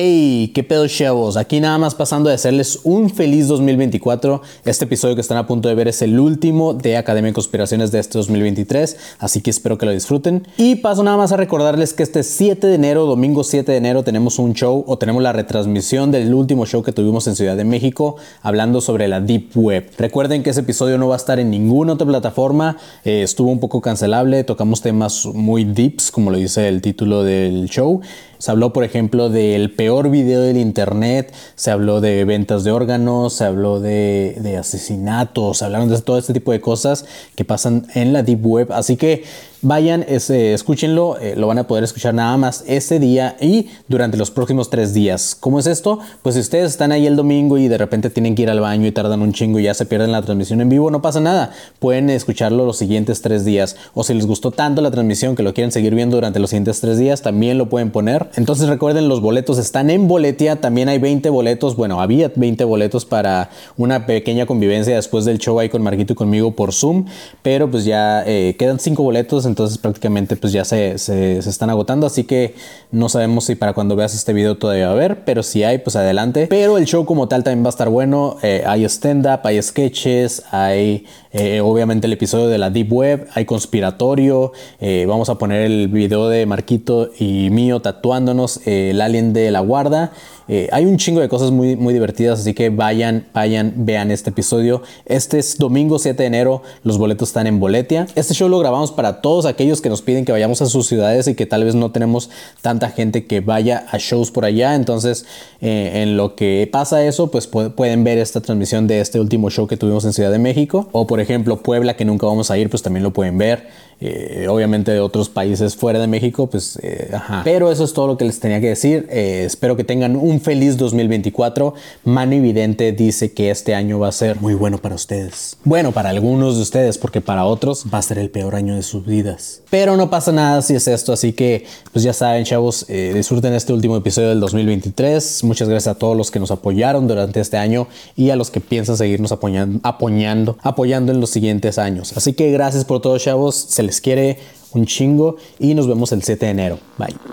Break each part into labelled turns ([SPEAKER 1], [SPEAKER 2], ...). [SPEAKER 1] Hey, qué pedo chavos, aquí nada más pasando a hacerles un feliz 2024. Este episodio que están a punto de ver es el último de Academia de Conspiraciones de este 2023, así que espero que lo disfruten. Y paso nada más a recordarles que este 7 de enero, domingo 7 de enero, tenemos un show o tenemos la retransmisión del último show que tuvimos en Ciudad de México hablando sobre la Deep Web. Recuerden que ese episodio no va a estar en ninguna otra plataforma, eh, estuvo un poco cancelable, tocamos temas muy deeps, como lo dice el título del show. Se habló, por ejemplo, del peor video del internet, se habló de ventas de órganos, se habló de, de asesinatos, se hablaron de todo este tipo de cosas que pasan en la Deep Web. Así que vayan, ese, escúchenlo, eh, lo van a poder escuchar nada más ese día y durante los próximos tres días. ¿Cómo es esto? Pues si ustedes están ahí el domingo y de repente tienen que ir al baño y tardan un chingo y ya se pierden la transmisión en vivo, no pasa nada. Pueden escucharlo los siguientes tres días. O si les gustó tanto la transmisión que lo quieren seguir viendo durante los siguientes tres días, también lo pueden poner. Entonces recuerden, los boletos están en Boletia. También hay 20 boletos. Bueno, había 20 boletos para una pequeña convivencia después del show ahí con Marquito y conmigo por Zoom. Pero pues ya eh, quedan 5 boletos. Entonces prácticamente pues ya se, se, se, están agotando. Así que no sabemos si para cuando veas este video todavía va a haber. Pero si hay, pues adelante. Pero el show como tal también va a estar bueno. Eh, hay stand-up, hay sketches, hay eh, obviamente el episodio de la Deep Web, hay conspiratorio. Eh, vamos a poner el video de Marquito y mío tatuando eh, el alien de la guarda. Eh, hay un chingo de cosas muy, muy divertidas, así que vayan, vayan, vean este episodio. Este es domingo 7 de enero, los boletos están en Boletia. Este show lo grabamos para todos aquellos que nos piden que vayamos a sus ciudades y que tal vez no tenemos tanta gente que vaya a shows por allá. Entonces, eh, en lo que pasa eso, pues pu pueden ver esta transmisión de este último show que tuvimos en Ciudad de México. O por ejemplo, Puebla, que nunca vamos a ir, pues también lo pueden ver. Eh, obviamente de otros países fuera de México, pues, eh, ajá. Pero eso es todo lo que les tenía que decir. Eh, espero que tengan un feliz 2024. Mano Evidente dice que este año va a ser muy bueno para ustedes. Bueno, para algunos de ustedes, porque para otros va a ser el peor año de sus vidas. Pero no pasa nada si es esto, así que, pues ya saben, chavos, disfruten este último episodio del 2023. Muchas gracias a todos los que nos apoyaron durante este año y a los que piensan seguirnos apoyando, apoyando, apoyando en los siguientes años. Así que gracias por todo, chavos. Se les quiere un chingo y nos vemos el 7 de enero. Bye.
[SPEAKER 2] Sonoro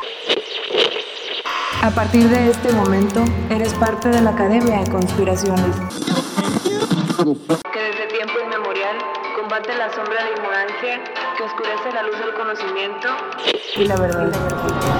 [SPEAKER 2] presenta.
[SPEAKER 3] A partir de este momento, eres parte de la Academia de Conspiraciones. Que desde tiempo inmemorial combate la sombra de ignorancia que oscurece la luz del conocimiento y la verdad. Y la verdad.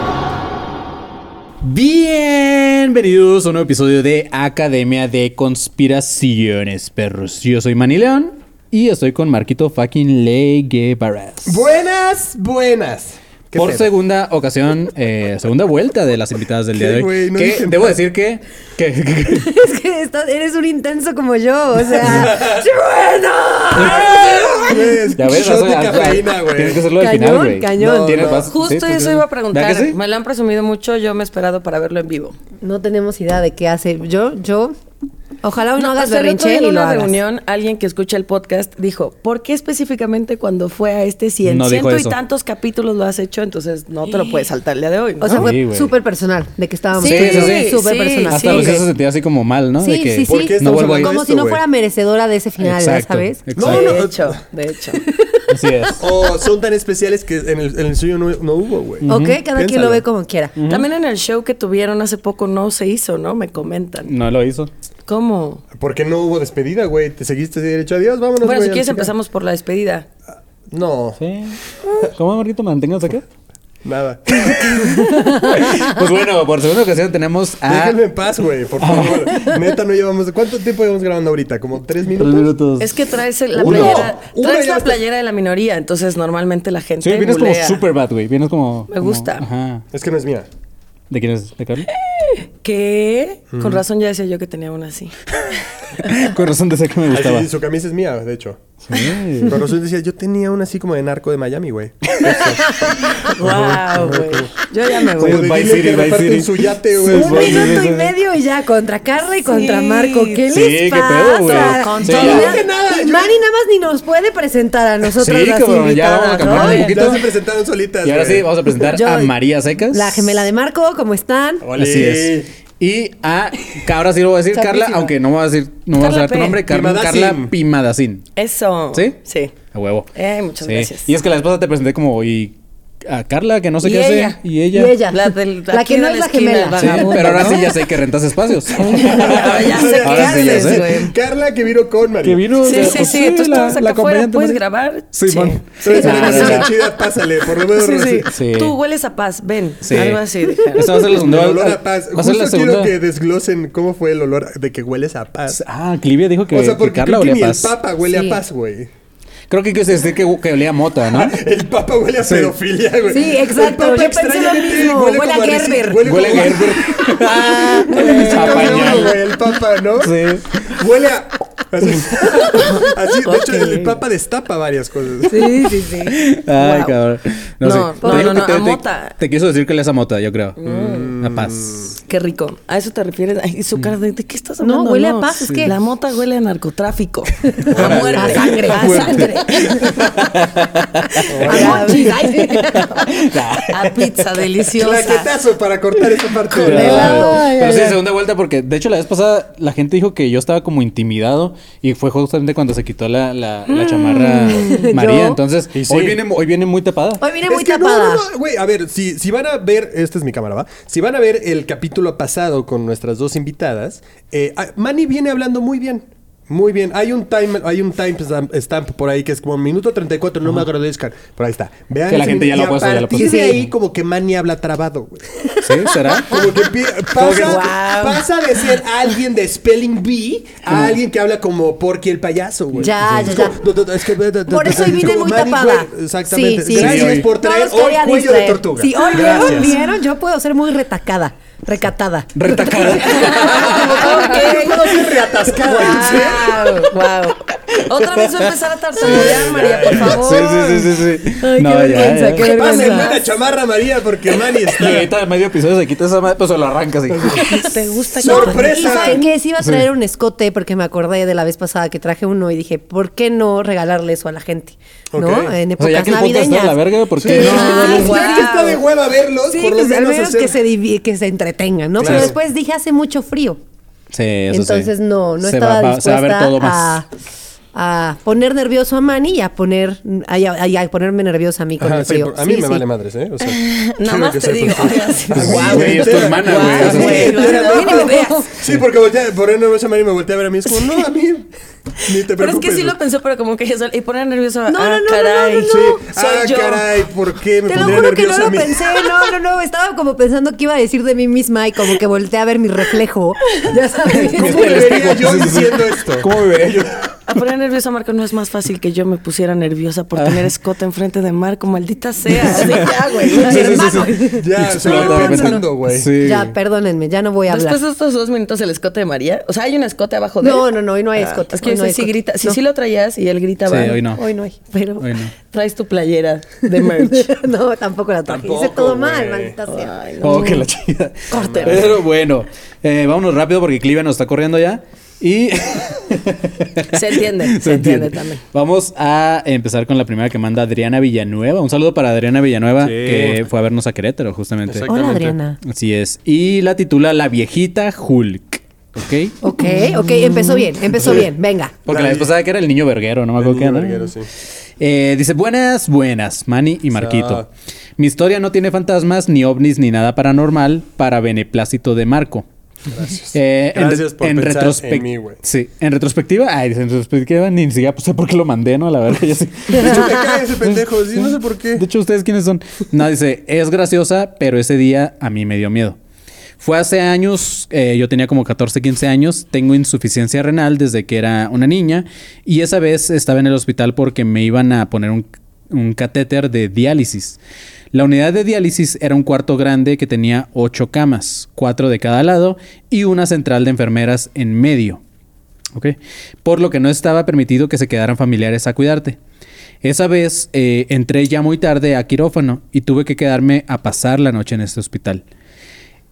[SPEAKER 1] Bienvenidos a un nuevo episodio de Academia de Conspiraciones, perros. Yo soy Manileón y estoy con Marquito fucking Leguevaras.
[SPEAKER 4] Buenas, buenas.
[SPEAKER 1] Por pedo? segunda ocasión, eh, segunda vuelta de las invitadas del día de hoy. Wey, no que, debo decir que. que, que
[SPEAKER 5] es que estás, eres un intenso como yo, o sea.
[SPEAKER 4] Ah, ¡Bueno! ya ves, de cafeína, güey.
[SPEAKER 1] Tienes que hacerlo al final, güey.
[SPEAKER 5] Cañón, no,
[SPEAKER 1] ¿Tienes, no. Vas,
[SPEAKER 5] Justo
[SPEAKER 1] ¿sí? pues,
[SPEAKER 5] eso iba a preguntar. Sí? Me lo han presumido mucho, yo me he esperado para verlo en vivo. No tenemos idea de qué hace. Yo, yo. Ojalá hoy no, hagas berrinche en pues, una reunión alguien que escucha el podcast dijo, ¿por qué específicamente cuando fue a este 100,
[SPEAKER 1] no
[SPEAKER 5] ciento eso. y tantos capítulos lo has hecho? Entonces no te lo puedes saltar el día de hoy. ¿no? O
[SPEAKER 6] sea, fue sí, súper personal, de que estábamos.
[SPEAKER 1] Sí, sí,
[SPEAKER 6] súper sí, personal.
[SPEAKER 1] Hasta a veces se sentía así como mal, ¿no?
[SPEAKER 6] Sí,
[SPEAKER 1] de que,
[SPEAKER 6] sí, sí.
[SPEAKER 1] No
[SPEAKER 6] como, como esto, si no fuera wey. merecedora de ese final,
[SPEAKER 1] exacto,
[SPEAKER 6] ¿sabes?
[SPEAKER 5] Exacto. No, no, de hecho, de hecho.
[SPEAKER 1] Así es.
[SPEAKER 4] O son tan especiales que en el, en el suyo no, no hubo, güey.
[SPEAKER 6] Ok, uh -huh. cada Piénsalo. quien lo ve como quiera.
[SPEAKER 5] Uh -huh. También en el show que tuvieron hace poco no se hizo, ¿no? Me comentan.
[SPEAKER 1] No lo hizo.
[SPEAKER 5] ¿Cómo?
[SPEAKER 4] Porque no hubo despedida, güey. Te seguiste derecho. Adiós, vámonos.
[SPEAKER 5] Bueno,
[SPEAKER 4] wey,
[SPEAKER 5] si quieres empezamos por la despedida.
[SPEAKER 4] Uh, no.
[SPEAKER 1] Sí. ¿Cómo, Marquito? ¿Mantengas acá?
[SPEAKER 4] Nada.
[SPEAKER 1] pues bueno, por segunda ocasión tenemos a.
[SPEAKER 4] Déjenme en paz, güey, por favor.
[SPEAKER 1] Ah.
[SPEAKER 4] Neta, no llevamos. ¿Cuánto tiempo llevamos grabando ahorita? ¿Como tres minutos?
[SPEAKER 1] Tres minutos.
[SPEAKER 5] Es que traes la Uno. playera. Traes la playera de la minoría, entonces normalmente la gente.
[SPEAKER 1] pues. Sí, vienes bulea. como super bad, güey. Vienes como.
[SPEAKER 5] Me gusta.
[SPEAKER 1] Como, ajá.
[SPEAKER 4] Es que no es mía.
[SPEAKER 1] ¿De quién es? ¿De Carly?
[SPEAKER 5] ¿Qué? Mm. Con razón ya decía yo que tenía una así.
[SPEAKER 1] Con razón decía que me gustaba.
[SPEAKER 4] Ay, sí, su camisa es mía, de hecho. Sí. Con razón decía, yo tenía una así como de narco de Miami, güey.
[SPEAKER 5] wow, güey. Yo ya me voy.
[SPEAKER 4] Como de City, que City. su yate, güey.
[SPEAKER 6] Un minuto y medio y ya contra Carla y sí. contra Marco. ¿Qué
[SPEAKER 1] sí,
[SPEAKER 6] les pasa?
[SPEAKER 1] Pedo,
[SPEAKER 6] sí, qué pedo, güey. Mari nada más ni nos puede presentar a nosotros
[SPEAKER 1] sí,
[SPEAKER 6] las
[SPEAKER 1] como, ya vamos a cambiar
[SPEAKER 4] ¿no? un poquito. presentaron solitas.
[SPEAKER 1] Y ahora sí, vamos a presentar yo, a María Secas.
[SPEAKER 6] La gemela de Marco, ¿cómo están?
[SPEAKER 1] Hola. Así es. Y a, ahora sí lo voy a decir, Carla, aunque no voy a decir, no voy a saber tu nombre, Carla, Carla Pimadacín.
[SPEAKER 5] Eso.
[SPEAKER 1] ¿Sí?
[SPEAKER 5] Sí.
[SPEAKER 1] A huevo.
[SPEAKER 5] Eh, muchas
[SPEAKER 1] Sí.
[SPEAKER 5] gracias.
[SPEAKER 1] Y es que la esposa te presenté como, y a Carla, que no sé
[SPEAKER 5] Y
[SPEAKER 1] qué
[SPEAKER 5] ella.
[SPEAKER 1] hace. Y ella.
[SPEAKER 6] Y ella.
[SPEAKER 5] La del-
[SPEAKER 6] La
[SPEAKER 5] aquí
[SPEAKER 6] que no
[SPEAKER 5] de
[SPEAKER 6] es la
[SPEAKER 5] esquina,
[SPEAKER 6] gemela.
[SPEAKER 5] el
[SPEAKER 1] Sí,
[SPEAKER 5] vagabundo,
[SPEAKER 1] pero ahora
[SPEAKER 5] ¿no?
[SPEAKER 1] sí ya sé que rentas espacios.
[SPEAKER 5] Ahora ya sé qué
[SPEAKER 1] Ahora sí ya
[SPEAKER 5] haces,
[SPEAKER 1] sé.
[SPEAKER 5] güey.
[SPEAKER 4] Carla que vino con María.
[SPEAKER 1] Que vino.
[SPEAKER 5] Sí,
[SPEAKER 1] de-
[SPEAKER 5] sí,
[SPEAKER 1] pues
[SPEAKER 5] sí. Entonces
[SPEAKER 1] la-
[SPEAKER 5] todos
[SPEAKER 1] la
[SPEAKER 5] acá afuera
[SPEAKER 1] acompañante
[SPEAKER 5] puedes
[SPEAKER 1] María.
[SPEAKER 5] grabar.
[SPEAKER 1] Sí, mon.
[SPEAKER 4] Entonces,
[SPEAKER 5] Sí,
[SPEAKER 4] una
[SPEAKER 5] sí,
[SPEAKER 4] relación
[SPEAKER 5] sí.
[SPEAKER 4] chida, pásale, por lo menos.
[SPEAKER 5] Sí, sí.
[SPEAKER 1] Sí.
[SPEAKER 5] Tú hueles a paz, ven.
[SPEAKER 1] Sí.
[SPEAKER 5] Algo así. dijeron.
[SPEAKER 1] Esta va a ser la
[SPEAKER 4] El
[SPEAKER 1] segunda.
[SPEAKER 4] olor a paz.
[SPEAKER 1] Va a ser la
[SPEAKER 4] Justo quiero
[SPEAKER 1] segunda.
[SPEAKER 4] que desglosen cómo fue el olor de que hueles a paz.
[SPEAKER 1] Ah, Clivia dijo que,
[SPEAKER 4] o sea,
[SPEAKER 1] que
[SPEAKER 4] porque
[SPEAKER 1] Carla
[SPEAKER 4] creo que
[SPEAKER 1] olía
[SPEAKER 4] ni
[SPEAKER 1] a paz.
[SPEAKER 4] el papa huele
[SPEAKER 6] Sí.
[SPEAKER 4] a paz, güey.
[SPEAKER 1] Creo que quieres decir que, que olía a mota, ¿no?
[SPEAKER 4] El papa huele a pedofilia, güey.
[SPEAKER 6] Sí, exacto,
[SPEAKER 4] El papa
[SPEAKER 6] yo pensé lo
[SPEAKER 4] extrañamente
[SPEAKER 6] mismo, huele a
[SPEAKER 4] como reci-
[SPEAKER 6] Gerber.
[SPEAKER 4] Huele,
[SPEAKER 1] Huele
[SPEAKER 4] como
[SPEAKER 1] a Gerber.
[SPEAKER 4] Ah,
[SPEAKER 1] Pañal.
[SPEAKER 4] güey, El papa, ¿no?
[SPEAKER 1] Sí.
[SPEAKER 4] Huele a... Así, así, de hecho, el, el papa destapa varias cosas.
[SPEAKER 6] Sí, sí, sí.
[SPEAKER 1] Ay,
[SPEAKER 5] Wow.
[SPEAKER 1] cabrón.
[SPEAKER 5] No,
[SPEAKER 1] sé.
[SPEAKER 5] no,
[SPEAKER 1] Te digo
[SPEAKER 5] no,
[SPEAKER 1] que te-
[SPEAKER 5] no, a
[SPEAKER 1] te-
[SPEAKER 5] mota.
[SPEAKER 1] Te quiso decir que le es a mota, yo creo. Mm, A paz.
[SPEAKER 5] Qué rico. ¿A eso te refieres? Ay, su cara de, ¿de qué estás hablando?
[SPEAKER 6] huele a paz, es que-
[SPEAKER 5] La mota huele a narcotráfico. a
[SPEAKER 1] Órale.
[SPEAKER 5] muerte.
[SPEAKER 6] A sangre.
[SPEAKER 5] A sangre.
[SPEAKER 6] Fuerte. A mochis, ay.
[SPEAKER 5] a pizza deliciosa.
[SPEAKER 4] Claquetazo para cortar esa parte.
[SPEAKER 5] Con el-
[SPEAKER 1] Ay, Pero sí, segunda vuelta, porque de hecho la vez pasada la gente dijo que yo estaba como intimidado y fue justamente cuando se quitó la, la, la chamarra María.
[SPEAKER 6] ¿Yo?
[SPEAKER 1] Entonces,
[SPEAKER 4] Y sí.
[SPEAKER 1] hoy, viene, hoy viene muy tapada.
[SPEAKER 6] Hoy viene
[SPEAKER 4] Es
[SPEAKER 6] muy
[SPEAKER 4] que no,
[SPEAKER 6] tapada.
[SPEAKER 4] no, no, Güey, a ver, si, si van a ver, esta es mi cámara, ¿va? Si van a ver el capítulo pasado con nuestras dos invitadas, eh, ah, Manny viene hablando muy bien. Muy bien. Hay un time, hay un time stamp, stamp por ahí que es como minuto 34, no me agradezcan. Pero ahí está. Vean.
[SPEAKER 1] Que la
[SPEAKER 4] ese
[SPEAKER 1] gente ya
[SPEAKER 4] minuto,
[SPEAKER 1] lo puso,
[SPEAKER 4] y
[SPEAKER 1] ya
[SPEAKER 4] a
[SPEAKER 1] lo
[SPEAKER 4] partir
[SPEAKER 1] puso.
[SPEAKER 4] de ahí, como que Manny habla trabado, güey.
[SPEAKER 1] ¿Sí? ¿Será?
[SPEAKER 4] Como que empie- pasa, pasa de ser alguien de Spelling Bee a alguien que habla como Porky el payaso, güey.
[SPEAKER 6] Ya,
[SPEAKER 4] Es
[SPEAKER 6] ya,
[SPEAKER 4] como, "No, no, no, es que- no, no, no,
[SPEAKER 6] Por
[SPEAKER 4] no,
[SPEAKER 6] eso
[SPEAKER 4] no,
[SPEAKER 6] hoy vine
[SPEAKER 4] no,
[SPEAKER 6] muy
[SPEAKER 4] Manny,
[SPEAKER 6] tapada.
[SPEAKER 4] güey, Exactamente.
[SPEAKER 6] Sí, sí,
[SPEAKER 4] Gracias
[SPEAKER 6] sí.
[SPEAKER 4] por traer
[SPEAKER 6] No los
[SPEAKER 4] hoy
[SPEAKER 6] quería
[SPEAKER 4] cuello de
[SPEAKER 6] distraer.
[SPEAKER 4] tortuga.
[SPEAKER 6] Sí, hoy vieron,
[SPEAKER 4] Gracias.
[SPEAKER 6] vieron, yo puedo ser muy retacada, recatada.
[SPEAKER 1] Retacada.
[SPEAKER 4] Ok, no ser reatascada.
[SPEAKER 5] Wow, wow. Otra vez voy a empezar a tartamudear, María, por favor.
[SPEAKER 1] Sí, sí, sí, sí, sí.
[SPEAKER 6] Ay, qué vergüenza, qué vergüenza.
[SPEAKER 4] Pásenme una chamarra María porque Manny
[SPEAKER 1] Y
[SPEAKER 4] está...
[SPEAKER 1] ahorita en medio episodio se quita esa madre, pues se lo arranca así.
[SPEAKER 5] ¿Te gusta que-
[SPEAKER 4] ¡Sorpresa!
[SPEAKER 6] Y saben que sí iba a traer un escote porque me acordé de la vez pasada que traje uno y dije, ¿por qué no regalarle eso a la gente?
[SPEAKER 4] Ok.
[SPEAKER 6] ¿No? En
[SPEAKER 1] O sea, ya
[SPEAKER 6] épocas
[SPEAKER 1] que el podcast está
[SPEAKER 6] navideñas.
[SPEAKER 1] de la verga, ¿por qué
[SPEAKER 6] Sí,
[SPEAKER 1] no?
[SPEAKER 6] ah,
[SPEAKER 4] Ya que
[SPEAKER 6] guau.
[SPEAKER 4] está de hueva verlos,
[SPEAKER 6] Sí,
[SPEAKER 4] por lo
[SPEAKER 6] pues al
[SPEAKER 4] menos
[SPEAKER 6] menos
[SPEAKER 4] hacer-
[SPEAKER 6] que se divi- que se entretengan, ¿no?
[SPEAKER 4] Claro.
[SPEAKER 6] Pero después dije hace mucho frío.
[SPEAKER 1] Sí, eso sí.
[SPEAKER 6] Entonces no, no
[SPEAKER 1] Se
[SPEAKER 6] estaba
[SPEAKER 1] va- va- Se va
[SPEAKER 6] dispuesta
[SPEAKER 1] a ver todo más.
[SPEAKER 6] a, a poner nervioso a Manny y a poner a, a- y a ponerme nerviosa a mí con
[SPEAKER 4] Ajá,
[SPEAKER 6] el
[SPEAKER 4] sí,
[SPEAKER 6] frío.
[SPEAKER 4] por- a mí
[SPEAKER 6] Sí,
[SPEAKER 4] me
[SPEAKER 6] sí.
[SPEAKER 4] vale madres, ¿eh? O sea,
[SPEAKER 5] Nada
[SPEAKER 4] tengo
[SPEAKER 5] más
[SPEAKER 4] que
[SPEAKER 5] te
[SPEAKER 4] ser
[SPEAKER 5] digo.
[SPEAKER 4] perfecto.
[SPEAKER 5] ay, así.
[SPEAKER 1] Pues,
[SPEAKER 5] Guau,
[SPEAKER 1] güey, es tu
[SPEAKER 4] entera.
[SPEAKER 1] hermana,
[SPEAKER 5] Guau,
[SPEAKER 1] güey. o sea,
[SPEAKER 5] güey.
[SPEAKER 1] sí.
[SPEAKER 5] Ay, no, ni me veas.
[SPEAKER 4] Sí, porque voltea, por ahí no me María y me voltea a ver a mí. Es como, no, a mí. Ni te preocupes.
[SPEAKER 5] Pero es que sí
[SPEAKER 4] güey.
[SPEAKER 5] lo pensó, pero como que yo y poner nervioso.
[SPEAKER 6] No,
[SPEAKER 5] ah,
[SPEAKER 6] no, no,
[SPEAKER 5] caray,
[SPEAKER 6] no, no, no.
[SPEAKER 4] Sí.
[SPEAKER 5] soy
[SPEAKER 4] ah,
[SPEAKER 5] yo.
[SPEAKER 4] caray, ¿por qué me
[SPEAKER 6] Te lo
[SPEAKER 4] pondría
[SPEAKER 6] juro que no
[SPEAKER 4] nervioso
[SPEAKER 6] lo
[SPEAKER 4] a mí?
[SPEAKER 6] pensé, no, no, no, estaba como pensando que iba a decir de mí misma y como que volteé a ver mi reflejo. Ya sabes.
[SPEAKER 4] ¿Cómo me vería yo diciendo esto?
[SPEAKER 1] ¿Cómo me veré yo?
[SPEAKER 5] A poner nervioso a Marco no es más fácil que yo me pusiera nerviosa por tener escote enfrente de Marco, maldita sea. Así ya, güey.
[SPEAKER 6] Sí, sí,
[SPEAKER 5] Hermano.
[SPEAKER 4] Ya, se lo
[SPEAKER 1] Explota de
[SPEAKER 4] estoy
[SPEAKER 1] repente.
[SPEAKER 4] pensando, güey.
[SPEAKER 1] Sí.
[SPEAKER 6] Ya, perdónenme, ya no voy a hablar.
[SPEAKER 5] Después de estos dos minutos el escote de María, o sea, hay un escote abajo de
[SPEAKER 6] No,
[SPEAKER 5] él?
[SPEAKER 6] no, no, hoy no hay
[SPEAKER 5] Ah,
[SPEAKER 6] escote.
[SPEAKER 5] Es que
[SPEAKER 6] hoy
[SPEAKER 5] yo
[SPEAKER 6] no
[SPEAKER 5] sé
[SPEAKER 6] hay
[SPEAKER 5] si
[SPEAKER 6] escote.
[SPEAKER 5] grita, si
[SPEAKER 6] No,
[SPEAKER 5] sí lo traías y él gritaba.
[SPEAKER 1] Sí, hoy no.
[SPEAKER 6] Hoy no hay, pero
[SPEAKER 1] Hoy no.
[SPEAKER 5] Traes tu playera de merch.
[SPEAKER 6] no, tampoco la traje. Hice
[SPEAKER 4] Tampoco,
[SPEAKER 6] todo
[SPEAKER 4] güey.
[SPEAKER 6] mal, maldita sea.
[SPEAKER 1] Oh, que
[SPEAKER 5] Mm.
[SPEAKER 1] la chida.
[SPEAKER 5] Córtelo.
[SPEAKER 1] Pero bueno, eh, vámonos rápido porque Clive nos está corriendo ya. Y.
[SPEAKER 5] Se entiende, se entiende también.
[SPEAKER 1] Vamos a empezar con la primera que manda Adriana Villanueva. Un saludo para Adriana Villanueva,
[SPEAKER 4] Sí.
[SPEAKER 1] que fue a vernos a Querétaro, justamente.
[SPEAKER 4] Exacto.
[SPEAKER 6] Hola,
[SPEAKER 4] Exactamente.
[SPEAKER 6] Adriana.
[SPEAKER 1] Así es. Y la titula La viejita Hulk. ¿Ok?
[SPEAKER 6] Ok, ok, empezó bien, empezó bien, venga.
[SPEAKER 1] Porque la vez pasada que era el niño verguero, no me acuerdo
[SPEAKER 4] El
[SPEAKER 1] qué
[SPEAKER 4] niño
[SPEAKER 1] era.
[SPEAKER 4] verguero, sí.
[SPEAKER 1] Eh, dice, buenas, buenas, Manny y Marquito. Mi historia no tiene fantasmas, ni ovnis, ni nada paranormal para beneplácito de Marco. Gracias.
[SPEAKER 4] Gracias por pensar Eh, en mí, güey.
[SPEAKER 1] Sí, en retrospectiva, ay, en retrospectiva ni siquiera sé por qué lo mandé, ¿no? La verdad, ya sé.
[SPEAKER 4] De hecho, me cae ese pendejo. Sí, no sé por qué.
[SPEAKER 1] De hecho, ¿ustedes quiénes son? No, dice, es graciosa, pero ese día a mí me dio miedo. Fue hace años, eh, yo tenía como 14, 15 años, tengo insuficiencia renal desde que era una niña y esa vez estaba en el hospital porque me iban a poner un, un catéter de diálisis. La unidad de diálisis era un cuarto grande que tenía ocho camas, cuatro de cada lado y una central de enfermeras en medio. ¿ok? Por lo que no estaba permitido que se quedaran familiares a cuidarte. Esa vez eh, entré ya muy tarde a quirófano y tuve que quedarme a pasar la noche en este hospital.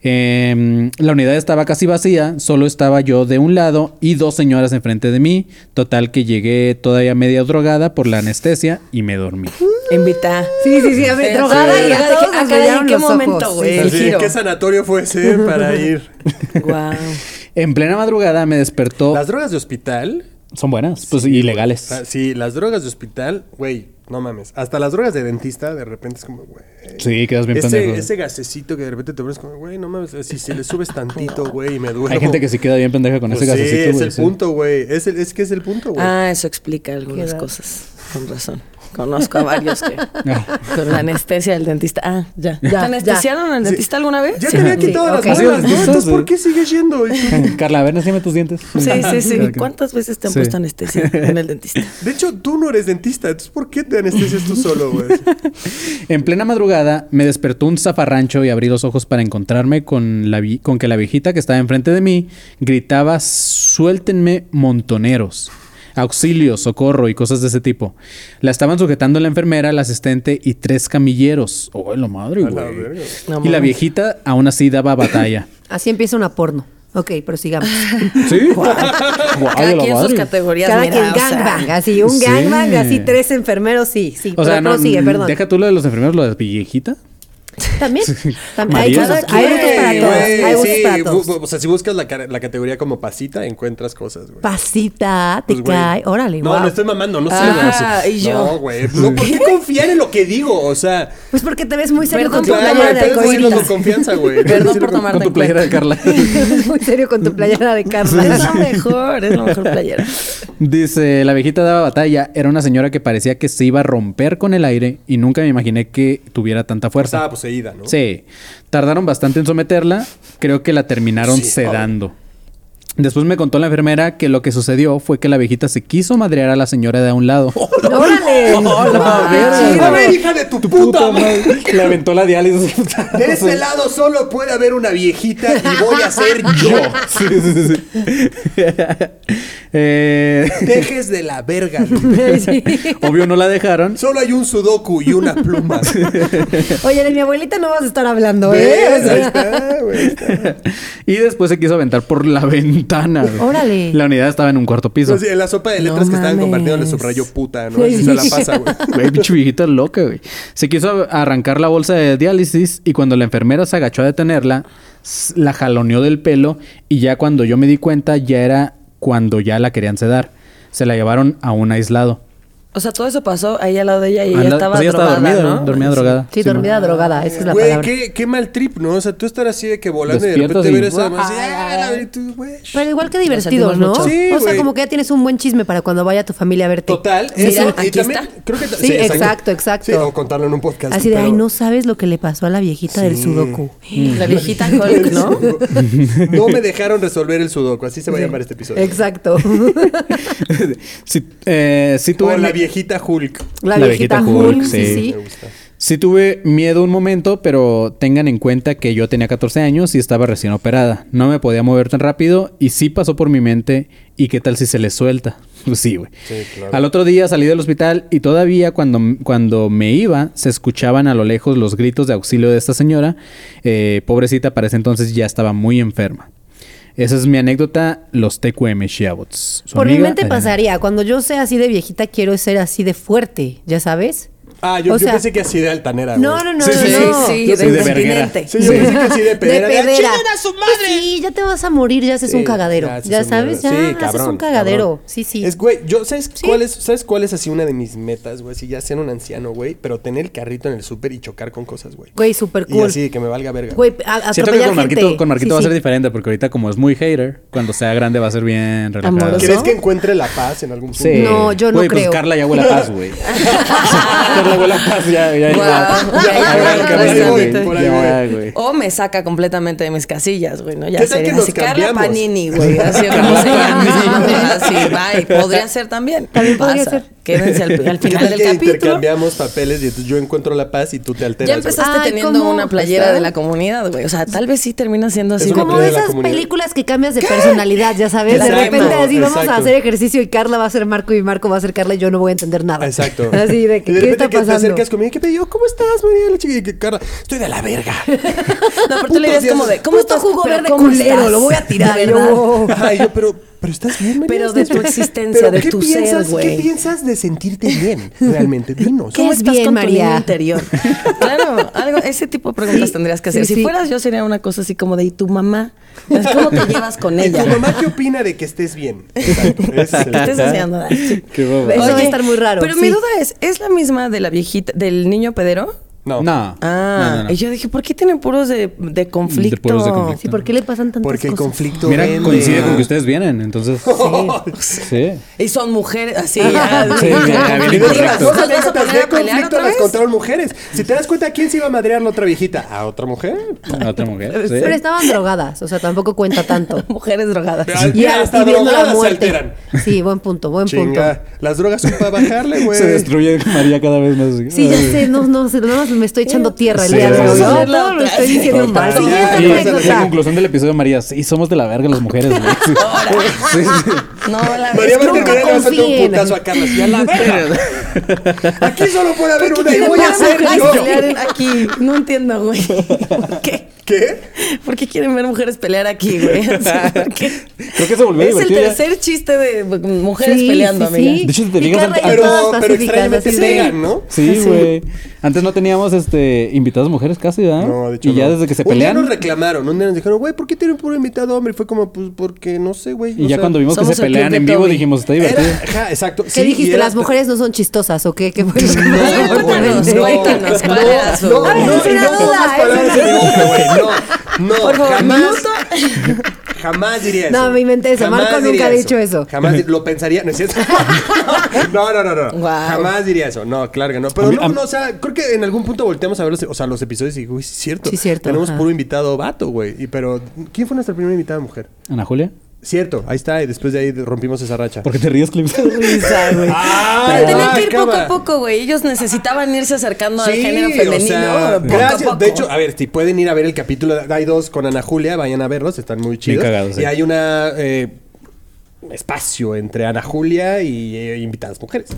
[SPEAKER 1] Em, la unidad estaba casi vacía, solo estaba yo de un lado y dos señoras enfrente de mí. Total que llegué todavía media drogada por la anestesia y me dormí.
[SPEAKER 5] Invita.
[SPEAKER 6] Sí, sí, sí, a ver, drogada y a todos nos brillaron
[SPEAKER 5] qué
[SPEAKER 6] los ojos.
[SPEAKER 5] momento, güey. El
[SPEAKER 4] Así,
[SPEAKER 5] giro.
[SPEAKER 4] ¿Qué sanatorio fue ese para ir?
[SPEAKER 5] Guau.
[SPEAKER 1] En plena madrugada me despertó.
[SPEAKER 4] Las drogas de hospital
[SPEAKER 1] Son buenas, pues ilegales.
[SPEAKER 4] Ah, Sí, las drogas de hospital, güey, no mames. Hasta las drogas de dentista, de repente es como, güey.
[SPEAKER 1] Sí, quedas bien pendejo.
[SPEAKER 4] Ese, ese gasecito que de repente te pones como, güey, no mames. Si, si le subes tantito, güey, y me duele. Pues
[SPEAKER 1] Hay gente que se queda bien pendeja con ese gasecito.
[SPEAKER 4] Sí, es
[SPEAKER 1] güey,
[SPEAKER 4] el
[SPEAKER 1] sí.
[SPEAKER 4] punto, güey. Es, el- es que es el punto, güey.
[SPEAKER 5] Ah, eso explica algunas
[SPEAKER 6] Pues, Qué edad.
[SPEAKER 5] cosas. Con razón. Conozco a varios que con la anestesia del dentista. Ah, ya.
[SPEAKER 6] Ya,
[SPEAKER 5] ¿Te anestesiaron al dentista alguna vez?
[SPEAKER 4] ya
[SPEAKER 5] Sí.
[SPEAKER 4] te había quitado
[SPEAKER 6] ok.
[SPEAKER 4] las
[SPEAKER 6] Así
[SPEAKER 4] bolas,
[SPEAKER 1] es,
[SPEAKER 4] ¿no? Entonces,
[SPEAKER 1] sí.
[SPEAKER 4] ¿por qué sigues yendo? Y tú-
[SPEAKER 1] Carla, a ver, enséñame tus dientes.
[SPEAKER 5] Sí, sí, sí.
[SPEAKER 1] Claro que-
[SPEAKER 5] ¿Cuántas veces te han
[SPEAKER 1] Sí.
[SPEAKER 5] puesto anestesia en el dentista?
[SPEAKER 4] De hecho, tú no eres dentista. Entonces, ¿por qué te anestesias tú solo, güey?
[SPEAKER 1] En plena madrugada me despertó un zafarrancho y abrí los ojos para encontrarme con, la vi- con que la viejita que estaba enfrente de mí gritaba suéltenme montoneros, auxilio, socorro y cosas de ese tipo. La estaban sujetando la enfermera, la asistente y tres camilleros. ¡Oh, la madre,
[SPEAKER 4] la
[SPEAKER 1] güey!
[SPEAKER 4] verga.
[SPEAKER 5] No
[SPEAKER 1] y la
[SPEAKER 5] mames.
[SPEAKER 1] viejita aún así daba batalla.
[SPEAKER 6] Así empieza una porno. Ok, prosigamos.
[SPEAKER 1] ¿Sí?
[SPEAKER 5] Cada quien sus categorías.
[SPEAKER 6] Cada
[SPEAKER 5] mira,
[SPEAKER 6] quien
[SPEAKER 5] o sea,
[SPEAKER 6] gangbang, así, un
[SPEAKER 1] Sí.
[SPEAKER 6] gangbang, así, tres enfermeros, sí, sí.
[SPEAKER 1] O sea, no,
[SPEAKER 6] prosigue, perdón.
[SPEAKER 1] deja tú lo de los enfermeros, lo de la viejita.
[SPEAKER 6] También, también hay,
[SPEAKER 1] María,
[SPEAKER 6] gustos,
[SPEAKER 1] cada
[SPEAKER 6] hay gustos para
[SPEAKER 4] Güey,
[SPEAKER 6] todos,
[SPEAKER 4] güey,
[SPEAKER 6] hay gustos
[SPEAKER 4] sí,
[SPEAKER 6] para todos.
[SPEAKER 4] bu- bu- O sea, si buscas la, cara- la categoría como pasita, encuentras cosas, güey.
[SPEAKER 6] Pasita, te
[SPEAKER 4] Pues, güey.
[SPEAKER 6] cae, órale,
[SPEAKER 4] No,
[SPEAKER 6] guau.
[SPEAKER 4] no estoy mamando, no sé.
[SPEAKER 5] Ah,
[SPEAKER 4] güey.
[SPEAKER 5] y yo.
[SPEAKER 4] No, güey. No, ¿Por qué confiar en lo que digo? O sea.
[SPEAKER 6] Pues porque te ves muy serio
[SPEAKER 5] Perdón,
[SPEAKER 6] con tu
[SPEAKER 5] claro,
[SPEAKER 6] playera de
[SPEAKER 4] puedes decirlo con
[SPEAKER 6] arcoíris.
[SPEAKER 4] confianza, güey.
[SPEAKER 5] Perdón por tomar
[SPEAKER 1] Con tu playera de Carla.
[SPEAKER 6] muy serio con tu playera de
[SPEAKER 5] Es la
[SPEAKER 6] Carla.
[SPEAKER 5] mejor, es la mejor playera.
[SPEAKER 1] Dice, la viejita daba batalla, era una señora que parecía que se iba a romper con el aire y nunca me imaginé que tuviera tanta fuerza.
[SPEAKER 4] Estaba poseída, ¿no?
[SPEAKER 1] Sí, tardaron bastante en someterla, creo que la terminaron
[SPEAKER 4] Sí,
[SPEAKER 1] sedando. Después me contó la enfermera que lo que sucedió fue que la viejita se quiso madrear a la señora de a un lado.
[SPEAKER 6] ¡Órale!
[SPEAKER 1] la verga!
[SPEAKER 4] A ver, hija de tu, puta, madre.
[SPEAKER 1] Le aventó la diálisis.
[SPEAKER 4] De ese lado solo puede haber una viejita y voy a ser yo.
[SPEAKER 1] Sí, sí, sí, sí. Eh,
[SPEAKER 4] Dejes de la verga.
[SPEAKER 1] obvio no la dejaron.
[SPEAKER 4] Solo hay un sudoku y una pluma.
[SPEAKER 6] Oye, de mi abuelita no vas a estar hablando, ¿eh? O
[SPEAKER 4] ¿Ves?
[SPEAKER 6] sea,
[SPEAKER 4] Ahí está, güey. está.
[SPEAKER 1] Y después se quiso aventar por la ventana. güey.
[SPEAKER 6] Órale.
[SPEAKER 1] La unidad estaba en un cuarto piso.
[SPEAKER 4] Entonces, en la sopa de letras
[SPEAKER 6] No
[SPEAKER 4] que estaban
[SPEAKER 6] mames.
[SPEAKER 4] compartiendo le subrayó puta, ¿no? Así se la pasa, güey.
[SPEAKER 1] Güey, pinche viejita loca, güey. Se quiso a- arrancar la bolsa de diálisis y cuando la enfermera se agachó a detenerla, s- la jaloneó del pelo y ya cuando yo me di cuenta ya era cuando ya la querían sedar. Se la llevaron a un aislado.
[SPEAKER 5] O sea, todo eso pasó ahí al lado de ella y ella
[SPEAKER 1] Anda-
[SPEAKER 5] estaba
[SPEAKER 1] pues ella
[SPEAKER 5] drogada,
[SPEAKER 1] dormida,
[SPEAKER 5] ¿no?
[SPEAKER 1] ¿no? dormida drogada.
[SPEAKER 6] Sí, dormida drogada, esa es la
[SPEAKER 4] Güey,
[SPEAKER 6] palabra.
[SPEAKER 4] qué, qué mal trip, ¿no? O sea, tú estar así de que volando y de
[SPEAKER 1] Despiertas
[SPEAKER 4] repente
[SPEAKER 1] y-
[SPEAKER 4] ver esa... así, ah, la ver- tú, güey.
[SPEAKER 6] Pero igual que divertidos, ¿no?
[SPEAKER 5] mucho.
[SPEAKER 4] Sí,
[SPEAKER 6] o sea,
[SPEAKER 4] güey.
[SPEAKER 6] como que ya tienes un buen chisme para cuando vaya tu familia a verte.
[SPEAKER 4] Total,
[SPEAKER 6] Mira,
[SPEAKER 4] eso y
[SPEAKER 6] aquí
[SPEAKER 4] también
[SPEAKER 6] está.
[SPEAKER 4] creo que ta-
[SPEAKER 6] Sí, exacto, exacto.
[SPEAKER 4] Sí, o contarlo en un podcast.
[SPEAKER 6] Así de,
[SPEAKER 4] pero-
[SPEAKER 6] ay, no sabes lo que le pasó a la viejita del sudoku.
[SPEAKER 5] La viejita Hulk, ¿no?
[SPEAKER 4] No me dejaron resolver el sudoku, así se va a llamar este episodio.
[SPEAKER 6] Exacto.
[SPEAKER 1] sí, eh, sí tuve
[SPEAKER 4] O la
[SPEAKER 1] mi-
[SPEAKER 4] viejita Hulk.
[SPEAKER 6] la,
[SPEAKER 1] La
[SPEAKER 6] viejita,
[SPEAKER 1] viejita
[SPEAKER 6] Hulk,
[SPEAKER 1] Hulk,
[SPEAKER 6] sí,
[SPEAKER 1] sí.
[SPEAKER 6] sí.
[SPEAKER 4] Me gusta.
[SPEAKER 1] Sí tuve miedo un momento, pero tengan en cuenta que yo tenía 14 años y estaba recién operada. No me podía mover tan rápido y sí pasó por mi mente. ¿Y qué tal si se le suelta? Pues sí, güey. Al otro día salí del hospital y todavía cuando, cuando me iba se escuchaban a lo lejos los gritos de auxilio de esta señora. Eh, pobrecita, para ese entonces ya estaba muy enferma. Esa es mi anécdota, los TQM Shiabots. Su
[SPEAKER 6] Por mi
[SPEAKER 1] amiga,
[SPEAKER 6] mente
[SPEAKER 1] Adriana.
[SPEAKER 6] pasaría, cuando yo sea así de viejita, quiero ser así de fuerte, ¿ya sabes?
[SPEAKER 4] Ah, yo,
[SPEAKER 6] O
[SPEAKER 4] yo
[SPEAKER 6] sea,
[SPEAKER 4] pensé que así de altanera.
[SPEAKER 6] No,
[SPEAKER 4] güey.
[SPEAKER 6] no, no,
[SPEAKER 1] Sí, sí,
[SPEAKER 6] no.
[SPEAKER 5] sí,
[SPEAKER 1] Yo
[SPEAKER 5] sí,
[SPEAKER 1] soy
[SPEAKER 5] del
[SPEAKER 1] de verguera.
[SPEAKER 5] continente.
[SPEAKER 4] Sí, yo
[SPEAKER 1] Sí.
[SPEAKER 4] pensé que así de pedera.
[SPEAKER 6] de pedera. Pues
[SPEAKER 4] ¡Chingan a su madre!
[SPEAKER 6] Sí, ya te vas a morir, ya haces un
[SPEAKER 4] Sí,
[SPEAKER 6] cagadero.
[SPEAKER 4] ya
[SPEAKER 6] Ya,
[SPEAKER 4] haces un
[SPEAKER 6] sabes, ya
[SPEAKER 4] cagadero. Sí,
[SPEAKER 6] haces
[SPEAKER 4] cabrón,
[SPEAKER 6] un cagadero.
[SPEAKER 4] cabrón.
[SPEAKER 6] Sí, sí.
[SPEAKER 4] Es, güey, yo, ¿sabes cuál es, sabes cuál es así una de mis metas, güey? Si ya ser un anciano, güey, pero tener el carrito en el súper y chocar con cosas, güey.
[SPEAKER 6] Güey, súper
[SPEAKER 4] Y
[SPEAKER 6] cool.
[SPEAKER 4] así, que me valga verga.
[SPEAKER 6] Güey, a- atropellar
[SPEAKER 1] Siento que con
[SPEAKER 6] gente.
[SPEAKER 1] Marquito, con Marquito
[SPEAKER 6] Sí,
[SPEAKER 1] va a ser
[SPEAKER 6] sí.
[SPEAKER 1] diferente porque ahorita como es muy hater, cuando sea grande va a ser bien relajado.
[SPEAKER 5] Amoroso.
[SPEAKER 4] ¿Crees que encuentre la paz en algún punto?
[SPEAKER 1] Sí.
[SPEAKER 6] No, yo no
[SPEAKER 1] Güey, pues
[SPEAKER 6] creo.
[SPEAKER 1] Carla ya huele a paz, güey. Carla huele a paz, ya, ya.
[SPEAKER 5] Guau.
[SPEAKER 1] ya,
[SPEAKER 5] Ya, ya,
[SPEAKER 1] ya,
[SPEAKER 5] ya,
[SPEAKER 1] ya,
[SPEAKER 5] ya,
[SPEAKER 1] ya,
[SPEAKER 5] voy,
[SPEAKER 1] ya,
[SPEAKER 4] por ahí
[SPEAKER 1] ya,
[SPEAKER 4] voy.
[SPEAKER 1] güey.
[SPEAKER 5] O me saca completamente de mis casillas, güey, ¿no? Ya
[SPEAKER 4] ¿Qué tal
[SPEAKER 5] sería
[SPEAKER 4] que nos
[SPEAKER 5] así, Carla
[SPEAKER 4] cambiamos?
[SPEAKER 5] Panini, güey. Así como se llama. Así, bye. Podría ser también.
[SPEAKER 6] También podría
[SPEAKER 5] Pasa.
[SPEAKER 6] ser.
[SPEAKER 5] Quédense al, al
[SPEAKER 4] ¿Qué
[SPEAKER 5] final
[SPEAKER 4] tal
[SPEAKER 5] del
[SPEAKER 4] que
[SPEAKER 5] capítulo.
[SPEAKER 4] intercambiamos papeles y entonces yo encuentro la paz y tú te alteras,
[SPEAKER 5] Ya
[SPEAKER 4] güey?
[SPEAKER 5] empezaste
[SPEAKER 6] Ay,
[SPEAKER 5] teniendo
[SPEAKER 6] ¿cómo?
[SPEAKER 5] una playera
[SPEAKER 6] Está.
[SPEAKER 5] de la comunidad, güey. O sea, tal vez sí termina siendo así.
[SPEAKER 4] Es una
[SPEAKER 6] Como
[SPEAKER 4] de la
[SPEAKER 6] esas
[SPEAKER 4] comunidad.
[SPEAKER 6] películas que cambias de personalidad, ya sabes.
[SPEAKER 5] Exacto,
[SPEAKER 6] de repente así vamos
[SPEAKER 4] exacto.
[SPEAKER 6] a hacer ejercicio y Carla va a ser Marco y Marco va a ser Carla y yo no voy a entender nada.
[SPEAKER 4] Exacto.
[SPEAKER 6] Así de que,
[SPEAKER 4] Y
[SPEAKER 6] ¿qué
[SPEAKER 4] repente
[SPEAKER 6] está
[SPEAKER 4] que te
[SPEAKER 6] pasando?
[SPEAKER 4] acercas conmigo, ¿qué pedido? ¿Cómo estás, María? La chica y que Carla, estoy de la verga.
[SPEAKER 5] No, pero tú le
[SPEAKER 4] Putos
[SPEAKER 5] dices como
[SPEAKER 4] días.
[SPEAKER 5] de, ¿cómo
[SPEAKER 6] Puto
[SPEAKER 5] estás?
[SPEAKER 6] jugo
[SPEAKER 5] Pero
[SPEAKER 6] verde
[SPEAKER 5] ¿cómo
[SPEAKER 6] culero,
[SPEAKER 5] estás?
[SPEAKER 6] lo voy a tirar,
[SPEAKER 5] De
[SPEAKER 6] yo.
[SPEAKER 5] verdad.
[SPEAKER 4] Ay, yo, pero Pero estás bien, María.
[SPEAKER 5] Pero de tu existencia, de
[SPEAKER 4] ¿qué
[SPEAKER 5] tu
[SPEAKER 4] piensas-
[SPEAKER 5] ser, güey.
[SPEAKER 4] ¿Qué piensas de sentirte bien realmente? Dinos.
[SPEAKER 6] ¿Qué
[SPEAKER 5] ¿Cómo
[SPEAKER 6] es
[SPEAKER 5] estás
[SPEAKER 6] bien,
[SPEAKER 5] con tu
[SPEAKER 6] María?
[SPEAKER 5] niño interior? claro, algo, ese tipo de preguntas
[SPEAKER 6] Sí,
[SPEAKER 5] tendrías que hacer.
[SPEAKER 6] sí,
[SPEAKER 5] si
[SPEAKER 6] sí.
[SPEAKER 5] fueras yo, sería una cosa así como de, ¿y tu mamá? ¿Cómo te llevas con
[SPEAKER 4] ¿Y
[SPEAKER 5] ella?
[SPEAKER 4] tu mamá qué opina de que estés bien? Exacto. ese es el-
[SPEAKER 5] Te estás enseñando nada.
[SPEAKER 1] Qué bobo.
[SPEAKER 6] Eso va a estar muy raro,
[SPEAKER 5] Pero
[SPEAKER 6] sí.
[SPEAKER 5] mi duda es, ¿es la misma de la viejita, del niño pedero?
[SPEAKER 4] No.
[SPEAKER 1] No.
[SPEAKER 5] Ah,
[SPEAKER 1] No, no, no.
[SPEAKER 5] y yo dije, ¿por qué tienen puros de, de conflicto?
[SPEAKER 1] puros de conflicto.
[SPEAKER 6] Sí, ¿por qué le pasan tantas
[SPEAKER 4] Porque el
[SPEAKER 6] cosas?
[SPEAKER 4] conflicto
[SPEAKER 1] Mira,
[SPEAKER 4] vende.
[SPEAKER 1] coincide con que ustedes vienen, entonces. Sí.
[SPEAKER 5] Y son mujeres así. ya,
[SPEAKER 1] Sí, ya, ya, bien
[SPEAKER 5] Digo,
[SPEAKER 1] incorrecto.
[SPEAKER 5] ¿nos
[SPEAKER 4] Dos
[SPEAKER 5] vas a
[SPEAKER 4] anécdotas
[SPEAKER 5] poner
[SPEAKER 4] de
[SPEAKER 5] a pelear
[SPEAKER 4] conflicto
[SPEAKER 5] otra
[SPEAKER 4] las
[SPEAKER 5] vez?
[SPEAKER 4] contaron mujeres. Si te das cuenta, ¿quién se iba a madrear a la otra viejita? ¿A otra mujer?
[SPEAKER 1] A otra mujer. sí.
[SPEAKER 6] Pero estaban drogadas, o sea, tampoco cuenta tanto.
[SPEAKER 5] Mujeres drogadas.
[SPEAKER 6] Y,
[SPEAKER 4] Ya, hasta
[SPEAKER 6] y viendo
[SPEAKER 4] drogadas
[SPEAKER 6] la
[SPEAKER 4] se
[SPEAKER 6] muerte.
[SPEAKER 4] alteran.
[SPEAKER 6] Sí, buen punto, buen punto.
[SPEAKER 4] Chinga. Las drogas son para bajarle, güey.
[SPEAKER 1] Se destruye María cada vez más.
[SPEAKER 6] Sí, ya sé, no, no, se- nada más me estoy echando tierra el
[SPEAKER 1] Sí,
[SPEAKER 6] día de
[SPEAKER 1] sí,
[SPEAKER 6] hoy.
[SPEAKER 1] sí.
[SPEAKER 6] No, todo lo estoy diciendo mal.
[SPEAKER 4] Total.
[SPEAKER 6] Siguiente
[SPEAKER 4] Sí,
[SPEAKER 1] Y
[SPEAKER 4] sí,
[SPEAKER 1] la
[SPEAKER 6] anécdota.
[SPEAKER 1] conclusión del episodio, María, sí, somos de la verga las mujeres, güey. Sí. Sí, sí.
[SPEAKER 5] No, la
[SPEAKER 4] María va a
[SPEAKER 6] Nunca
[SPEAKER 4] terminar levantando un
[SPEAKER 6] confíen.
[SPEAKER 4] putazo a Carlos. Ya la verga. Aquí solo puede haber una y voy a
[SPEAKER 5] Quieren
[SPEAKER 4] hacer
[SPEAKER 5] ver
[SPEAKER 4] yo.
[SPEAKER 5] mujeres pelear en- aquí. No entiendo, güey. ¿Por qué?
[SPEAKER 4] ¿Qué?
[SPEAKER 5] ¿Por qué quieren ver mujeres pelear aquí, güey? O sea, ¿por qué?
[SPEAKER 1] Creo que se volvió
[SPEAKER 5] Es el
[SPEAKER 1] divertido ya.
[SPEAKER 5] tercer chiste de mujeres
[SPEAKER 6] Sí,
[SPEAKER 5] peleando,
[SPEAKER 6] sí,
[SPEAKER 5] amiga.
[SPEAKER 6] sí.
[SPEAKER 1] De hecho, si te
[SPEAKER 6] Y
[SPEAKER 1] fijas,
[SPEAKER 6] Carla y
[SPEAKER 1] antes-
[SPEAKER 4] Pero,
[SPEAKER 6] todas
[SPEAKER 4] pero
[SPEAKER 6] pacíficas,
[SPEAKER 4] extrañamente
[SPEAKER 6] así de-
[SPEAKER 4] pegan, ¿no?
[SPEAKER 1] Sí, güey. Antes no teníamos este invitadas mujeres casi, ¿verdad?
[SPEAKER 4] No, de hecho.
[SPEAKER 1] Y ya
[SPEAKER 4] no.
[SPEAKER 1] desde que se
[SPEAKER 4] Un día nos
[SPEAKER 1] pelean.
[SPEAKER 4] reclamaron, un día nos dijeron, güey, ¿por qué tienen puro invitado hombre? Y fue como, pues, porque no sé, güey.
[SPEAKER 1] Y ya cuando vimos que
[SPEAKER 5] somos
[SPEAKER 1] se
[SPEAKER 5] el
[SPEAKER 1] pelean
[SPEAKER 5] club de
[SPEAKER 1] en vivo,
[SPEAKER 5] Toby.
[SPEAKER 1] dijimos, está
[SPEAKER 4] Era,
[SPEAKER 1] divertido.
[SPEAKER 4] ajá, exacto.
[SPEAKER 6] ¿Qué dijiste? ¿Las mujeres no son chistosas o qué? ¿Qué fue lo que
[SPEAKER 4] No,
[SPEAKER 6] me
[SPEAKER 4] no,
[SPEAKER 5] cuéntanos,
[SPEAKER 6] comentaste?
[SPEAKER 4] no,
[SPEAKER 5] cuéntanos, ¿cuál era su-
[SPEAKER 4] No, no,
[SPEAKER 5] A ver,
[SPEAKER 4] no,
[SPEAKER 5] es una
[SPEAKER 4] no pongas
[SPEAKER 5] duda,
[SPEAKER 4] palabras
[SPEAKER 5] es
[SPEAKER 4] en mi boca, güey. No, no,
[SPEAKER 5] Por favor,
[SPEAKER 4] jamás.
[SPEAKER 5] minuto.
[SPEAKER 4] Jamás diría eso.
[SPEAKER 6] No, me inventé eso. Marco nunca
[SPEAKER 4] diría
[SPEAKER 6] ha dicho eso.
[SPEAKER 4] Jamás di- lo pensaría. No es cierto. No, no, no, no.
[SPEAKER 5] Guau.
[SPEAKER 4] Jamás diría eso. No, claro que no. Pero
[SPEAKER 1] A mí-
[SPEAKER 4] no,
[SPEAKER 1] a mí-
[SPEAKER 4] no, o sea, creo que en algún punto volteamos a ver los, o sea, los episodios y digo, uy, sí es cierto.
[SPEAKER 6] Sí, cierto,
[SPEAKER 4] Tenemos
[SPEAKER 6] ajá.
[SPEAKER 4] puro invitado vato, güey. Y pero, ¿quién fue nuestra primera invitada mujer?
[SPEAKER 1] Ana Julia,
[SPEAKER 4] Cierto, ahí está. Y después de ahí rompimos esa racha.
[SPEAKER 1] ¿por qué te ríes, Clips?
[SPEAKER 5] Risa, güey.
[SPEAKER 4] Ah,
[SPEAKER 5] Pero tenían que ir poco
[SPEAKER 4] cámara.
[SPEAKER 5] a poco, güey. Ellos necesitaban irse acercando al
[SPEAKER 4] Sí,
[SPEAKER 5] género
[SPEAKER 4] o
[SPEAKER 5] femenino.
[SPEAKER 4] sea,
[SPEAKER 5] poco a
[SPEAKER 4] gracias.
[SPEAKER 5] poco.
[SPEAKER 4] De hecho, a ver, si pueden ir a ver el capítulo, de- hay dos con Ana Julia, vayan a verlos, están muy chidos.
[SPEAKER 1] cagados, sí.
[SPEAKER 4] Y hay una eh, espacio entre Ana Julia y eh, invitadas mujeres.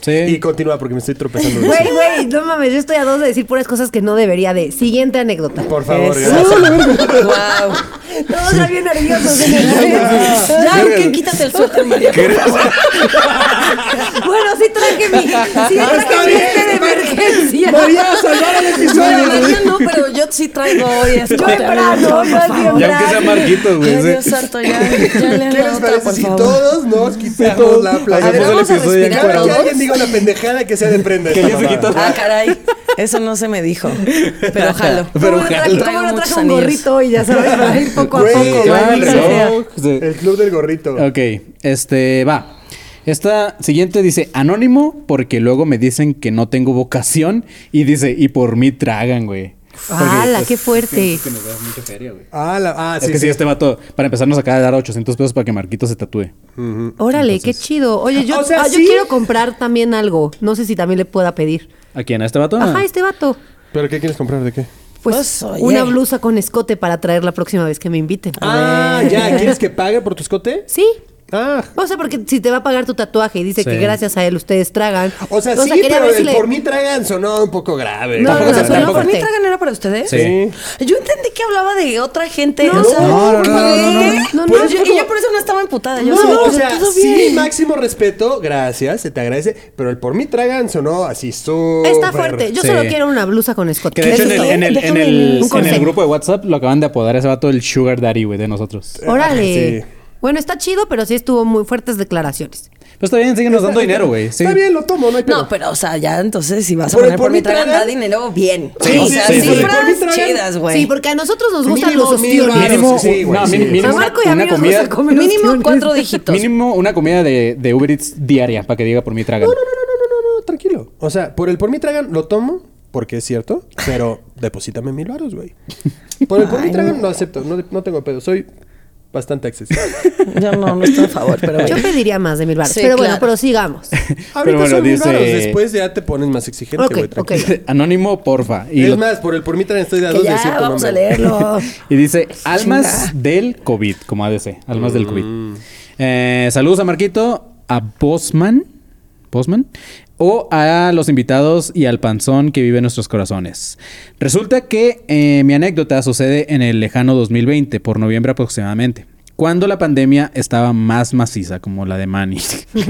[SPEAKER 4] Y
[SPEAKER 1] Sí.
[SPEAKER 4] continúa porque me estoy tropezando.
[SPEAKER 6] Güey, güey, no mames, yo estoy a dos de decir puras cosas que no debería de. Siguiente anécdota.
[SPEAKER 4] Por favor,
[SPEAKER 5] Eso. Guau.
[SPEAKER 6] Todos ya bien nerviosos. en el-
[SPEAKER 5] Ya, que quítate el suéter, María. por favor.
[SPEAKER 6] bueno, sí traje mi, sí
[SPEAKER 4] Está
[SPEAKER 6] traje mi
[SPEAKER 4] bien,
[SPEAKER 6] este de
[SPEAKER 4] María.
[SPEAKER 6] emergencia.
[SPEAKER 4] María, a salvar el
[SPEAKER 5] Bueno,
[SPEAKER 4] episodio.
[SPEAKER 5] María no, pero yo sí traigo hoy este esto.
[SPEAKER 6] Yo en brazo, yo así en
[SPEAKER 1] Y aunque sea
[SPEAKER 6] brazo.
[SPEAKER 1] Marquitos,
[SPEAKER 5] Ay,
[SPEAKER 1] güey.
[SPEAKER 5] Dios
[SPEAKER 1] sí.
[SPEAKER 5] santo, ya. Ya le
[SPEAKER 4] ¿Qué les
[SPEAKER 5] otra,
[SPEAKER 4] parece
[SPEAKER 5] por
[SPEAKER 4] si
[SPEAKER 5] favor.
[SPEAKER 4] todos nos quitamos
[SPEAKER 1] todos
[SPEAKER 4] la playa?
[SPEAKER 5] A ver,
[SPEAKER 1] Hacemos el
[SPEAKER 5] vamos a
[SPEAKER 1] episodio
[SPEAKER 5] respirar
[SPEAKER 4] Cada que
[SPEAKER 5] todos.
[SPEAKER 4] alguien diga una pendejada que sea de prenda. esta
[SPEAKER 1] Quería se
[SPEAKER 4] mamada.
[SPEAKER 1] quitar-
[SPEAKER 5] Ah, caray. Eso no se me dijo. Pero ojalá.
[SPEAKER 6] ¿Cómo no traje, cómo no traje un gorrito hoy? Ya sabes, para ir poco a
[SPEAKER 4] Güey,
[SPEAKER 6] poco.
[SPEAKER 4] ya,
[SPEAKER 6] maldita
[SPEAKER 4] reloj.
[SPEAKER 6] sea.
[SPEAKER 1] Sí.
[SPEAKER 4] El club del gorrito.
[SPEAKER 1] Ok, este va. Esta siguiente dice anónimo porque luego me dicen que no tengo vocación y dice y por mí tragan, güey. Porque,
[SPEAKER 6] ¡Hala,
[SPEAKER 1] pues,
[SPEAKER 6] qué fuerte!
[SPEAKER 1] que nos da mucha feria, güey.
[SPEAKER 4] Ah, la- ah,
[SPEAKER 1] es
[SPEAKER 4] sí,
[SPEAKER 1] que si
[SPEAKER 4] sí.
[SPEAKER 1] este vato, para empezar, nos acaba de dar 800 pesos para que Marquito se tatúe.
[SPEAKER 6] Órale, qué chido. Oye, yo,
[SPEAKER 4] O sea,
[SPEAKER 6] ah, yo
[SPEAKER 4] sí.
[SPEAKER 6] quiero comprar también algo. No sé si también le pueda pedir.
[SPEAKER 1] ¿A quién? ¿A este vato?
[SPEAKER 6] Ajá, este vato.
[SPEAKER 4] ¿Pero qué quieres comprar? ¿De qué?
[SPEAKER 6] Pues
[SPEAKER 5] Pues, oye.
[SPEAKER 6] una blusa con escote para traer la próxima vez que me inviten.
[SPEAKER 4] Ah, ya, ¿quieres que pague por tu escote?
[SPEAKER 6] Sí.
[SPEAKER 4] Ah.
[SPEAKER 6] O sea, porque si te va a pagar tu tatuaje y dice
[SPEAKER 1] Sí.
[SPEAKER 6] que gracias a él ustedes tragan.
[SPEAKER 4] O sea, sí,
[SPEAKER 6] quería
[SPEAKER 4] pero
[SPEAKER 6] ver si
[SPEAKER 4] el
[SPEAKER 6] le-
[SPEAKER 4] por mí tragan sonó un poco grave.
[SPEAKER 6] No,
[SPEAKER 5] O
[SPEAKER 6] Tampoco
[SPEAKER 5] sea,
[SPEAKER 6] se-
[SPEAKER 5] pero
[SPEAKER 6] tampoco-
[SPEAKER 5] por mí tragan era para ustedes.
[SPEAKER 1] Sí.
[SPEAKER 5] Yo entendí que hablaba de otra gente.
[SPEAKER 6] No,
[SPEAKER 5] o sea,
[SPEAKER 1] no, no, no,
[SPEAKER 5] ¿qué?
[SPEAKER 1] no, no,
[SPEAKER 6] no.
[SPEAKER 5] Pues
[SPEAKER 6] No,
[SPEAKER 5] yo-
[SPEAKER 6] no,
[SPEAKER 5] y yo por eso no estaba emputada. Yo
[SPEAKER 4] No,
[SPEAKER 5] sí,
[SPEAKER 4] o
[SPEAKER 5] pues,
[SPEAKER 4] sea,
[SPEAKER 5] todo
[SPEAKER 4] sí,
[SPEAKER 5] bien.
[SPEAKER 4] máximo respeto, gracias, se te agradece, pero el por mí tragan sonó así súper...
[SPEAKER 6] Está fuerte. Yo
[SPEAKER 1] Sí.
[SPEAKER 6] solo quiero una blusa con escote.
[SPEAKER 1] Que de hecho
[SPEAKER 6] Eso
[SPEAKER 1] en el,
[SPEAKER 6] sí.
[SPEAKER 1] en el, en
[SPEAKER 5] Déjame
[SPEAKER 1] el-
[SPEAKER 5] un
[SPEAKER 1] en el
[SPEAKER 6] consejo.
[SPEAKER 1] grupo de WhatsApp lo acaban de apodar a ese vato el Sugar Daddy, güey, de nosotros.
[SPEAKER 6] Órale.
[SPEAKER 4] Sí.
[SPEAKER 6] Bueno, está chido, pero sí estuvo muy fuertes declaraciones.
[SPEAKER 1] Pues está bien, síguenos dando dinero, güey. Sí.
[SPEAKER 4] Está bien, lo tomo, no hay
[SPEAKER 5] No,
[SPEAKER 4] problema.
[SPEAKER 5] pero o sea, ya entonces si vas a
[SPEAKER 4] Por el
[SPEAKER 5] poner
[SPEAKER 4] por
[SPEAKER 5] por
[SPEAKER 4] mí
[SPEAKER 5] mi tragan,
[SPEAKER 4] tragan.
[SPEAKER 5] da dinero bien.
[SPEAKER 4] Sí,
[SPEAKER 5] o sea,
[SPEAKER 1] sí, sí.
[SPEAKER 4] Por mí tragan.
[SPEAKER 5] cifras chidas, güey.
[SPEAKER 6] Sí, porque a nosotros nos gustan
[SPEAKER 4] Mínimo
[SPEAKER 6] los
[SPEAKER 4] mil
[SPEAKER 6] ostiones.
[SPEAKER 4] varos.
[SPEAKER 1] Mínimo,
[SPEAKER 4] Sí, güey,
[SPEAKER 1] no,
[SPEAKER 4] sí,
[SPEAKER 1] mini-
[SPEAKER 4] sí.
[SPEAKER 1] mínimo
[SPEAKER 6] A Marco y a
[SPEAKER 1] una
[SPEAKER 6] mí nos
[SPEAKER 1] comida,
[SPEAKER 6] gusta comer
[SPEAKER 5] Mínimo
[SPEAKER 6] opciones.
[SPEAKER 5] cuatro dígitos.
[SPEAKER 1] mínimo una comida de, de Uber Eats diaria para que diga por mí tragan.
[SPEAKER 4] No, no, no, no, no, no, no, tranquilo. O sea, por el por mí tragan lo tomo, porque es cierto, pero deposítame mil varos, güey. Por el por mí tragan lo acepto, no, no tengo pedo, soy bastante accesible.
[SPEAKER 5] Yo no, no estoy a favor, pero
[SPEAKER 6] Yo
[SPEAKER 5] bueno.
[SPEAKER 6] pediría más de mil baros.
[SPEAKER 5] Sí,
[SPEAKER 6] pero bueno,
[SPEAKER 5] claro.
[SPEAKER 6] prosigamos.
[SPEAKER 4] Ahorita
[SPEAKER 1] bueno,
[SPEAKER 4] son mil
[SPEAKER 1] dice-
[SPEAKER 4] varos, después ya te pones más exigente,
[SPEAKER 6] Ok,
[SPEAKER 4] güey,
[SPEAKER 6] ok.
[SPEAKER 4] tranquilo.
[SPEAKER 1] Anónimo, porfa. Y,
[SPEAKER 4] es
[SPEAKER 1] lo-
[SPEAKER 4] más, por el por mí tragan estoy de a
[SPEAKER 5] Que
[SPEAKER 4] dos de
[SPEAKER 5] ya,
[SPEAKER 4] decir tu
[SPEAKER 5] vamos
[SPEAKER 4] nombre,
[SPEAKER 5] a
[SPEAKER 4] güey.
[SPEAKER 5] leerlo.
[SPEAKER 1] y dice, almas del COVID, como ADC, almas del COVID. Eh, saludos a Marquito, a Bosman, Bosman, o a los invitados y al panzón que vive en nuestros corazones. Resulta que eh, mi anécdota sucede en el lejano 2020, por noviembre aproximadamente. cuando la pandemia estaba más maciza, como la de Manny.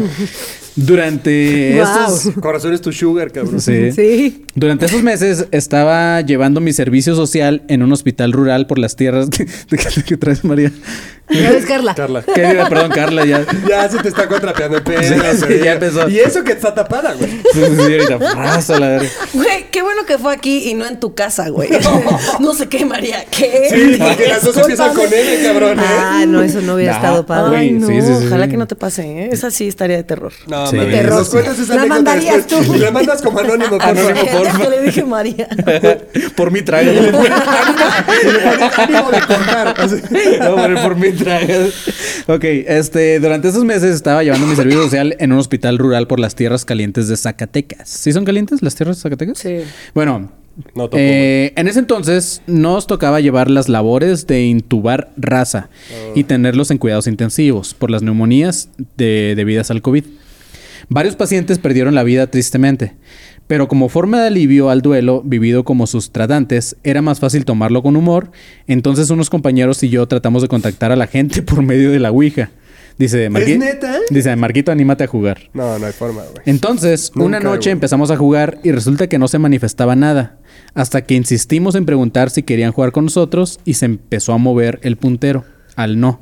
[SPEAKER 1] Durante
[SPEAKER 4] Wow.
[SPEAKER 1] esos...
[SPEAKER 4] Corazón es tu sugar, cabrón.
[SPEAKER 1] Sí.
[SPEAKER 6] Sí.
[SPEAKER 1] Durante esos meses estaba llevando mi servicio social en un hospital rural por las tierras que, de que- que traes, María.
[SPEAKER 6] Ya ves, Carla.
[SPEAKER 4] Carla.
[SPEAKER 1] Que- perdón, Carla, ya.
[SPEAKER 4] Ya se te está contrapeando el pedo.
[SPEAKER 1] Sí,
[SPEAKER 4] se
[SPEAKER 1] ya
[SPEAKER 4] ve.
[SPEAKER 1] empezó.
[SPEAKER 4] Y eso que está tapada, güey.
[SPEAKER 1] Sí, sí, sí, ahorita, Ah, ¡fras! a la verga.
[SPEAKER 5] Güey, qué bueno que fue aquí y no en tu casa, güey. no sé qué, María. ¿Qué?
[SPEAKER 4] Sí, porque las dos empiezan con N, cabrón. ¿eh?
[SPEAKER 6] Ah, no, eso no hubiera
[SPEAKER 1] Nah,
[SPEAKER 6] estado padre.
[SPEAKER 1] güey,
[SPEAKER 5] Ay, no,
[SPEAKER 1] sí, sí, sí,
[SPEAKER 5] ojalá
[SPEAKER 1] sí.
[SPEAKER 5] que no te pase, ¿eh? Esa sí estaría de terror.
[SPEAKER 4] No,
[SPEAKER 1] Sí.
[SPEAKER 4] mames.
[SPEAKER 1] Te
[SPEAKER 4] Nos
[SPEAKER 6] rozo.
[SPEAKER 4] cuentas esa
[SPEAKER 6] La
[SPEAKER 4] anécdota
[SPEAKER 6] mandarías
[SPEAKER 4] después.
[SPEAKER 6] tú.
[SPEAKER 4] La mandas como anónimo, por favor.
[SPEAKER 1] Anónimo, por
[SPEAKER 5] Ya
[SPEAKER 1] favor.
[SPEAKER 5] que le dije María.
[SPEAKER 1] Por mi traga.
[SPEAKER 5] Ah,
[SPEAKER 4] Ánimo de contar. Así.
[SPEAKER 1] No, pero por mi traga. Ok, este, durante esos meses estaba llevando mi servicio social en un hospital rural por las tierras calientes de Zacatecas. ¿Sí son calientes las tierras de Zacatecas?
[SPEAKER 5] Sí.
[SPEAKER 1] Bueno,
[SPEAKER 4] No tocó,
[SPEAKER 1] eh, en ese entonces nos tocaba llevar las labores de intubar raza y tenerlos en cuidados intensivos por las neumonías de- debidas al COVID. Varios pacientes perdieron la vida tristemente, pero como forma de alivio al duelo vivido como sus tratantes, era más fácil tomarlo con humor, entonces unos compañeros y yo tratamos de contactar a la gente por medio de la Ouija. Dice, Marqui-
[SPEAKER 4] neta?
[SPEAKER 1] dice Marquito, anímate a jugar.
[SPEAKER 4] No, no hay forma, güey.
[SPEAKER 1] Entonces,
[SPEAKER 4] Nunca,
[SPEAKER 1] una noche
[SPEAKER 4] güey.
[SPEAKER 1] empezamos a jugar y resulta que no se manifestaba nada, hasta que insistimos en preguntar si querían jugar con nosotros y se empezó a mover el puntero al no.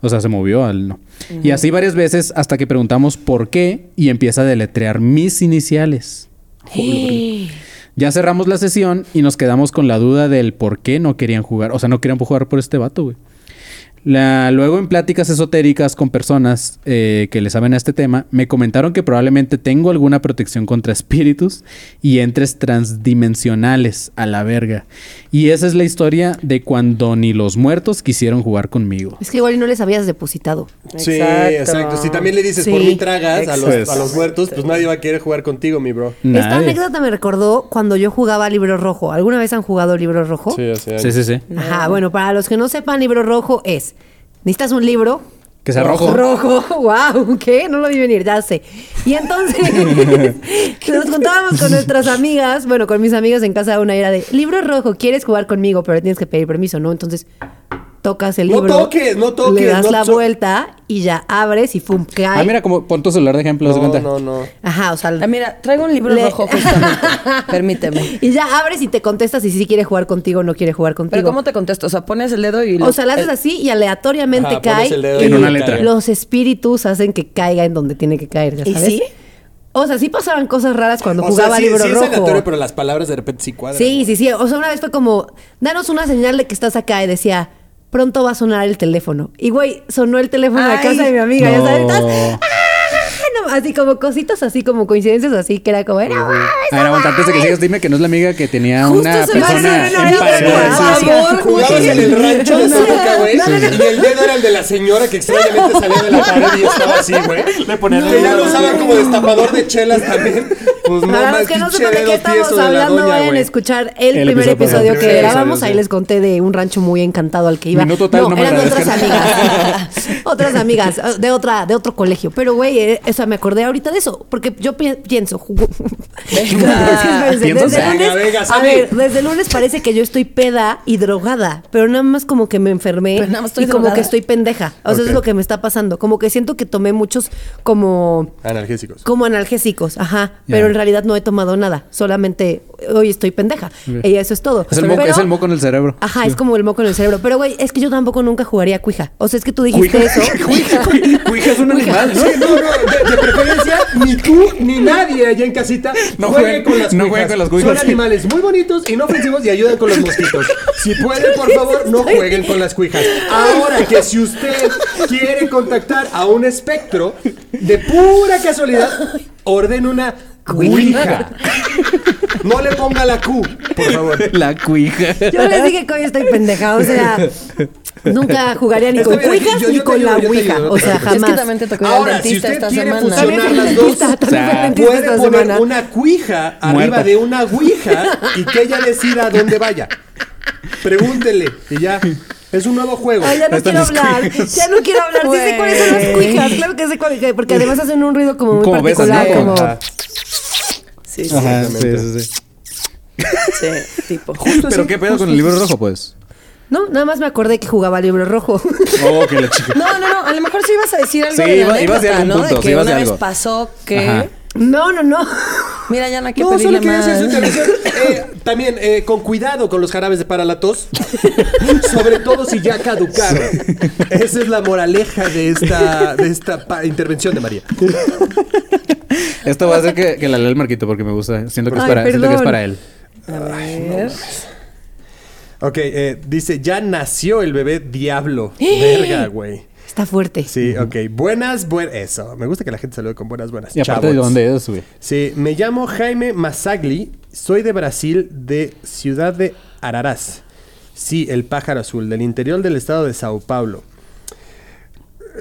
[SPEAKER 1] O sea, se movió al no. Y así varias veces hasta que preguntamos por qué y empieza a deletrear mis iniciales. Ya cerramos la sesión y nos quedamos con la duda del por qué no querían jugar. O sea, no querían jugar por este vato, güey. La- luego en pláticas esotéricas con personas eh, que le saben a este tema, me comentaron que probablemente tengo alguna protección contra espíritus y entres transdimensionales a la verga. Y esa es la historia de cuando ni los muertos quisieron jugar conmigo.
[SPEAKER 6] Es que igual y no les habías depositado.
[SPEAKER 4] Sí,
[SPEAKER 5] Exacto.
[SPEAKER 4] exacto. Si también le dices
[SPEAKER 6] Sí.
[SPEAKER 4] por mí tragas a los,
[SPEAKER 1] Exacto.
[SPEAKER 4] a los muertos, pues nadie va a querer jugar contigo, mi bro.
[SPEAKER 6] Esta
[SPEAKER 1] Nadie.
[SPEAKER 6] anécdota me recordó cuando yo jugaba Libro Rojo. ¿Alguna vez han jugado Libro Rojo?
[SPEAKER 4] así
[SPEAKER 1] Sí, sí, sí.
[SPEAKER 6] Ajá, bueno, para los que no sepan, Libro Rojo es... Necesitas un libro...
[SPEAKER 1] Que sea rojo.
[SPEAKER 6] Rojo, wow, ¿qué? No lo vi venir, ya sé. Y entonces nos juntábamos con nuestras amigas, bueno, con mis amigas en casa una era de libro rojo, ¿quieres jugar conmigo? Pero tienes que pedir permiso, ¿no? Entonces tocas el
[SPEAKER 4] No
[SPEAKER 6] libro.
[SPEAKER 4] toques, no toques,
[SPEAKER 6] Le das
[SPEAKER 4] no
[SPEAKER 6] la
[SPEAKER 4] to-
[SPEAKER 6] vuelta y ya abres y ¡fum! cae.
[SPEAKER 1] Ah, mira, como pon tu celular de ejemplo. haz de
[SPEAKER 4] No,
[SPEAKER 1] cuenta.
[SPEAKER 4] no, no.
[SPEAKER 6] Ajá, o sea,
[SPEAKER 5] Ah, mira, traigo un libro
[SPEAKER 6] Le-
[SPEAKER 5] rojo justamente. Permíteme.
[SPEAKER 6] y ya abres y te contestas si sí quiere jugar contigo o no quiere jugar contigo.
[SPEAKER 5] Pero ¿cómo te contesto? O sea, pones el dedo y... lo- eh,
[SPEAKER 6] o sea, la haces
[SPEAKER 5] el-
[SPEAKER 6] así y aleatoriamente
[SPEAKER 4] Ajá,
[SPEAKER 6] cae.
[SPEAKER 4] pones el dedo
[SPEAKER 6] y
[SPEAKER 1] en una
[SPEAKER 4] cae.
[SPEAKER 1] letra.
[SPEAKER 6] Los espíritus hacen que caiga en donde tiene que caer, ¿ya
[SPEAKER 5] ¿Y
[SPEAKER 6] sabes?
[SPEAKER 5] sí?
[SPEAKER 6] O sea, sí pasaban cosas raras cuando
[SPEAKER 4] O sea,
[SPEAKER 6] jugaba
[SPEAKER 4] sí,
[SPEAKER 6] libro
[SPEAKER 4] sí es
[SPEAKER 6] rojo.
[SPEAKER 4] aleatorio, pero las palabras de repente sí cuadran.
[SPEAKER 6] Sí, sí, sí. O sea, una vez fue como, danos una señal de que estás acá y decía, pronto va a sonar el teléfono. Y güey, sonó el teléfono de
[SPEAKER 5] Ay.
[SPEAKER 6] casa de mi amiga, ya
[SPEAKER 1] No.
[SPEAKER 6] sabes. Entonces, ¡ah! No, así como cositas así, como coincidencias así, que era como, era
[SPEAKER 1] A ver, aguanta, antes de que sigas, dime que no es la amiga que tenía
[SPEAKER 5] Justo
[SPEAKER 1] una
[SPEAKER 5] se me hace
[SPEAKER 1] persona
[SPEAKER 5] bien ahorita,
[SPEAKER 1] emparedada.
[SPEAKER 5] por
[SPEAKER 1] Sí, sí.
[SPEAKER 5] favor,
[SPEAKER 4] Jugabas
[SPEAKER 5] güey.
[SPEAKER 4] en el rancho de
[SPEAKER 5] No,
[SPEAKER 4] Zapoca, güey.
[SPEAKER 5] no, no, no.
[SPEAKER 4] Y el dedo era el de la señora que extrañamente salía de la pared y estaba así, güey. Le ponían Que ya lo usaban como destapador de chelas también. Pues no
[SPEAKER 6] Para
[SPEAKER 4] más
[SPEAKER 6] los que no
[SPEAKER 4] pinche
[SPEAKER 6] sepan de
[SPEAKER 4] dedo
[SPEAKER 6] qué estamos
[SPEAKER 4] tieso de la
[SPEAKER 6] hablando,
[SPEAKER 4] doña,
[SPEAKER 6] vayan a
[SPEAKER 4] güey.
[SPEAKER 6] escuchar el,
[SPEAKER 1] El
[SPEAKER 6] primer
[SPEAKER 1] episodio
[SPEAKER 6] episodio
[SPEAKER 4] pasado.
[SPEAKER 6] que
[SPEAKER 4] El primer
[SPEAKER 6] grabamos.
[SPEAKER 4] episodio,
[SPEAKER 6] Ahí
[SPEAKER 4] sí.
[SPEAKER 6] les conté de un rancho muy encantado al que iba.
[SPEAKER 1] Minuto tal, no me
[SPEAKER 6] eran de otras
[SPEAKER 1] agradezcan.
[SPEAKER 6] amigas. otras amigas, eh, de otra, de otro colegio. Pero güey, eh, o sea, me acordé ahorita de eso, porque yo pi- pienso. ju-
[SPEAKER 5] Venga.
[SPEAKER 6] desde,
[SPEAKER 1] Piensa,
[SPEAKER 6] desde
[SPEAKER 1] venga,
[SPEAKER 6] lunes,
[SPEAKER 4] venga,
[SPEAKER 6] a
[SPEAKER 4] Sammy.
[SPEAKER 6] ver, desde el lunes parece que yo estoy peda y drogada, pero nada más como que me enfermé
[SPEAKER 5] Pero nada más estoy
[SPEAKER 6] y como
[SPEAKER 5] drogada.
[SPEAKER 6] que estoy pendeja. O sea, eso
[SPEAKER 4] Ok.
[SPEAKER 6] es lo que me está pasando. Como que siento que tomé muchos como
[SPEAKER 4] Analgésicos.
[SPEAKER 6] como analgésicos, ajá.
[SPEAKER 1] Ya.
[SPEAKER 6] Pero en realidad no he tomado nada. Solamente hoy estoy pendeja. Y eso es todo.
[SPEAKER 1] Es el
[SPEAKER 6] Pero-
[SPEAKER 1] moco- es el moco en el cerebro.
[SPEAKER 6] Ajá, es como el moco en el cerebro. Pero, güey, es que yo tampoco nunca jugaría cuija. O sea, es que tú dijiste eso.
[SPEAKER 1] Cuija, cuija, cuija es un animal, ¿no?
[SPEAKER 4] Sí, no, no, de, de preferencia, ni tú ni nadie allá en casita
[SPEAKER 1] No
[SPEAKER 4] juegue
[SPEAKER 1] jueguen-
[SPEAKER 4] con las
[SPEAKER 1] no
[SPEAKER 4] cuijas.
[SPEAKER 1] jueguen con las cuijas.
[SPEAKER 4] Son animales muy bonitos, inofensivos y ayudan con los mosquitos. Si pueden, por favor, no jueguen con las cuijas. Ahora que si usted quiere contactar a un espectro, de pura casualidad, orden una cuija. No le ponga la Q, por favor.
[SPEAKER 1] La cuija.
[SPEAKER 6] Yo les dije que hoy estoy pendeja. O sea, nunca jugaría ni
[SPEAKER 4] Está
[SPEAKER 6] con
[SPEAKER 4] bien, aquí
[SPEAKER 6] cuijas
[SPEAKER 4] yo-
[SPEAKER 6] ni
[SPEAKER 4] yo te
[SPEAKER 6] con
[SPEAKER 4] ayudo,
[SPEAKER 6] la
[SPEAKER 4] yo te
[SPEAKER 6] ouija.
[SPEAKER 4] ayudo, no
[SPEAKER 6] o
[SPEAKER 4] te
[SPEAKER 6] sea,
[SPEAKER 4] preocupes.
[SPEAKER 6] jamás.
[SPEAKER 5] Es que también te tocó ir al
[SPEAKER 4] Ahora, si
[SPEAKER 5] dentista
[SPEAKER 4] usted
[SPEAKER 5] esta
[SPEAKER 4] quiere
[SPEAKER 5] semana.
[SPEAKER 4] fusionar
[SPEAKER 6] También fui
[SPEAKER 4] las
[SPEAKER 6] al
[SPEAKER 4] dos,
[SPEAKER 6] dentista, también fui al
[SPEAKER 1] o sea,
[SPEAKER 6] dentista
[SPEAKER 4] Puede
[SPEAKER 6] esta
[SPEAKER 4] poner
[SPEAKER 6] semana.
[SPEAKER 4] una cuija arriba
[SPEAKER 1] Muerta.
[SPEAKER 4] de una ouija y que ella decida a dónde vaya. Pregúntele y ya. Es un nuevo juego.
[SPEAKER 6] Ay, Ah, ya no
[SPEAKER 1] Están
[SPEAKER 6] quiero
[SPEAKER 1] las
[SPEAKER 6] hablar.
[SPEAKER 1] cuijas.
[SPEAKER 6] Ya no quiero hablar. Sí sé cuáles son las
[SPEAKER 5] Güey.
[SPEAKER 6] cuijas. Claro que sé cuáles. Porque además hacen un ruido como muy
[SPEAKER 1] Como besas,
[SPEAKER 6] particular.
[SPEAKER 1] ¿no?
[SPEAKER 6] como...
[SPEAKER 4] Ajá.
[SPEAKER 5] Sí, sí,
[SPEAKER 1] Ajá, sí, sí, sí.
[SPEAKER 5] sí, tipo.
[SPEAKER 1] Pero qué pedo con el libro rojo, pues.
[SPEAKER 6] No, nada más me acordé que jugaba libro rojo.
[SPEAKER 1] Oh, que la chica.
[SPEAKER 5] No, no, no. A lo mejor sí ibas a decir algo
[SPEAKER 1] Sí,
[SPEAKER 5] de la
[SPEAKER 1] iba- iba hacia
[SPEAKER 5] anécdota,
[SPEAKER 1] algún
[SPEAKER 5] ¿no?
[SPEAKER 1] punto,
[SPEAKER 5] de
[SPEAKER 1] sí,
[SPEAKER 5] que
[SPEAKER 1] iba
[SPEAKER 5] una
[SPEAKER 1] hacia
[SPEAKER 5] vez
[SPEAKER 1] algo.
[SPEAKER 5] pasó que...
[SPEAKER 1] Ajá.
[SPEAKER 6] No, no, no.
[SPEAKER 5] Mira, Yana, que
[SPEAKER 4] No,
[SPEAKER 5] pedirle
[SPEAKER 4] solo quería
[SPEAKER 5] más.
[SPEAKER 4] hacer su intervención. Eh, también, eh, con cuidado con los jarabes de para la tos. Sobre todo si ya caducaron. Esa es la moraleja de esta, de esta pa- intervención de María.
[SPEAKER 1] Esto va a hacer que, que la lea el Marquito porque me gusta. ¿eh? Siento que, es
[SPEAKER 6] Ay,
[SPEAKER 1] para, siento que es
[SPEAKER 6] perdón.
[SPEAKER 1] para él.
[SPEAKER 4] Ok, eh, dice, ya nació el bebé diablo. Verga, güey.
[SPEAKER 6] Está fuerte.
[SPEAKER 4] Sí, ok. Buenas, buenas. Eso. Me gusta que la gente salude con buenas, buenas.
[SPEAKER 1] Y aparte de
[SPEAKER 4] Chavos.
[SPEAKER 1] dónde es, güey.
[SPEAKER 4] Sí, me llamo Jaime Masagli, soy de Brasil, de ciudad de Araras. Sí, el pájaro azul, del interior del estado de Sao Paulo.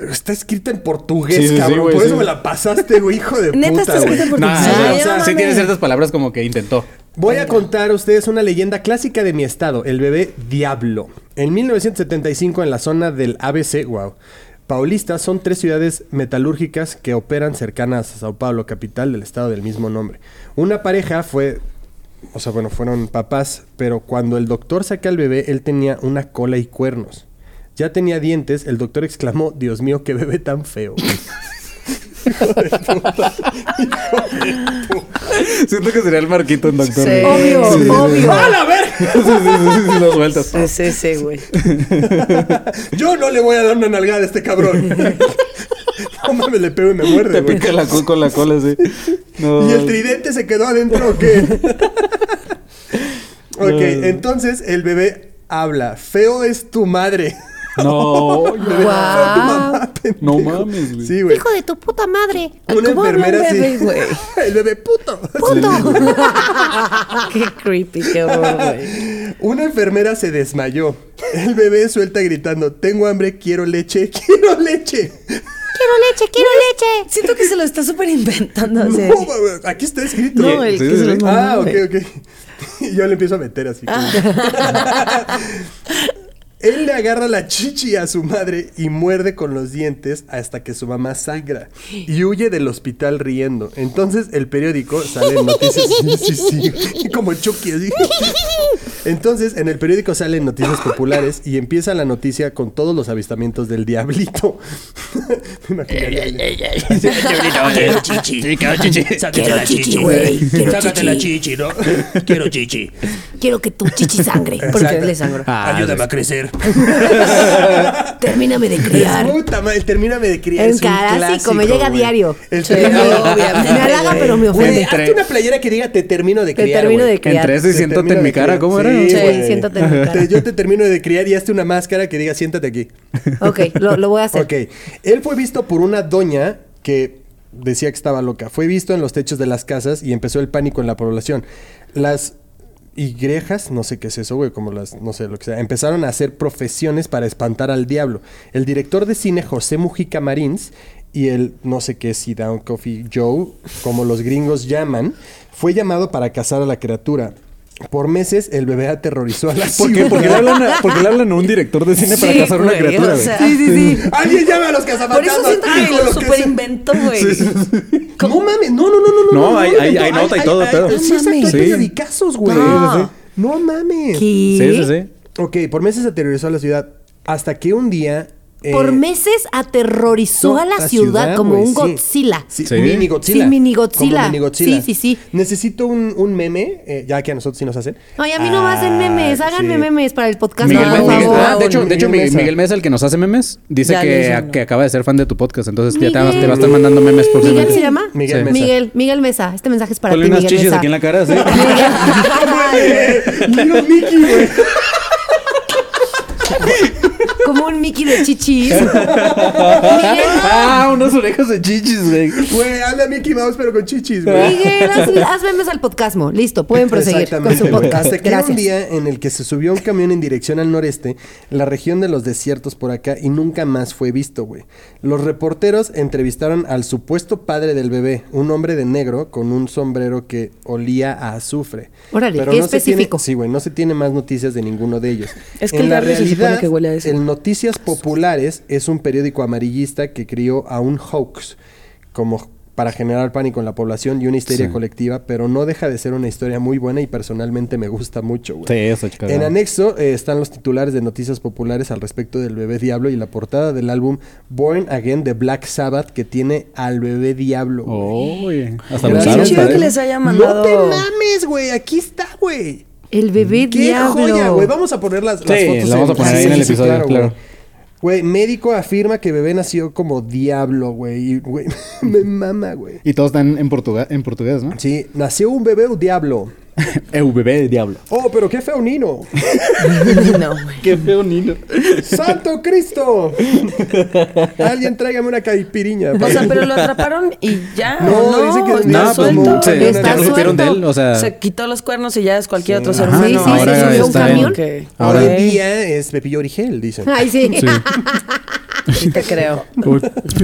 [SPEAKER 4] Está escrita en portugués,
[SPEAKER 1] Sí, sí, sí,
[SPEAKER 4] cabrón.
[SPEAKER 1] güey,
[SPEAKER 4] Por
[SPEAKER 1] sí.
[SPEAKER 4] eso me la pasaste, güey, hijo de
[SPEAKER 5] Neta,
[SPEAKER 4] puta,
[SPEAKER 5] está escrita en
[SPEAKER 4] güey.
[SPEAKER 1] No,
[SPEAKER 5] portugués.
[SPEAKER 4] Sí,
[SPEAKER 1] no,
[SPEAKER 4] o sea,
[SPEAKER 1] no, sí
[SPEAKER 5] mames.
[SPEAKER 1] tiene ciertas palabras como que intentó.
[SPEAKER 4] Voy a contar a ustedes una leyenda clásica de mi estado, el bebé Diablo. En 1975, en la zona del ABC, wow, Paulista son tres ciudades metalúrgicas que operan cercanas a Sao Paulo, capital del estado del mismo nombre. Una pareja fue, o sea, bueno, fueron papás, pero cuando el doctor saca al bebé, él tenía una cola y cuernos. Ya tenía dientes, el doctor exclamó, Dios mío, qué bebé tan feo.
[SPEAKER 1] Siento que sería el Marquito en doctor.
[SPEAKER 5] Sí.
[SPEAKER 1] güey.
[SPEAKER 5] Obvio,
[SPEAKER 1] Sí, sí, sí.
[SPEAKER 5] obvio.
[SPEAKER 4] ¡A la verga!
[SPEAKER 1] Sí, sí, sí, sí, sí, lo sueltas.
[SPEAKER 5] Sí, sí, sí, güey.
[SPEAKER 4] Yo no le voy a dar una nalgada a este cabrón. no mames, le pego y me muerde,
[SPEAKER 1] Te
[SPEAKER 4] güey.
[SPEAKER 1] pica la cu con la cola, sí. No.
[SPEAKER 4] ¿Y el tridente se quedó adentro o qué? ok, entonces el bebé habla. Feo es tu madre.
[SPEAKER 1] No,
[SPEAKER 4] Bebé, feo es tu mamá, pendejo.
[SPEAKER 1] no mames, güey.
[SPEAKER 4] Sí, güey.
[SPEAKER 6] Hijo de tu puta madre.
[SPEAKER 4] Una
[SPEAKER 5] ¿Cómo habla un
[SPEAKER 4] enfermera así.
[SPEAKER 5] bebé, güey?
[SPEAKER 4] el bebé puto.
[SPEAKER 5] Qué creepy, qué horror, güey.
[SPEAKER 4] Una enfermera se desmayó. El bebé suelta gritando: Tengo hambre, quiero leche, quiero leche.
[SPEAKER 6] Quiero leche, quiero leche.
[SPEAKER 5] Siento que se lo está súper inventando.
[SPEAKER 4] No,
[SPEAKER 5] así.
[SPEAKER 4] güey, aquí está escrito.
[SPEAKER 5] No, el que se los mandó,
[SPEAKER 4] Ah, ok,
[SPEAKER 5] güey.
[SPEAKER 4] ok. Y yo le empiezo a meter así.
[SPEAKER 5] Ah.
[SPEAKER 4] Él le agarra la chichi a su madre y muerde con los dientes hasta que su mamá sangra y huye del hospital riendo. Entonces el periódico sale en noticias. Sí, sí, sí. Como Chucky. así. Entonces en el periódico salen noticias populares y empieza la noticia con todos los avistamientos del diablito. Me imaginaría.
[SPEAKER 7] Quiero chichi. Sácate la chichi, güey. Sácate la chichi, ¿no? Quiero chichi.
[SPEAKER 6] Quiero que tu chichi sangre. Porque le sangro.
[SPEAKER 7] Ayúdame a crecer.
[SPEAKER 6] Termíname de
[SPEAKER 4] Es
[SPEAKER 6] criar.
[SPEAKER 4] Puta madre, termíname de criar.
[SPEAKER 6] En
[SPEAKER 4] es un
[SPEAKER 6] cara, sí,
[SPEAKER 4] clásico,
[SPEAKER 6] me llega
[SPEAKER 4] güey.
[SPEAKER 6] diario.
[SPEAKER 4] El
[SPEAKER 5] Sí,
[SPEAKER 4] termíname-
[SPEAKER 5] obviamente,
[SPEAKER 6] Me halaga,
[SPEAKER 5] güey.
[SPEAKER 6] pero me
[SPEAKER 4] Güey,
[SPEAKER 6] ofende.
[SPEAKER 4] hazte una playera que diga te termino de
[SPEAKER 6] Te
[SPEAKER 4] criar.
[SPEAKER 6] termino
[SPEAKER 4] güey".
[SPEAKER 6] de criar.
[SPEAKER 1] Entre eso y
[SPEAKER 4] Te
[SPEAKER 1] siéntate
[SPEAKER 4] termino
[SPEAKER 1] en mi
[SPEAKER 4] de
[SPEAKER 1] cara,
[SPEAKER 4] criar.
[SPEAKER 1] ¿cómo era?
[SPEAKER 4] Sí,
[SPEAKER 6] Sí,
[SPEAKER 4] güey.
[SPEAKER 6] siéntate en mi cara.
[SPEAKER 4] Te- Yo te termino de criar y hazte una máscara que diga siéntate aquí.
[SPEAKER 6] Ok, lo, lo voy a hacer.
[SPEAKER 4] Ok. Él fue visto por una doña que decía que estaba loca. Fue visto en los techos de las casas y empezó el pánico en la población. Las igrejas, no sé qué es eso, güey, como las, no sé lo que sea, empezaron a hacer profesiones para espantar al diablo. El director de cine José Mujica Marins y el no sé qué si Down Coffee Joe, como los gringos llaman, fue llamado para cazar a la criatura. Por meses el bebé aterrorizó a la
[SPEAKER 1] ¿Por qué? ¿Por qué le hablan a, por qué le hablan a un director de cine para
[SPEAKER 5] Sí,
[SPEAKER 1] cazar una
[SPEAKER 5] güey,
[SPEAKER 1] criatura,
[SPEAKER 5] o
[SPEAKER 1] güey?
[SPEAKER 5] sea,
[SPEAKER 6] Sí, sí, sí.
[SPEAKER 4] ¡Alguien llame a los cazafantasmas!
[SPEAKER 5] Por eso siento que
[SPEAKER 4] Hijo,
[SPEAKER 5] lo
[SPEAKER 4] que
[SPEAKER 5] super
[SPEAKER 4] sea.
[SPEAKER 5] inventó, güey.
[SPEAKER 4] No mames, no, no, no, no, no.
[SPEAKER 1] No, hay- hay- hay nota y todo, pero-
[SPEAKER 4] Sí, exacto, hay
[SPEAKER 1] Sí.
[SPEAKER 4] periodicazos, güey.
[SPEAKER 1] Sí, sí, sí.
[SPEAKER 4] No mames.
[SPEAKER 6] Ah. ¿Qué?
[SPEAKER 1] Sí, sí, sí.
[SPEAKER 4] Ok, por meses aterrorizó a la ciudad. Hasta que un día. eh,
[SPEAKER 6] Por meses aterrorizó
[SPEAKER 4] no,
[SPEAKER 6] a la ciudad, como
[SPEAKER 4] güey,
[SPEAKER 6] un
[SPEAKER 4] sí.
[SPEAKER 6] Godzilla.
[SPEAKER 4] Sí,
[SPEAKER 1] Sí.
[SPEAKER 4] mini Godzilla.
[SPEAKER 6] Sí, mini Godzilla.
[SPEAKER 4] Como mini Godzilla.
[SPEAKER 6] Sí, sí, sí.
[SPEAKER 4] Necesito un, un meme, eh, ya que a nosotros sí nos hacen.
[SPEAKER 6] Ay, a mí no me hacen
[SPEAKER 4] Ah,
[SPEAKER 6] memes. Háganme
[SPEAKER 4] sí.
[SPEAKER 6] memes para el podcast,
[SPEAKER 1] Miguel,
[SPEAKER 6] por
[SPEAKER 1] Me-
[SPEAKER 5] por
[SPEAKER 1] Miguel-
[SPEAKER 6] favor.
[SPEAKER 1] ah, de hecho, de hecho
[SPEAKER 4] Miguel
[SPEAKER 1] Miguel,
[SPEAKER 4] Mesa.
[SPEAKER 1] Miguel Mesa, el que nos hace memes, dice
[SPEAKER 5] Ya,
[SPEAKER 1] que,
[SPEAKER 5] ya, ya.
[SPEAKER 1] que acaba de ser fan de tu podcast, entonces ya te, van- te va a estar
[SPEAKER 6] Miguel.
[SPEAKER 1] mandando memes por
[SPEAKER 6] ¿Miguel se llama?
[SPEAKER 4] Miguel Mesa.
[SPEAKER 6] Miguel, Miguel Mesa. Este mensaje es para ti,
[SPEAKER 1] Ponle
[SPEAKER 6] Miguel
[SPEAKER 1] unas chichis
[SPEAKER 6] Mesa.
[SPEAKER 1] aquí en la cara, sí.
[SPEAKER 4] Little Mickey, güey.
[SPEAKER 6] Como un Mickey de chichis. Miguel,
[SPEAKER 1] ah, unas orejas de chichis, güey.
[SPEAKER 4] Güey, habla Mickey Mouse, pero con chichis, güey.
[SPEAKER 6] Miguel, haz, haz memes al podcastmo. Listo, pueden proseguir con
[SPEAKER 4] Exactamente,
[SPEAKER 6] su
[SPEAKER 4] güey.
[SPEAKER 6] podcast.
[SPEAKER 4] Hasta que era un
[SPEAKER 6] Gracias.
[SPEAKER 4] día en el que se subió un camión en dirección al noreste, la región de los desiertos por acá, y nunca más fue visto, güey. Los reporteros entrevistaron al supuesto padre del bebé, un hombre de negro con un sombrero que olía a azufre.
[SPEAKER 6] Órale, qué
[SPEAKER 4] se tiene-
[SPEAKER 6] específico.
[SPEAKER 4] sí, güey, no se tiene más noticias de ninguno de ellos.
[SPEAKER 5] Es que
[SPEAKER 4] En
[SPEAKER 5] el
[SPEAKER 4] la
[SPEAKER 5] barrio se supone
[SPEAKER 4] realidad,
[SPEAKER 5] que huele a eso.
[SPEAKER 4] el Noticias Populares es un periódico amarillista que crió a un hoax como para generar pánico en la población y una histeria colectiva, pero no deja de ser una historia muy buena y personalmente me gusta mucho, güey.
[SPEAKER 1] Sí, eso, chica.
[SPEAKER 4] En anexo eh, están los titulares de noticias populares al respecto del bebé diablo y la portada del álbum Born Again de Black Sabbath que tiene al bebé diablo. güey.
[SPEAKER 1] Oye, Oh, hasta lo
[SPEAKER 4] Gracias.
[SPEAKER 5] Qué
[SPEAKER 1] usaron
[SPEAKER 5] chido
[SPEAKER 1] para
[SPEAKER 5] que
[SPEAKER 1] eso.
[SPEAKER 5] les haya
[SPEAKER 4] No
[SPEAKER 5] mandado.
[SPEAKER 4] te mames, güey. Aquí está, güey.
[SPEAKER 6] El bebé
[SPEAKER 4] Qué
[SPEAKER 6] diablo.
[SPEAKER 4] joya, güey. Vamos a poner las, las
[SPEAKER 1] Sí,
[SPEAKER 4] fotos.
[SPEAKER 1] la vamos a poner ahí en el episodio, claro.
[SPEAKER 4] güey. Güey, médico afirma que bebé nació como diablo, güey. Y, güey, me mama, güey.
[SPEAKER 1] Y todos están en, portuga- en portugués, ¿no?
[SPEAKER 4] Sí, nació un bebé un diablo.
[SPEAKER 5] E
[SPEAKER 1] EVB de diablo.
[SPEAKER 4] Oh, pero qué feo Nino.
[SPEAKER 5] No, güey.
[SPEAKER 1] Qué feo Nino.
[SPEAKER 4] ¡Santo Cristo! Alguien tráigame una caipiriña.
[SPEAKER 5] O sea, pero lo atraparon y ya.
[SPEAKER 4] No,
[SPEAKER 5] No, no
[SPEAKER 4] dice que no,
[SPEAKER 5] está
[SPEAKER 1] No, pues
[SPEAKER 5] suelto.
[SPEAKER 1] no, se-
[SPEAKER 6] Está
[SPEAKER 1] ya no supieron de
[SPEAKER 6] suelto.
[SPEAKER 1] él, o sea...
[SPEAKER 5] se quitó los cuernos y ya es cualquier otro ser
[SPEAKER 6] Ajá,
[SPEAKER 5] humano.
[SPEAKER 6] sí, sí,
[SPEAKER 1] ahora
[SPEAKER 6] se subió a un
[SPEAKER 1] está en-
[SPEAKER 6] camión.
[SPEAKER 5] Que-
[SPEAKER 4] Ahora
[SPEAKER 5] Ok, Ah.
[SPEAKER 4] en día es Pepillo Origel, dicen.
[SPEAKER 6] Ay, sí.
[SPEAKER 1] Sí.
[SPEAKER 5] sí te creo.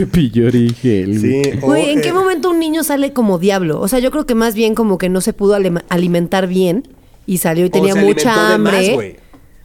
[SPEAKER 1] Pillorigel.
[SPEAKER 4] Sí. o,
[SPEAKER 6] Güey, ¿en
[SPEAKER 4] eh,
[SPEAKER 6] qué momento un niño sale como diablo? O sea, yo creo que más bien como que no se pudo alema- alimentar bien y salió y
[SPEAKER 4] o
[SPEAKER 6] tenía
[SPEAKER 4] se alimentó
[SPEAKER 6] mucha
[SPEAKER 4] de más,
[SPEAKER 6] hambre.
[SPEAKER 4] güey.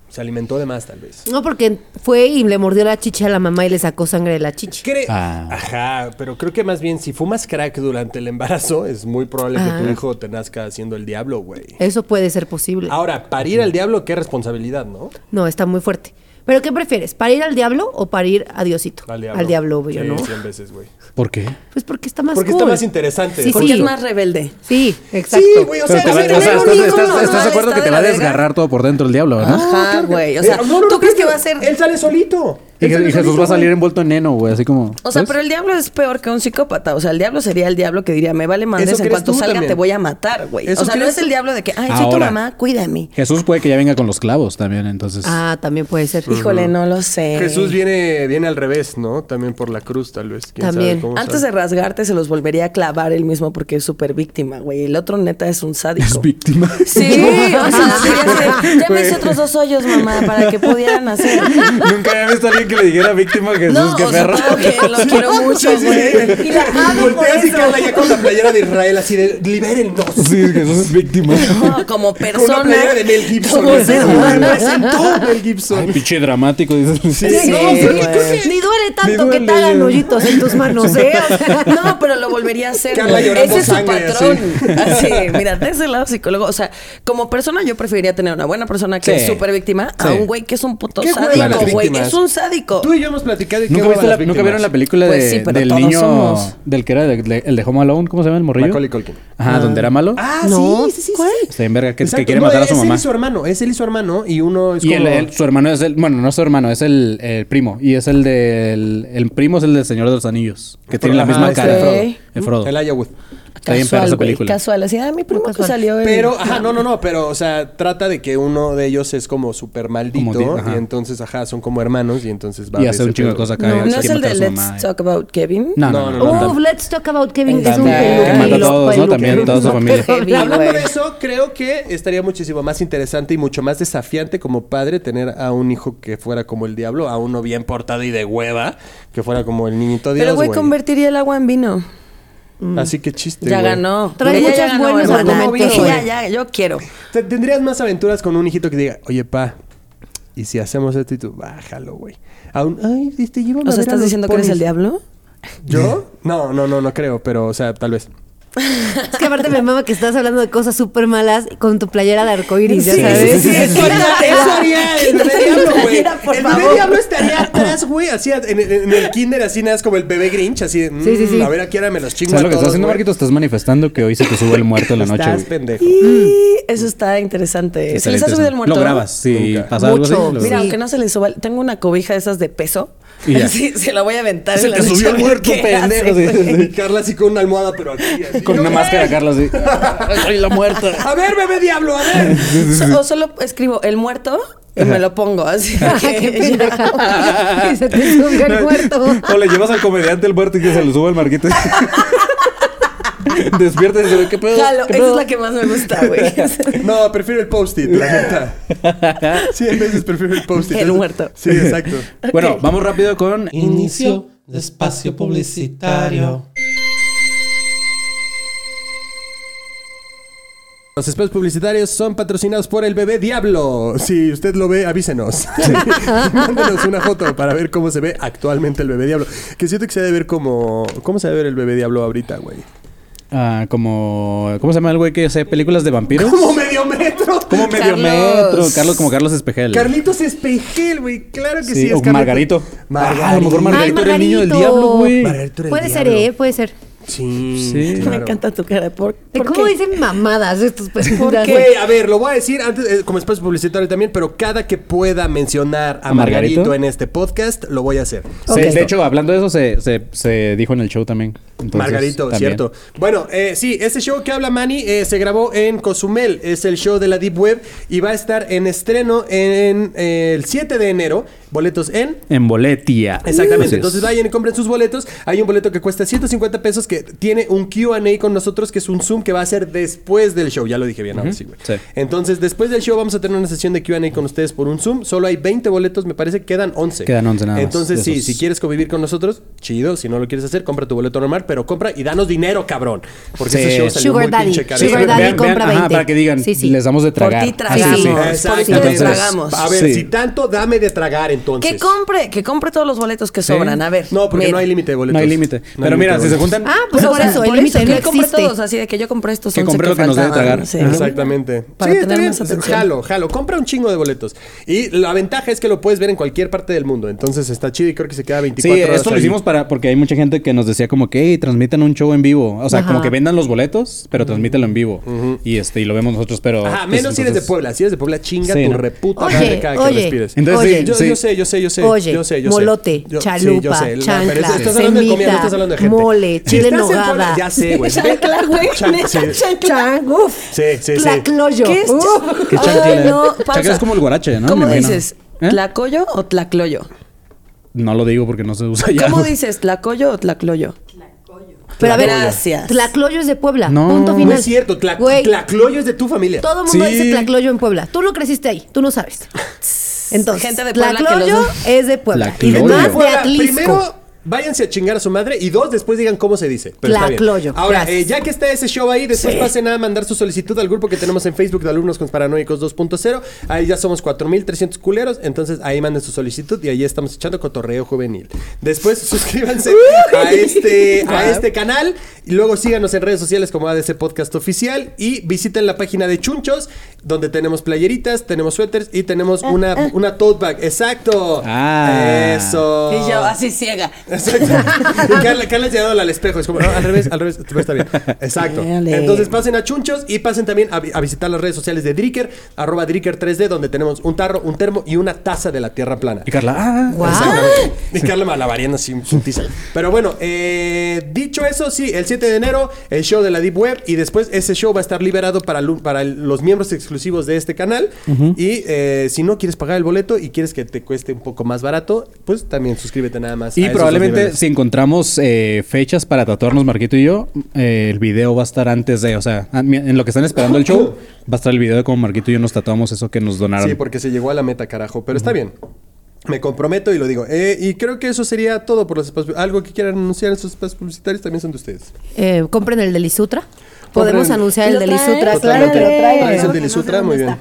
[SPEAKER 4] se alimentó de más, tal vez.
[SPEAKER 6] no, porque fue y le mordió la chicha a la mamá y le sacó sangre de la chicha.
[SPEAKER 4] Cre-
[SPEAKER 1] Ah.
[SPEAKER 4] Ajá, pero creo que más bien si fumas crack durante el embarazo, es muy probable que
[SPEAKER 5] Ah.
[SPEAKER 4] tu hijo te nazca siendo el diablo, güey.
[SPEAKER 6] Eso puede ser posible.
[SPEAKER 4] Ahora, parir al diablo, qué responsabilidad, ¿no?
[SPEAKER 6] No, está muy fuerte. ¿Pero qué prefieres? ¿Parir al diablo o parir a Diosito?
[SPEAKER 4] Al diablo.
[SPEAKER 6] obvio,
[SPEAKER 4] Sí,
[SPEAKER 6] ¿no?
[SPEAKER 4] 100 veces, güey.
[SPEAKER 1] ¿Por qué?
[SPEAKER 6] Pues porque está más
[SPEAKER 4] Porque
[SPEAKER 6] cool.
[SPEAKER 4] está más interesante.
[SPEAKER 6] Sí,
[SPEAKER 5] Porque
[SPEAKER 6] sí.
[SPEAKER 5] es más rebelde.
[SPEAKER 6] Sí, exacto.
[SPEAKER 4] Sí, güey, o sea,
[SPEAKER 1] Pero te va-
[SPEAKER 4] tener
[SPEAKER 1] o sea,
[SPEAKER 4] un
[SPEAKER 1] estás,
[SPEAKER 4] hijo
[SPEAKER 1] estás-
[SPEAKER 4] normal
[SPEAKER 1] estás de acuerdo
[SPEAKER 5] está
[SPEAKER 1] que
[SPEAKER 5] de
[SPEAKER 1] te va a
[SPEAKER 5] la Ah,
[SPEAKER 1] desgarrar todo por dentro el diablo,
[SPEAKER 4] Ah,
[SPEAKER 1] ¿verdad?
[SPEAKER 5] Ajá, güey. O sea,
[SPEAKER 4] Eh, no, no,
[SPEAKER 5] ¿tú
[SPEAKER 4] no,
[SPEAKER 5] crees
[SPEAKER 4] no,
[SPEAKER 5] que va a ser...?
[SPEAKER 4] Él sale solito.
[SPEAKER 1] Y,
[SPEAKER 4] Él sale
[SPEAKER 1] y Jesús
[SPEAKER 4] solito,
[SPEAKER 1] va a salir
[SPEAKER 4] güey.
[SPEAKER 1] envuelto en neno, güey, así como...
[SPEAKER 5] O sea,
[SPEAKER 4] pues
[SPEAKER 1] ¿sabes?
[SPEAKER 5] pero el diablo es peor que un psicópata. O sea, el diablo sería el diablo que diría, me vale madres,
[SPEAKER 4] Eso
[SPEAKER 5] en
[SPEAKER 4] crees
[SPEAKER 5] cuanto
[SPEAKER 4] tú
[SPEAKER 5] salga
[SPEAKER 4] también.
[SPEAKER 5] te voy a matar, güey. O
[SPEAKER 4] Eso
[SPEAKER 5] sea, no
[SPEAKER 4] crees
[SPEAKER 5] es el
[SPEAKER 4] tú.
[SPEAKER 5] diablo de que, ay, soy tu
[SPEAKER 1] Ahora.
[SPEAKER 5] mamá, cuídame.
[SPEAKER 1] Jesús puede que ya venga con los clavos también, entonces...
[SPEAKER 6] Ah, también puede ser.
[SPEAKER 5] Híjole, no lo sé.
[SPEAKER 4] Jesús viene, viene al revés, ¿no? También por la cruz, tal vez. ¿Quién
[SPEAKER 6] También.
[SPEAKER 4] sabe cómo
[SPEAKER 5] Antes de
[SPEAKER 4] sabe?
[SPEAKER 5] rasgarte se los volvería a clavar él mismo porque es súper víctima, güey. El otro neta es un sádico.
[SPEAKER 1] es víctima.
[SPEAKER 5] Sí, o sea, sí, ya sé. ya me hice otros dos hoyos, mamá, para que pudieran hacer.
[SPEAKER 1] Nunca había visto a alguien que le dijera víctima a Jesús,
[SPEAKER 5] No,
[SPEAKER 1] qué
[SPEAKER 5] o sea,
[SPEAKER 1] perro.
[SPEAKER 5] como que lo quiero mucho, güey. Y la amo por
[SPEAKER 4] Volteas y
[SPEAKER 5] eso.
[SPEAKER 4] Carla ya con la playera de Israel así de libérennos.
[SPEAKER 1] Sí, Jesús es víctima.
[SPEAKER 5] No, como
[SPEAKER 4] Con una
[SPEAKER 5] persona.
[SPEAKER 4] playera de Mel Gibson.
[SPEAKER 5] Como ser humano.
[SPEAKER 4] Presentó Mel Gibson.
[SPEAKER 1] Pinche dramático, dices.
[SPEAKER 5] Sí,
[SPEAKER 6] No,
[SPEAKER 5] güey.
[SPEAKER 6] porque pues, ni duele tanto que
[SPEAKER 1] duele.
[SPEAKER 6] te hagan hoyitos en tus manos, ¿eh? O sea,
[SPEAKER 5] No, pero lo volvería a hacer.
[SPEAKER 4] Carla
[SPEAKER 5] güey.
[SPEAKER 4] llorando
[SPEAKER 5] Ese es su
[SPEAKER 4] sangre,
[SPEAKER 5] patrón. Así, mira, de ese lado psicólogo. O sea, como persona, yo preferiría tener una buena persona que
[SPEAKER 1] Sí.
[SPEAKER 5] es súper víctima a
[SPEAKER 1] Sí.
[SPEAKER 5] un güey que es un puto
[SPEAKER 4] ¿Qué hueva las
[SPEAKER 5] sádico, güey.
[SPEAKER 4] víctimas?
[SPEAKER 5] Es un sádico.
[SPEAKER 4] Tú y yo hemos platicado de qué
[SPEAKER 1] ¿Nunca,
[SPEAKER 4] hueva
[SPEAKER 1] viste la-
[SPEAKER 4] las
[SPEAKER 1] nunca
[SPEAKER 4] víctimas.
[SPEAKER 1] vieron la película
[SPEAKER 5] Pues
[SPEAKER 1] de-
[SPEAKER 5] sí, pero
[SPEAKER 1] del
[SPEAKER 5] todos
[SPEAKER 1] niño
[SPEAKER 5] somos.
[SPEAKER 1] del que era de- de- el de Home Alone? ¿Cómo se llama el morrillo?
[SPEAKER 4] Macaulay Culkin.
[SPEAKER 1] Ajá, donde era malo.
[SPEAKER 4] Ah,
[SPEAKER 6] No,
[SPEAKER 4] sí, sí, sí,
[SPEAKER 6] ¿cuál?
[SPEAKER 4] sí.
[SPEAKER 1] Está bien verga, que, que
[SPEAKER 4] Exacto.
[SPEAKER 1] quiere
[SPEAKER 4] No,
[SPEAKER 1] matar a su
[SPEAKER 4] es
[SPEAKER 1] mamá.
[SPEAKER 4] él y su hermano, es él y su hermano, y uno es
[SPEAKER 1] Y el-
[SPEAKER 4] como...
[SPEAKER 1] el- su hermano es el, bueno, no su hermano, es el, el primo. Y es el del, el primo es el del Señor de los Anillos. Que tiene la
[SPEAKER 4] Ajá,
[SPEAKER 1] misma
[SPEAKER 4] este,
[SPEAKER 1] cara.
[SPEAKER 5] Frodo.
[SPEAKER 1] El Frodo.
[SPEAKER 4] El Ayahuasca.
[SPEAKER 1] Está bien perra esa
[SPEAKER 5] güey,
[SPEAKER 1] película.
[SPEAKER 5] Casual, así, ah, mi primo que
[SPEAKER 6] Casual.
[SPEAKER 5] salió. en-
[SPEAKER 4] Pero, ajá, no, no, no, pero, o sea, trata de que uno de ellos es como súper maldito,
[SPEAKER 1] Como di- ajá.
[SPEAKER 4] y entonces, ajá, son como hermanos, y entonces va
[SPEAKER 1] y
[SPEAKER 4] a
[SPEAKER 1] hace
[SPEAKER 4] ese
[SPEAKER 1] un chingo de
[SPEAKER 4] pedo.
[SPEAKER 1] cosas acá.
[SPEAKER 5] No,
[SPEAKER 1] y
[SPEAKER 5] ¿no
[SPEAKER 1] quiere
[SPEAKER 5] es el
[SPEAKER 1] matar
[SPEAKER 5] de
[SPEAKER 1] a su mamá. eh.
[SPEAKER 5] Let's Talk About Kevin.
[SPEAKER 1] No, no, no.
[SPEAKER 4] No,
[SPEAKER 1] no,
[SPEAKER 4] no,
[SPEAKER 1] no.
[SPEAKER 6] Uf, let's talk about Kevin, que es un
[SPEAKER 5] También.
[SPEAKER 6] peluque.
[SPEAKER 1] Que mata a todos, ¿no?
[SPEAKER 6] peluque.
[SPEAKER 1] También toda su familia.
[SPEAKER 5] Heavy,
[SPEAKER 4] Hablando
[SPEAKER 5] güey.
[SPEAKER 4] de eso, creo que estaría muchísimo más interesante y mucho más desafiante como padre tener a un hijo que fuera como el diablo, a uno bien portado y de hueva, que fuera como el niñito Dios,
[SPEAKER 5] Pero, güey,
[SPEAKER 4] güey. Mm.
[SPEAKER 5] convertiría el agua en vino.
[SPEAKER 4] Así que chiste,
[SPEAKER 5] ya
[SPEAKER 4] güey.
[SPEAKER 5] ganó.
[SPEAKER 6] Trae
[SPEAKER 5] Ella ya
[SPEAKER 6] muchos
[SPEAKER 5] ganó,
[SPEAKER 6] buenos
[SPEAKER 5] hermana.
[SPEAKER 6] argumentos,
[SPEAKER 5] Ella
[SPEAKER 6] güey.
[SPEAKER 5] ya, yo quiero.
[SPEAKER 4] O sea, tendrías más aventuras con un hijito que diga, oye, pa, ¿y si hacemos esto? Y tú, bájalo, güey. Aún, ay, este, llévame
[SPEAKER 5] O
[SPEAKER 4] a ver
[SPEAKER 5] sea,
[SPEAKER 4] a
[SPEAKER 5] ¿estás
[SPEAKER 4] los
[SPEAKER 5] diciendo que eres
[SPEAKER 4] ponis".
[SPEAKER 5] el diablo?
[SPEAKER 4] ¿Yo? No, no, no, no creo, pero, o sea, tal vez.
[SPEAKER 6] Es que aparte me mama que estás hablando de cosas súper malas con tu playera de arcoíris, ya
[SPEAKER 5] Sí,
[SPEAKER 6] sabes.
[SPEAKER 5] sí, sí, sí.
[SPEAKER 4] Quítate, eso haría el bebé
[SPEAKER 5] Quítate la
[SPEAKER 4] diablo, güey.
[SPEAKER 5] playera, por
[SPEAKER 4] El bebé
[SPEAKER 5] favor.
[SPEAKER 4] diablo estaría atrás, güey, así en, en- en el kinder, así nada, es como el bebé Grinch, así de,
[SPEAKER 6] Sí, sí,
[SPEAKER 4] "Mm,
[SPEAKER 6] sí.
[SPEAKER 4] a ver, aquí ahora me los chingo
[SPEAKER 1] ¿Sabes lo
[SPEAKER 4] a
[SPEAKER 1] que estás
[SPEAKER 4] todos,
[SPEAKER 1] haciendo,
[SPEAKER 4] güey".
[SPEAKER 1] Marquito? Estás manifestando que hoy se te sube el muerto en la noche.
[SPEAKER 4] Estás
[SPEAKER 1] güey.
[SPEAKER 4] pendejo.
[SPEAKER 5] Y Mm. eso está interesante.
[SPEAKER 1] Sí,
[SPEAKER 5] ¿Se
[SPEAKER 1] estaría
[SPEAKER 5] les ha
[SPEAKER 1] interesante.
[SPEAKER 5] subido el muerto?
[SPEAKER 1] Lo grabas, si
[SPEAKER 4] Nunca.
[SPEAKER 1] pasa algo así.
[SPEAKER 6] Mucho.
[SPEAKER 1] lo
[SPEAKER 5] Mira,
[SPEAKER 1] grabas.
[SPEAKER 5] aunque no se les suba, tengo una cobija de esas de peso.
[SPEAKER 1] Y ya.
[SPEAKER 5] Sí, se la voy a aventar.
[SPEAKER 1] Se
[SPEAKER 5] en la
[SPEAKER 1] te
[SPEAKER 5] noche,
[SPEAKER 1] subió el
[SPEAKER 5] a ver
[SPEAKER 1] muerto,
[SPEAKER 5] qué
[SPEAKER 1] pendejo,
[SPEAKER 5] hace,
[SPEAKER 1] sí.
[SPEAKER 5] güey.
[SPEAKER 4] Y Carla así con una almohada, pero aquí, así.
[SPEAKER 1] Con una
[SPEAKER 4] ¡Güey!
[SPEAKER 1] máscara, Carlos. sí. Soy la muerta.
[SPEAKER 4] A ver, bebé diablo, a ver.
[SPEAKER 5] So- o solo escribo el muerto y me lo pongo así.
[SPEAKER 6] Qué pendeja. Y se te subió el muerto.
[SPEAKER 1] O le llevas al comediante el muerto y que se lo suba el marquito. Despierta y dice, ¿qué pedo?
[SPEAKER 5] Jalo,
[SPEAKER 1] ¿Qué
[SPEAKER 5] esa es
[SPEAKER 1] pedo?
[SPEAKER 5] la que más me gusta, güey.
[SPEAKER 4] No, prefiero el post-it, la neta. Cien veces prefiero el post-it.
[SPEAKER 5] El muerto.
[SPEAKER 4] Sí, exacto.
[SPEAKER 1] Bueno, vamos rápido con...
[SPEAKER 8] Inicio de espacio publicitario.
[SPEAKER 4] Los espacios publicitarios son patrocinados por el bebé Diablo. Si usted lo ve, avísenos. Mándenos una foto para ver cómo se ve actualmente el bebé Diablo. Que siento que se debe ver como. ¿Cómo se debe ver el bebé Diablo ahorita, güey?
[SPEAKER 1] Ah, como. ¿Cómo se llama el güey que hace películas de vampiros?
[SPEAKER 4] Como medio metro.
[SPEAKER 1] Como medio metro. Carlos, como Carlos Espejel.
[SPEAKER 4] Carlitos Espejel, güey. Claro que sí,
[SPEAKER 1] Sí,
[SPEAKER 4] es
[SPEAKER 1] o
[SPEAKER 4] Carlito.
[SPEAKER 1] Margarito.
[SPEAKER 4] Margarito.
[SPEAKER 1] Ah, a lo mejor Margarito era el niño del diablo, güey.
[SPEAKER 4] Margarito era el
[SPEAKER 6] Puede ser,
[SPEAKER 4] diablo.
[SPEAKER 6] ¿eh? Puede ser.
[SPEAKER 4] Sí.
[SPEAKER 1] Sí.
[SPEAKER 5] Me encanta tu cara. ¿Por,
[SPEAKER 6] Eh,
[SPEAKER 5] por
[SPEAKER 6] ¿Cómo
[SPEAKER 5] qué?
[SPEAKER 6] dicen mamadas estos pescudas?
[SPEAKER 4] Güey, a ver, lo voy a decir antes, eh, como espacio publicitario también, pero cada que pueda mencionar a,
[SPEAKER 1] ¿A Margarito?
[SPEAKER 4] Margarito? en este podcast, lo voy a hacer.
[SPEAKER 1] Se-
[SPEAKER 6] Ok.
[SPEAKER 1] de hecho, hablando de eso, se, se, se dijo en el show también. Entonces,
[SPEAKER 4] Margarito,
[SPEAKER 1] también.
[SPEAKER 4] cierto. Bueno, eh, sí, este show que habla Manny eh, se grabó en Cozumel, es el show de la Deep Web y va a estar en estreno en eh, el 7 de enero. Boletos en
[SPEAKER 1] En Boletia.
[SPEAKER 4] Exactamente.
[SPEAKER 1] Así es.
[SPEAKER 4] Entonces vayan y compren sus boletos. Hay un boleto que cuesta 150 pesos que tiene un QA con nosotros, que es un Zoom que va a ser después del show. Ya lo dije bien, ahora sí, güey.
[SPEAKER 1] Sí.
[SPEAKER 4] Entonces, después del show vamos a tener una sesión de QA con ustedes por un Zoom. Solo hay 20 boletos, me parece, quedan 11.
[SPEAKER 1] Quedan 11 nada más
[SPEAKER 4] Entonces,
[SPEAKER 1] de
[SPEAKER 4] sí,
[SPEAKER 1] esos.
[SPEAKER 4] si quieres convivir con nosotros, chido. Si no lo quieres hacer, compra tu boleto normal, pero compra y danos dinero, cabrón. Porque
[SPEAKER 1] Sí.
[SPEAKER 4] ese show salió
[SPEAKER 6] Sugar
[SPEAKER 4] muy
[SPEAKER 6] daddy,
[SPEAKER 4] pinche caro.
[SPEAKER 1] Sí,
[SPEAKER 6] Sugar daddy
[SPEAKER 1] vean-
[SPEAKER 6] compra
[SPEAKER 1] vean, ajá,
[SPEAKER 6] 20.
[SPEAKER 1] para que digan,
[SPEAKER 6] Sí, sí.
[SPEAKER 1] les damos de tragar.
[SPEAKER 5] ti
[SPEAKER 1] Así,
[SPEAKER 5] tragamos.
[SPEAKER 1] sí.
[SPEAKER 5] Exacto.
[SPEAKER 4] Exactamente.
[SPEAKER 5] Entonces,
[SPEAKER 4] Entonces, a ver,
[SPEAKER 1] Sí.
[SPEAKER 4] si tanto, dame de tragar entonces.
[SPEAKER 5] Que compre, que compre todos los boletos que
[SPEAKER 1] Sí.
[SPEAKER 5] sobran. A ver.
[SPEAKER 4] No, porque
[SPEAKER 5] mira.
[SPEAKER 4] no hay límite de boletos.
[SPEAKER 1] No hay límite.
[SPEAKER 4] No
[SPEAKER 1] Pero mira,
[SPEAKER 4] límite de
[SPEAKER 1] si se
[SPEAKER 4] boletos.
[SPEAKER 1] juntan.
[SPEAKER 6] Ah, pues por eso, el límite no
[SPEAKER 5] que él compre
[SPEAKER 6] existe.
[SPEAKER 5] todos, así de que yo compré estos
[SPEAKER 1] Que
[SPEAKER 5] 11
[SPEAKER 1] compré lo que nos dé de
[SPEAKER 5] faltaban,
[SPEAKER 1] tragar.
[SPEAKER 6] Este,
[SPEAKER 5] sí.
[SPEAKER 4] Exactamente.
[SPEAKER 5] Para
[SPEAKER 4] sí, está
[SPEAKER 5] tener
[SPEAKER 4] bien.
[SPEAKER 5] más atención.
[SPEAKER 4] Jalo, jalo. Compra un chingo de boletos. Y la ventaja es que lo puedes ver en cualquier parte del mundo. Entonces está chido y creo que se queda 24
[SPEAKER 1] Sí,
[SPEAKER 4] horas.
[SPEAKER 1] esto lo
[SPEAKER 4] ahí.
[SPEAKER 1] hicimos para porque hay mucha gente que nos decía como que "Hey, transmitan un show en vivo, o sea, como que vendan los boletos, pero transmítanlo en vivo y este y lo vemos nosotros, pero
[SPEAKER 4] Ajá,
[SPEAKER 1] pues,
[SPEAKER 4] menos si eres de
[SPEAKER 1] entonces-
[SPEAKER 4] Puebla. Si eres de Puebla, chinga
[SPEAKER 1] Sí,
[SPEAKER 4] tu
[SPEAKER 1] ¿no?
[SPEAKER 4] reputa
[SPEAKER 6] Oye,
[SPEAKER 4] madre cada
[SPEAKER 6] oye.
[SPEAKER 4] que respires.
[SPEAKER 1] Entonces,
[SPEAKER 6] Oye.
[SPEAKER 1] sí,
[SPEAKER 4] Yo,
[SPEAKER 1] sí.
[SPEAKER 4] yo sé, yo sé, yo sé.
[SPEAKER 6] Oye,
[SPEAKER 4] yo sé, yo
[SPEAKER 6] molote,
[SPEAKER 4] sé. Yo- sí, yo
[SPEAKER 6] chalupa,
[SPEAKER 4] sé. La-
[SPEAKER 6] chancla,
[SPEAKER 4] pero estás hablando de comida, no estás hablando de gente.
[SPEAKER 6] semita, mole,
[SPEAKER 4] Si
[SPEAKER 6] chile
[SPEAKER 4] estás en
[SPEAKER 6] nogada.
[SPEAKER 4] Puebla, Ya sé, güey.
[SPEAKER 5] Chancla, güey.
[SPEAKER 4] Chan-
[SPEAKER 5] Neta,
[SPEAKER 4] sí.
[SPEAKER 5] chancla.
[SPEAKER 6] Chan, uf.
[SPEAKER 4] Sí, sí, sí.
[SPEAKER 6] Tlacloyo.
[SPEAKER 5] ¿Qué es?
[SPEAKER 6] Uf.
[SPEAKER 1] Que
[SPEAKER 5] Ay,
[SPEAKER 1] chancla.
[SPEAKER 5] no,
[SPEAKER 1] Chancla
[SPEAKER 5] pausa.
[SPEAKER 1] es como el guarache, ¿no?
[SPEAKER 5] ¿Cómo
[SPEAKER 1] Me imagino.
[SPEAKER 5] dices?
[SPEAKER 1] ¿Eh?
[SPEAKER 5] ¿Tlacoyo o tlacloyo?
[SPEAKER 1] No lo digo porque no se usa ya.
[SPEAKER 5] ¿Cómo dices? ¿Tlacoyo o tlacloyo?
[SPEAKER 6] Pero a ver,
[SPEAKER 5] Gracias.
[SPEAKER 6] Tlacloyo es de Puebla.
[SPEAKER 1] No.
[SPEAKER 6] punto final.
[SPEAKER 4] No es cierto. Tla-
[SPEAKER 6] Güey,
[SPEAKER 4] Tlacloyo es de tu familia.
[SPEAKER 6] Todo el mundo
[SPEAKER 1] Sí.
[SPEAKER 6] dice Tlacloyo en Puebla. Tú no creciste ahí, tú no sabes. Entonces,
[SPEAKER 5] Gente de Puebla que los-
[SPEAKER 6] Tlacloyo es de Puebla.
[SPEAKER 1] Tlacloyo.
[SPEAKER 6] Y
[SPEAKER 4] Gente de
[SPEAKER 6] más de
[SPEAKER 4] Puebla,
[SPEAKER 6] Atlisco.
[SPEAKER 4] Primero, váyanse a chingar a su madre y dos, después digan cómo se dice. Pero está bien.
[SPEAKER 6] Tlacloyo,
[SPEAKER 4] Ahora,
[SPEAKER 6] gracias.
[SPEAKER 4] eh, ya que está ese show ahí, después pasen a mandar su solicitud al grupo que tenemos en Facebook de Alumnos con Paranoicos 2.0. Ahí ya somos 4.300 culeros, entonces ahí manden su solicitud y ahí estamos echando cotorreo juvenil. Después suscríbanse a este, a este canal y luego síganos en redes sociales como ADC Podcast Oficial y visiten la página de Chunchos donde tenemos playeritas, tenemos suéteres y tenemos una, una tote bag. ¡Exacto!
[SPEAKER 1] Ah.
[SPEAKER 4] ¡Eso!
[SPEAKER 5] Y yo, así ciega.
[SPEAKER 4] Exacto. Y Carla, Carla enseñándole al espejo. Es como, no, al revés, al revés, está bien. Exacto.
[SPEAKER 5] Dale.
[SPEAKER 4] Entonces pasen a Chunchos y pasen también a, vi- a visitar las redes sociales de Dricker, arroba Dricker3D, donde tenemos un tarro, un termo y una taza de la tierra plana.
[SPEAKER 1] Y Carla, ah,
[SPEAKER 6] Guau.
[SPEAKER 4] Exactamente. Y Carla Malavariana sin putiza. Pero bueno, eh, dicho eso, sí, el 7 de enero, el show de la Deep Web. Y después ese show va a estar liberado para, lu- para el- los miembros exclusivos de este canal. Y eh, si no quieres pagar el boleto y quieres que te cueste un poco más barato, pues también suscríbete nada más. a
[SPEAKER 1] Y
[SPEAKER 4] esos dos
[SPEAKER 1] probablemente
[SPEAKER 4] niveles.
[SPEAKER 1] si encontramos eh, fechas para tatuarnos Marquito y yo, eh, el video va a estar antes de, o sea, a- en lo que están esperando el show, va a estar el video de cómo Marquito y yo nos tatuamos eso que nos donaron.
[SPEAKER 4] Sí, porque se llegó a la meta, carajo. Pero está bien. Me comprometo y lo digo. Eh, y creo que eso sería todo por los espacios. Algo que quieran anunciar en sus espacios publicitarios también son de ustedes.
[SPEAKER 6] Eh, compren el de Lisutra. Podemos
[SPEAKER 4] Compren-
[SPEAKER 6] anunciar el
[SPEAKER 5] ¿Lo
[SPEAKER 6] de
[SPEAKER 5] traen?
[SPEAKER 6] Lisutra. Claro
[SPEAKER 4] Totalmente.
[SPEAKER 6] que lo
[SPEAKER 4] Traes Ah, el de
[SPEAKER 6] traigo.
[SPEAKER 4] Lisutra, muy bien.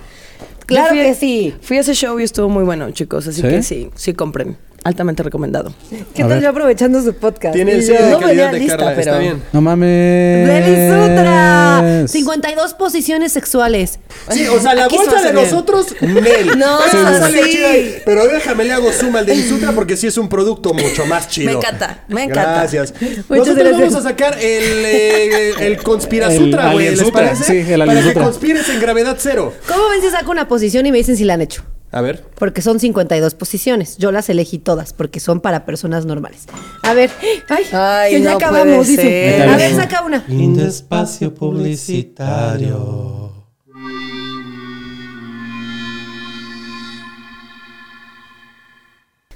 [SPEAKER 6] Claro
[SPEAKER 5] Yo fui-
[SPEAKER 6] que sí.
[SPEAKER 5] Fui a ese show y estuvo muy bueno, chicos. Así
[SPEAKER 1] ¿Sí?
[SPEAKER 5] que sí, sí compren. Altamente recomendado.
[SPEAKER 6] ¿Qué
[SPEAKER 1] A
[SPEAKER 6] tal
[SPEAKER 1] ver.
[SPEAKER 6] yo aprovechando su podcast?
[SPEAKER 4] Tiene el
[SPEAKER 6] Y
[SPEAKER 4] sello
[SPEAKER 6] yo-
[SPEAKER 4] de
[SPEAKER 5] no venía
[SPEAKER 4] calidad de
[SPEAKER 5] lista,
[SPEAKER 4] Carla. Está
[SPEAKER 5] pero-
[SPEAKER 4] bien.
[SPEAKER 1] No mames.
[SPEAKER 6] ¡Deli Sutra! 52 posiciones sexuales.
[SPEAKER 4] Sí, o sea, la
[SPEAKER 5] Aquí
[SPEAKER 4] bolsa
[SPEAKER 5] suena
[SPEAKER 4] de
[SPEAKER 5] bien.
[SPEAKER 4] nosotros, Nel.
[SPEAKER 5] No,
[SPEAKER 4] Eso
[SPEAKER 5] sí.
[SPEAKER 4] sale chido ahí. Pero déjame, le hago zoom al de Lisutra porque sí es un producto mucho más chido.
[SPEAKER 5] Me encanta, me encanta.
[SPEAKER 4] Gracias.
[SPEAKER 6] Muchas
[SPEAKER 4] Nosotros
[SPEAKER 6] gracias.
[SPEAKER 4] vamos a sacar el, eh, el conspirasutra,
[SPEAKER 1] El
[SPEAKER 4] güey. ¿Les
[SPEAKER 1] Aliensutra,
[SPEAKER 4] parece?
[SPEAKER 1] sí, el
[SPEAKER 4] Para que
[SPEAKER 1] Aliensutra.
[SPEAKER 4] conspires en gravedad cero.
[SPEAKER 6] ¿Cómo ven si saco una posición y me dicen si la han hecho?
[SPEAKER 4] A ver.
[SPEAKER 6] Porque son 52 posiciones. Yo las elegí todas porque son para personas normales. A ver, ay,
[SPEAKER 5] Ay,
[SPEAKER 6] que ya
[SPEAKER 5] no
[SPEAKER 6] acabamos,
[SPEAKER 5] puede
[SPEAKER 6] dice.
[SPEAKER 5] ser.
[SPEAKER 6] A ver, saca una.
[SPEAKER 8] Lindo espacio publicitario.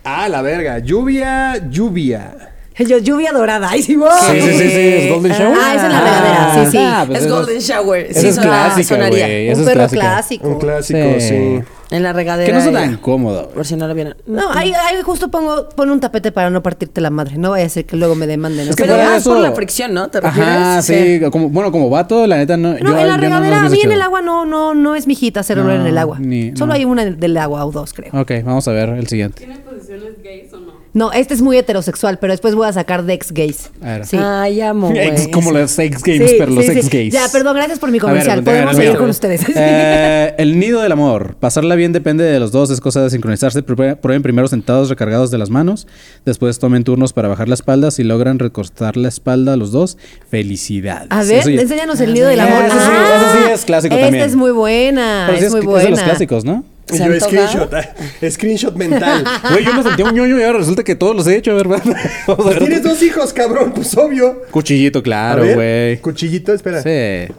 [SPEAKER 4] Ah, la verga. Lluvia, lluvia.
[SPEAKER 6] Yo, lluvia dorada. Ay, sí, wow.
[SPEAKER 9] Sí, sí, sí, sí, es Golden Shower.
[SPEAKER 6] Ah, esa es la regadera, sí, sí.
[SPEAKER 9] Ah, pues
[SPEAKER 5] es
[SPEAKER 9] eso
[SPEAKER 5] Golden Shower.
[SPEAKER 9] esa
[SPEAKER 5] Sí,
[SPEAKER 9] es
[SPEAKER 5] sona-
[SPEAKER 9] clásica,
[SPEAKER 5] sonaría.
[SPEAKER 9] güey.
[SPEAKER 6] Un
[SPEAKER 9] Esa es
[SPEAKER 6] perro
[SPEAKER 9] clásica.
[SPEAKER 6] clásico.
[SPEAKER 4] Un clásico,
[SPEAKER 1] Sí.
[SPEAKER 4] sí.
[SPEAKER 5] En la regadera.
[SPEAKER 1] Que no está
[SPEAKER 5] era.
[SPEAKER 1] tan cómodo, güey.
[SPEAKER 5] Por si no lo vieron.
[SPEAKER 6] No, ahí, ahí justo pongo, pon un tapete para no partirte la madre. No vaya a ser que luego me demanden.
[SPEAKER 5] Es que
[SPEAKER 6] Pero-
[SPEAKER 1] fuera
[SPEAKER 5] fuera más
[SPEAKER 1] de
[SPEAKER 5] por la fricción, ¿no? ¿Te
[SPEAKER 1] Ajá,
[SPEAKER 5] refieres?
[SPEAKER 1] sí. Como, bueno, como vato, la neta no. yo-
[SPEAKER 6] no, en la
[SPEAKER 1] yo no
[SPEAKER 6] regadera,
[SPEAKER 1] los
[SPEAKER 6] a mí
[SPEAKER 1] hubiese
[SPEAKER 6] en el
[SPEAKER 1] hecho.
[SPEAKER 6] agua no, no, no es mi hijita hacer olor
[SPEAKER 1] No,
[SPEAKER 6] en el agua.
[SPEAKER 1] ni-
[SPEAKER 6] Solo
[SPEAKER 1] no. Ah.
[SPEAKER 6] hay una del, del agua o dos, creo.
[SPEAKER 1] Ok, vamos a ver el siguiente.
[SPEAKER 6] No, este es muy heterosexual, pero después voy a sacar de ex gays.
[SPEAKER 1] A ver.
[SPEAKER 6] Sí.
[SPEAKER 5] Ay, amo, güey.
[SPEAKER 1] Ex, como los sex games,
[SPEAKER 6] Sí,
[SPEAKER 1] pero los
[SPEAKER 6] sí,
[SPEAKER 1] sex
[SPEAKER 6] sí.
[SPEAKER 1] gays.
[SPEAKER 6] Ya, perdón, gracias por mi
[SPEAKER 1] A
[SPEAKER 6] comercial.
[SPEAKER 1] a
[SPEAKER 6] Podemos
[SPEAKER 1] a
[SPEAKER 6] seguir
[SPEAKER 1] a
[SPEAKER 6] con ustedes.
[SPEAKER 1] Eh, el nido del amor. Pasarla bien depende de los dos. Es cosa de sincronizarse. Pruebe- Prueben primero sentados recargados de las manos. Después tomen turnos para bajar la espalda. Si logran recostar la espalda los dos, felicidades.
[SPEAKER 6] A ver,
[SPEAKER 1] Eso ya-
[SPEAKER 6] enséñanos el nido del amor.
[SPEAKER 1] eso sí- eso sí es clásico
[SPEAKER 6] esta
[SPEAKER 1] también.
[SPEAKER 6] es muy buena.
[SPEAKER 1] Pero sí
[SPEAKER 6] es, muy buena.
[SPEAKER 1] Es de los clásicos, ¿no?
[SPEAKER 4] Y
[SPEAKER 5] ¿Se
[SPEAKER 4] yo
[SPEAKER 5] antoja?
[SPEAKER 4] screenshot, ah, screenshot mental.
[SPEAKER 1] Güey, yo me sentía un ñoño y ahora resulta que todos los he hecho, ¿verdad? Vamos a ver.
[SPEAKER 4] Tienes dos hijos, cabrón, pues obvio.
[SPEAKER 1] Cuchillito,
[SPEAKER 4] A
[SPEAKER 1] claro,
[SPEAKER 4] ver,
[SPEAKER 1] güey.
[SPEAKER 4] Cuchillito, espera.
[SPEAKER 1] Sí.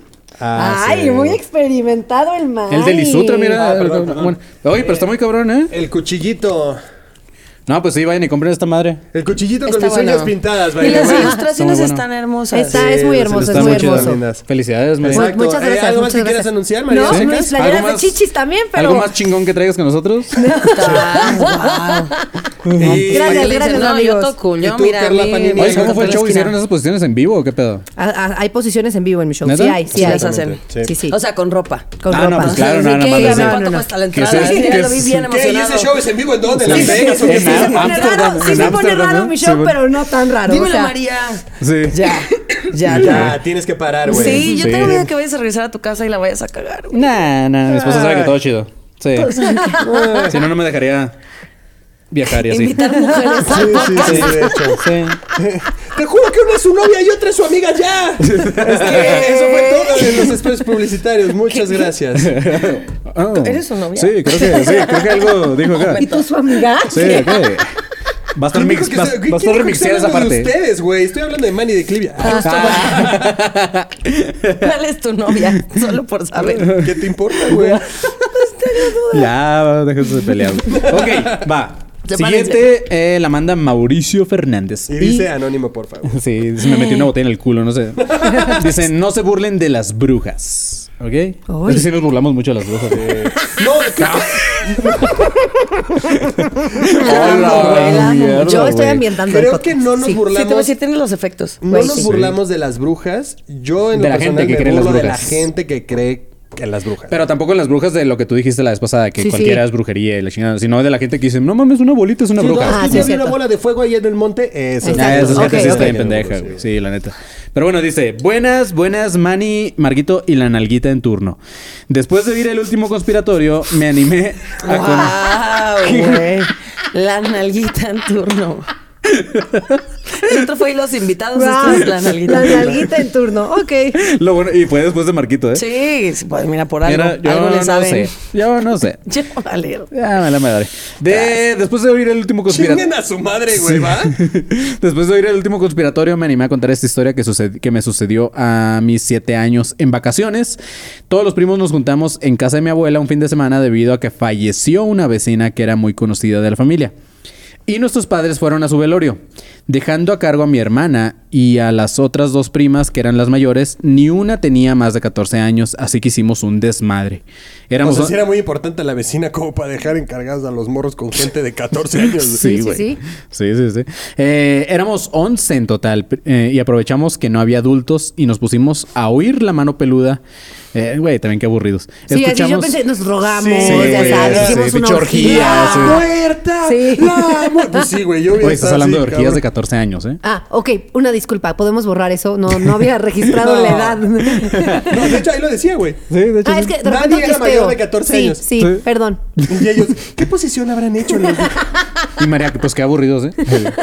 [SPEAKER 4] Ah,
[SPEAKER 6] Ay,
[SPEAKER 4] sí.
[SPEAKER 6] muy experimentado el man.
[SPEAKER 1] El de Lisutra, mira.
[SPEAKER 4] Ah, perdón, perdón.
[SPEAKER 1] Bueno, Oye, pero está muy cabrón, ¿eh?
[SPEAKER 4] El cuchillito.
[SPEAKER 1] No, pues sí, vayan y compren esta madre.
[SPEAKER 4] El cuchillito con
[SPEAKER 5] Está
[SPEAKER 4] mis uñas
[SPEAKER 5] bueno.
[SPEAKER 4] pintadas,
[SPEAKER 5] Y
[SPEAKER 4] vaya,
[SPEAKER 5] las
[SPEAKER 4] güey.
[SPEAKER 5] ilustraciones
[SPEAKER 1] Está muy bueno.
[SPEAKER 5] están hermosas.
[SPEAKER 6] Está, es muy hermoso,
[SPEAKER 1] Está
[SPEAKER 6] es muy
[SPEAKER 1] muy chido.
[SPEAKER 6] hermoso.
[SPEAKER 4] lindas.
[SPEAKER 1] Felicidades, María.
[SPEAKER 4] Exacto.
[SPEAKER 6] Muchas
[SPEAKER 4] Eh,
[SPEAKER 6] gracias.
[SPEAKER 4] ¿Algo más
[SPEAKER 6] muchas
[SPEAKER 4] que quieras
[SPEAKER 6] gracias.
[SPEAKER 4] anunciar, María?
[SPEAKER 6] No,
[SPEAKER 4] ¿Sí?
[SPEAKER 6] mis playeras
[SPEAKER 1] ¿Algo
[SPEAKER 6] de
[SPEAKER 1] más?
[SPEAKER 6] chichis también, pero.
[SPEAKER 1] ¿Algo más chingón que traigas que nosotros?
[SPEAKER 4] Y-
[SPEAKER 6] Gracias,
[SPEAKER 5] Le dicen,
[SPEAKER 6] gracias,
[SPEAKER 5] no,
[SPEAKER 6] amigos.
[SPEAKER 5] yo todo cool.
[SPEAKER 4] ¿Y
[SPEAKER 5] Yo,
[SPEAKER 4] tú,
[SPEAKER 5] mira,
[SPEAKER 4] Carla
[SPEAKER 5] a mí-
[SPEAKER 4] Panini?
[SPEAKER 1] Oye, ¿cómo
[SPEAKER 4] Exacto,
[SPEAKER 1] fue el show?
[SPEAKER 5] la
[SPEAKER 1] ¿Hicieron
[SPEAKER 5] esquina.
[SPEAKER 1] esas posiciones en vivo o qué pedo?
[SPEAKER 6] A- a- hay posiciones en vivo en mi show.
[SPEAKER 1] ¿Neta?
[SPEAKER 6] Sí, hay, sí,
[SPEAKER 5] Sí,
[SPEAKER 6] hay.
[SPEAKER 5] las hacen.
[SPEAKER 4] Sí.
[SPEAKER 6] Sí, sí.
[SPEAKER 5] O sea, con ropa.
[SPEAKER 6] Con
[SPEAKER 1] Ah, no,
[SPEAKER 6] ropa.
[SPEAKER 1] pues claro, no, no
[SPEAKER 5] ¿Qué?
[SPEAKER 1] mames.
[SPEAKER 5] Ya me
[SPEAKER 1] no,
[SPEAKER 5] cuánto
[SPEAKER 1] no.
[SPEAKER 5] cuesta la
[SPEAKER 1] Que
[SPEAKER 5] entrada.
[SPEAKER 1] sea-
[SPEAKER 5] Sí, ya
[SPEAKER 1] que
[SPEAKER 5] lo vi bien
[SPEAKER 4] ¿Qué? ¿Y
[SPEAKER 5] emocionado.
[SPEAKER 4] ese show es en vivo en dónde? ¿En Las Vegas o
[SPEAKER 1] sí,
[SPEAKER 4] qué?
[SPEAKER 6] Sí, se pone
[SPEAKER 1] Amsterdam,
[SPEAKER 6] raro, sí
[SPEAKER 1] en
[SPEAKER 6] se pone
[SPEAKER 1] Amsterdam,
[SPEAKER 6] raro
[SPEAKER 1] ¿no?
[SPEAKER 6] mi
[SPEAKER 1] Sí,
[SPEAKER 6] show,
[SPEAKER 1] bueno.
[SPEAKER 6] pero no tan raro. o
[SPEAKER 5] Dímelo,
[SPEAKER 6] sea,
[SPEAKER 5] María.
[SPEAKER 1] Sí.
[SPEAKER 5] Ya, ya, ya.
[SPEAKER 4] Ya, tienes que parar, güey.
[SPEAKER 5] Sí, yo
[SPEAKER 1] Sí.
[SPEAKER 5] tengo miedo que vayas a regresar a tu casa y la vayas a cagar. güey.
[SPEAKER 1] Nah, nah, mi esposa sabe que todo chido. Sí. Si no, no me dejaría viajar y así.
[SPEAKER 5] Invitar mujeres.
[SPEAKER 4] Sí, sí, sí, de hecho.
[SPEAKER 1] Sí.
[SPEAKER 4] Te juro que una es su novia y otra es su amiga ya. Es que eso fue todo de los espacios publicitarios. Muchas gracias.
[SPEAKER 1] Oh.
[SPEAKER 5] ¿Eres su novia?
[SPEAKER 1] Sí, creo que, sí, creo que algo dijo acá.
[SPEAKER 6] ¿Y tú, su amiga?
[SPEAKER 1] Sí, ok. Va a estar,
[SPEAKER 4] ¿Quién
[SPEAKER 1] mix,
[SPEAKER 4] dijo que
[SPEAKER 1] va, va
[SPEAKER 4] se-
[SPEAKER 1] a
[SPEAKER 4] quién dijo
[SPEAKER 1] estar
[SPEAKER 4] que
[SPEAKER 1] remixeada
[SPEAKER 4] estoy
[SPEAKER 1] esa
[SPEAKER 4] hablando de
[SPEAKER 1] parte.
[SPEAKER 4] ustedes, güey. Estoy hablando de Manny de Clivia. Ah,
[SPEAKER 5] ¿Cuál es tu novia? Solo por saber.
[SPEAKER 4] ¿Qué te importa, güey?
[SPEAKER 1] Ya, déjense de pelear. ok, va.
[SPEAKER 5] Sepárense.
[SPEAKER 1] Siguiente eh, la manda Mauricio Fernández.
[SPEAKER 4] Y dice anónimo, por favor.
[SPEAKER 1] Sí, se me metió una botella en el culo, no sé. Dice, no se burlen de las brujas. ¿Ok?
[SPEAKER 6] Uy.
[SPEAKER 1] Es que sí nos burlamos mucho de las brujas.
[SPEAKER 4] No, ¿qué-
[SPEAKER 1] Hola, mierda,
[SPEAKER 6] Yo estoy
[SPEAKER 1] güey.
[SPEAKER 6] ambientando el
[SPEAKER 4] creo
[SPEAKER 6] podcast.
[SPEAKER 4] que no nos
[SPEAKER 6] Sí.
[SPEAKER 5] Sí, te voy a
[SPEAKER 4] burlamos.
[SPEAKER 5] decir, tiene los efectos.
[SPEAKER 4] No
[SPEAKER 6] Güey,
[SPEAKER 4] nos
[SPEAKER 6] sí.
[SPEAKER 4] burlamos de las brujas. Yo en
[SPEAKER 1] De
[SPEAKER 4] lo
[SPEAKER 1] la gente
[SPEAKER 4] personal
[SPEAKER 1] que
[SPEAKER 4] me
[SPEAKER 1] cree en las
[SPEAKER 4] burlo de la
[SPEAKER 1] brujas.
[SPEAKER 4] gente que cree en las brujas.
[SPEAKER 1] Pero tampoco en las brujas de lo que tú dijiste la vez pasada, que
[SPEAKER 6] Sí,
[SPEAKER 1] cualquiera
[SPEAKER 6] sí.
[SPEAKER 1] es brujería y la chingada, sino de la gente que dice, no mames, una bolita es una
[SPEAKER 4] Sí, no,
[SPEAKER 1] bruja.
[SPEAKER 4] es que
[SPEAKER 6] Ah, sí,
[SPEAKER 4] yo
[SPEAKER 6] es
[SPEAKER 4] vi una
[SPEAKER 6] cierto.
[SPEAKER 4] bola de fuego ahí en el monte. eh, Eso.
[SPEAKER 1] Ah,
[SPEAKER 6] Exacto.
[SPEAKER 1] esa gente
[SPEAKER 6] Ok,
[SPEAKER 1] sí
[SPEAKER 6] ok.
[SPEAKER 1] está bien pendeja, güey. Sí, la neta. Pero bueno, dice, buenas, buenas, Manny, Marguito y la nalguita en turno. Después de ir el último conspiratorio, me animé a... con-
[SPEAKER 5] ¡Wow, güey! La nalguita en turno. El otro fue y los invitados.
[SPEAKER 6] Ah,
[SPEAKER 5] Esto es la nalguita.
[SPEAKER 6] La
[SPEAKER 5] en turno.
[SPEAKER 6] nalguita en turno. Ok.
[SPEAKER 1] Lo bueno, y fue después de Marquito, ¿eh?
[SPEAKER 5] Sí, sí, pues mira, por algo.
[SPEAKER 1] Mira, yo
[SPEAKER 5] algo le
[SPEAKER 1] no
[SPEAKER 5] saben.
[SPEAKER 1] sé. Yo no sé.
[SPEAKER 5] Yo valero.
[SPEAKER 1] Ya, me la madre. De, después de oír el último conspiratorio...
[SPEAKER 4] Chinguen a su madre, güey, ¿va?
[SPEAKER 1] Después de oír el último conspiratorio, me animé a contar esta historia que, suced- que me sucedió a mis siete años en vacaciones. Todos los primos nos juntamos en casa de mi abuela un fin de semana debido a que falleció una vecina que era muy conocida de la familia. Y nuestros padres fueron a su velorio, dejando a cargo a mi hermana y a las otras dos primas que eran las mayores. Ni una tenía más de 14 años, así que hicimos un desmadre.
[SPEAKER 4] O
[SPEAKER 1] Éramos
[SPEAKER 4] sea, sí era muy importante la vecina como para dejar encargados a los morros con gente de 14 años.
[SPEAKER 1] Sí,
[SPEAKER 6] sí,
[SPEAKER 1] güey. Sí,
[SPEAKER 6] sí.
[SPEAKER 1] sí, sí. Eh, éramos 11 en total eh, y aprovechamos que no había adultos y nos pusimos a oír la mano peluda. Eh, Güey, también qué aburridos.
[SPEAKER 6] Sí, así yo pensé, nos rogamos,
[SPEAKER 4] Sí,
[SPEAKER 6] ya
[SPEAKER 4] güey,
[SPEAKER 6] sabes,
[SPEAKER 4] sí,
[SPEAKER 6] hicimos una
[SPEAKER 1] pinche orgía,
[SPEAKER 6] orgía. Ah,
[SPEAKER 1] sí.
[SPEAKER 4] ¡Muerta!
[SPEAKER 6] Sí.
[SPEAKER 4] ¡La mu- Pues sí, güey, yo hubiera
[SPEAKER 1] Oye, estás
[SPEAKER 4] estado
[SPEAKER 1] hablando
[SPEAKER 4] así,
[SPEAKER 1] de orgías de
[SPEAKER 4] cabrón.
[SPEAKER 1] 14 años, ¿eh?
[SPEAKER 6] Ah, ok, una disculpa, podemos borrar eso. No, no había registrado
[SPEAKER 4] No.
[SPEAKER 6] la edad.
[SPEAKER 4] No, de hecho, ahí lo decía, güey.
[SPEAKER 6] ah, es que de
[SPEAKER 4] Nadie
[SPEAKER 6] repente
[SPEAKER 4] era mayor
[SPEAKER 6] testeo.
[SPEAKER 4] de 14
[SPEAKER 6] sí,
[SPEAKER 4] años.
[SPEAKER 6] Sí, perdón.
[SPEAKER 4] Y ellos, ¿qué posición habrán hecho? los-
[SPEAKER 1] Y María, pues qué aburridos, ¿eh?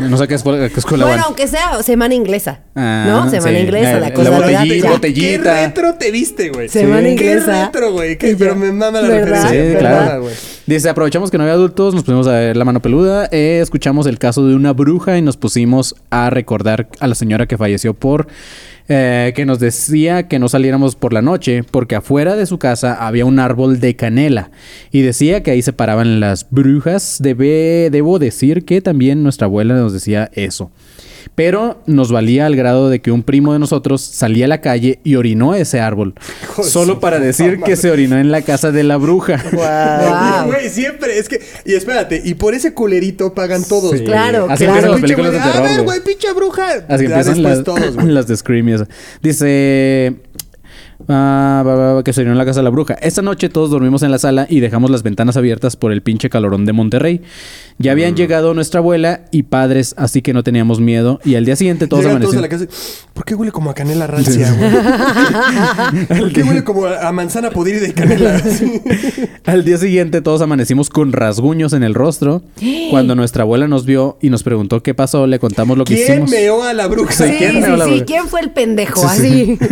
[SPEAKER 1] No sé qué escuela, qué escuela
[SPEAKER 6] Bueno,
[SPEAKER 1] van.
[SPEAKER 6] aunque sea semana inglesa.
[SPEAKER 1] Ah,
[SPEAKER 6] ¿No? Semana
[SPEAKER 1] sí.
[SPEAKER 6] inglesa,
[SPEAKER 1] La-
[SPEAKER 6] la,
[SPEAKER 1] la
[SPEAKER 6] cosa de edad.
[SPEAKER 1] botellita.
[SPEAKER 6] ya.
[SPEAKER 1] Botell- Botellita.
[SPEAKER 4] ¿Qué retro te viste, güey?
[SPEAKER 6] Semana
[SPEAKER 4] ¿Qué
[SPEAKER 6] inglesa.
[SPEAKER 4] retro, güey? ¿Qué-
[SPEAKER 6] Y yo,
[SPEAKER 4] Pero me mama la
[SPEAKER 6] ¿verdad?
[SPEAKER 4] referencia.
[SPEAKER 1] Sí,
[SPEAKER 4] me mama,
[SPEAKER 1] claro.
[SPEAKER 4] güey.
[SPEAKER 1] Dice, aprovechamos que no había adultos, nos pusimos a ver la mano peluda, eh, escuchamos el caso de una bruja y nos pusimos a recordar a la señora que falleció por... eh, que nos decía que no saliéramos por la noche porque afuera de su casa había un árbol de canela y decía que ahí se paraban las brujas. Debe, debo decir que también nuestra abuela nos decía eso. Pero nos valía al grado de que un primo de nosotros salía a la calle y orinó ese árbol. Solo para decir que se orinó en la casa de la bruja.
[SPEAKER 6] Ah, Wow.
[SPEAKER 4] Güey, siempre, es que. Y espérate, y por ese culerito pagan todos. güey.
[SPEAKER 6] Claro,
[SPEAKER 1] Así empiezan
[SPEAKER 6] claro.
[SPEAKER 1] las
[SPEAKER 4] Pinche
[SPEAKER 1] películas de
[SPEAKER 4] güey, a
[SPEAKER 1] terror.
[SPEAKER 4] ver,
[SPEAKER 1] güey.
[SPEAKER 4] güey, pinche bruja.
[SPEAKER 1] Así
[SPEAKER 4] Ya
[SPEAKER 1] empiezan
[SPEAKER 4] después
[SPEAKER 1] las,
[SPEAKER 4] todos, güey.
[SPEAKER 1] las de Scream y eso. Dice... ah, va, va, va, que se orinó en la casa de la bruja. Esta noche todos dormimos en la sala y dejamos las ventanas abiertas por el pinche calorón de Monterrey. Ya
[SPEAKER 4] Mm.
[SPEAKER 1] habían llegado nuestra abuela y padres, así que no teníamos miedo. Y al día siguiente todos
[SPEAKER 4] Llegan todos a
[SPEAKER 1] amanecimos.
[SPEAKER 4] la casa. y, ¿Por qué huele como a canela rancia, güey? ¿Por qué huele como a a manzana podrida y canela? Sí.
[SPEAKER 1] Al día siguiente todos amanecimos con rasguños en el rostro. Cuando nuestra abuela nos vio y nos preguntó qué pasó, le contamos lo que
[SPEAKER 4] ¿Quién
[SPEAKER 1] hicimos.
[SPEAKER 4] meó a la bruja?
[SPEAKER 6] Sí,
[SPEAKER 1] ¿quién
[SPEAKER 6] sí,
[SPEAKER 1] me habla,
[SPEAKER 6] sí.
[SPEAKER 1] güey?
[SPEAKER 6] ¿Quién fue el pendejo?
[SPEAKER 1] Sí,
[SPEAKER 6] Así.
[SPEAKER 1] sí.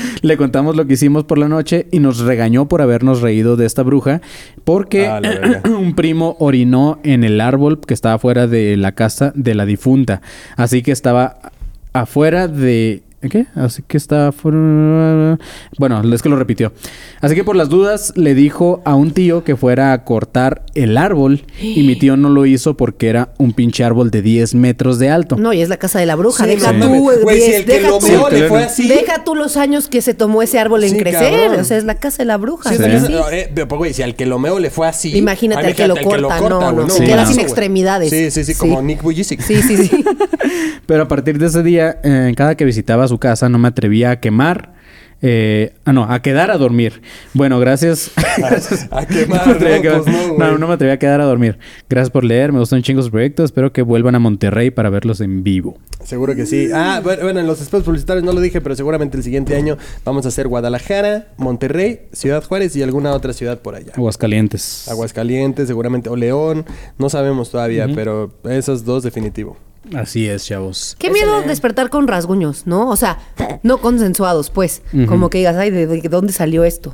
[SPEAKER 1] Le contamos lo que hicimos por la noche y nos regañó por habernos reído de esta bruja porque
[SPEAKER 4] Ah, la verga.
[SPEAKER 1] un primo orinó en el árbol que estaba fuera de la casa de la difunta. Así que estaba afuera de... ¿Qué? Así que estaba fuera... Bueno, es que lo repitió. Así que por las dudas le dijo a un tío que fuera a cortar el árbol y mi tío no lo hizo porque era un pinche árbol de 10 metros de alto.
[SPEAKER 6] No, y es la casa de la bruja.
[SPEAKER 4] Sí,
[SPEAKER 6] deja
[SPEAKER 4] no
[SPEAKER 6] tú,
[SPEAKER 4] mames.
[SPEAKER 6] güey,
[SPEAKER 4] Güey, si el que
[SPEAKER 6] deja
[SPEAKER 4] lo
[SPEAKER 6] tú-
[SPEAKER 4] meó
[SPEAKER 1] Sí,
[SPEAKER 4] le fue
[SPEAKER 1] claro.
[SPEAKER 4] así.
[SPEAKER 6] Deja tú los años que se tomó ese árbol en
[SPEAKER 4] Sí,
[SPEAKER 6] crecer.
[SPEAKER 4] cabrón.
[SPEAKER 6] O sea, es la casa de la bruja.
[SPEAKER 4] Sí,
[SPEAKER 6] ¿no?
[SPEAKER 4] esa casa-
[SPEAKER 6] Sí.
[SPEAKER 4] no, eh, pero, pues, güey, si al que lo meo le fue así.
[SPEAKER 6] Imagínate
[SPEAKER 4] ay,
[SPEAKER 6] al que lo corta, no, no, se
[SPEAKER 1] queda
[SPEAKER 4] güey,
[SPEAKER 1] sin
[SPEAKER 4] güey.
[SPEAKER 6] extremidades.
[SPEAKER 4] Sí, sí, sí,
[SPEAKER 6] Sí.
[SPEAKER 4] como Nick Bujicic.
[SPEAKER 6] Sí, sí, sí.
[SPEAKER 1] Pero a partir de ese día, eh, cada que visitaba su casa, no me atrevía a quemar. eh, ah, no, a quedar a dormir. Bueno, gracias.
[SPEAKER 4] A quemar,
[SPEAKER 1] me atrevía
[SPEAKER 4] no, pues no, güey.
[SPEAKER 1] no, no me atrevía a quedar a dormir. Gracias por leer, me gustan chingos sus proyectos. Espero que vuelvan a Monterrey para verlos en vivo.
[SPEAKER 4] Seguro que sí. Ah, bu- bueno, en los espacios publicitarios no lo dije, pero seguramente el siguiente año vamos a hacer Guadalajara, Monterrey, Ciudad Juárez y alguna otra ciudad por allá.
[SPEAKER 1] Aguascalientes.
[SPEAKER 4] Aguascalientes, seguramente, o León, no sabemos todavía, pero esos dos definitivo.
[SPEAKER 1] Así es, chavos.
[SPEAKER 6] Qué miedo despertar con rasguños, ¿no? O sea, no consensuados, pues. Como que digas, ay, ¿de, de dónde salió esto?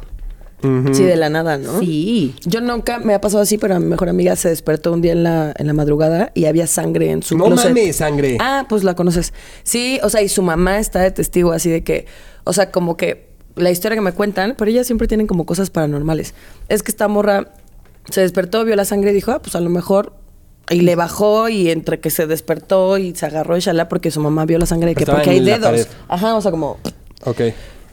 [SPEAKER 5] Sí, de la nada, ¿no?
[SPEAKER 6] Sí.
[SPEAKER 5] Yo nunca me ha pasado así, pero mi mejor amiga se despertó un día en la, en la madrugada y había sangre en su
[SPEAKER 4] No
[SPEAKER 5] closet.
[SPEAKER 4] mames, sangre.
[SPEAKER 5] Ah, pues la conoces. Sí, o sea, y su mamá está de testigo así de que, o sea, como que la historia que me cuentan, pero ellas siempre tienen como cosas paranormales. Es que esta morra se despertó, vio la sangre y dijo, ah, pues a lo mejor. Y le bajó y entre que se despertó y se agarró y shalá porque su mamá vio la sangre de que
[SPEAKER 4] Estaba
[SPEAKER 5] porque
[SPEAKER 4] en
[SPEAKER 5] hay
[SPEAKER 4] la
[SPEAKER 5] dedos.
[SPEAKER 4] pared.
[SPEAKER 5] Ajá, o sea, como
[SPEAKER 4] Ok.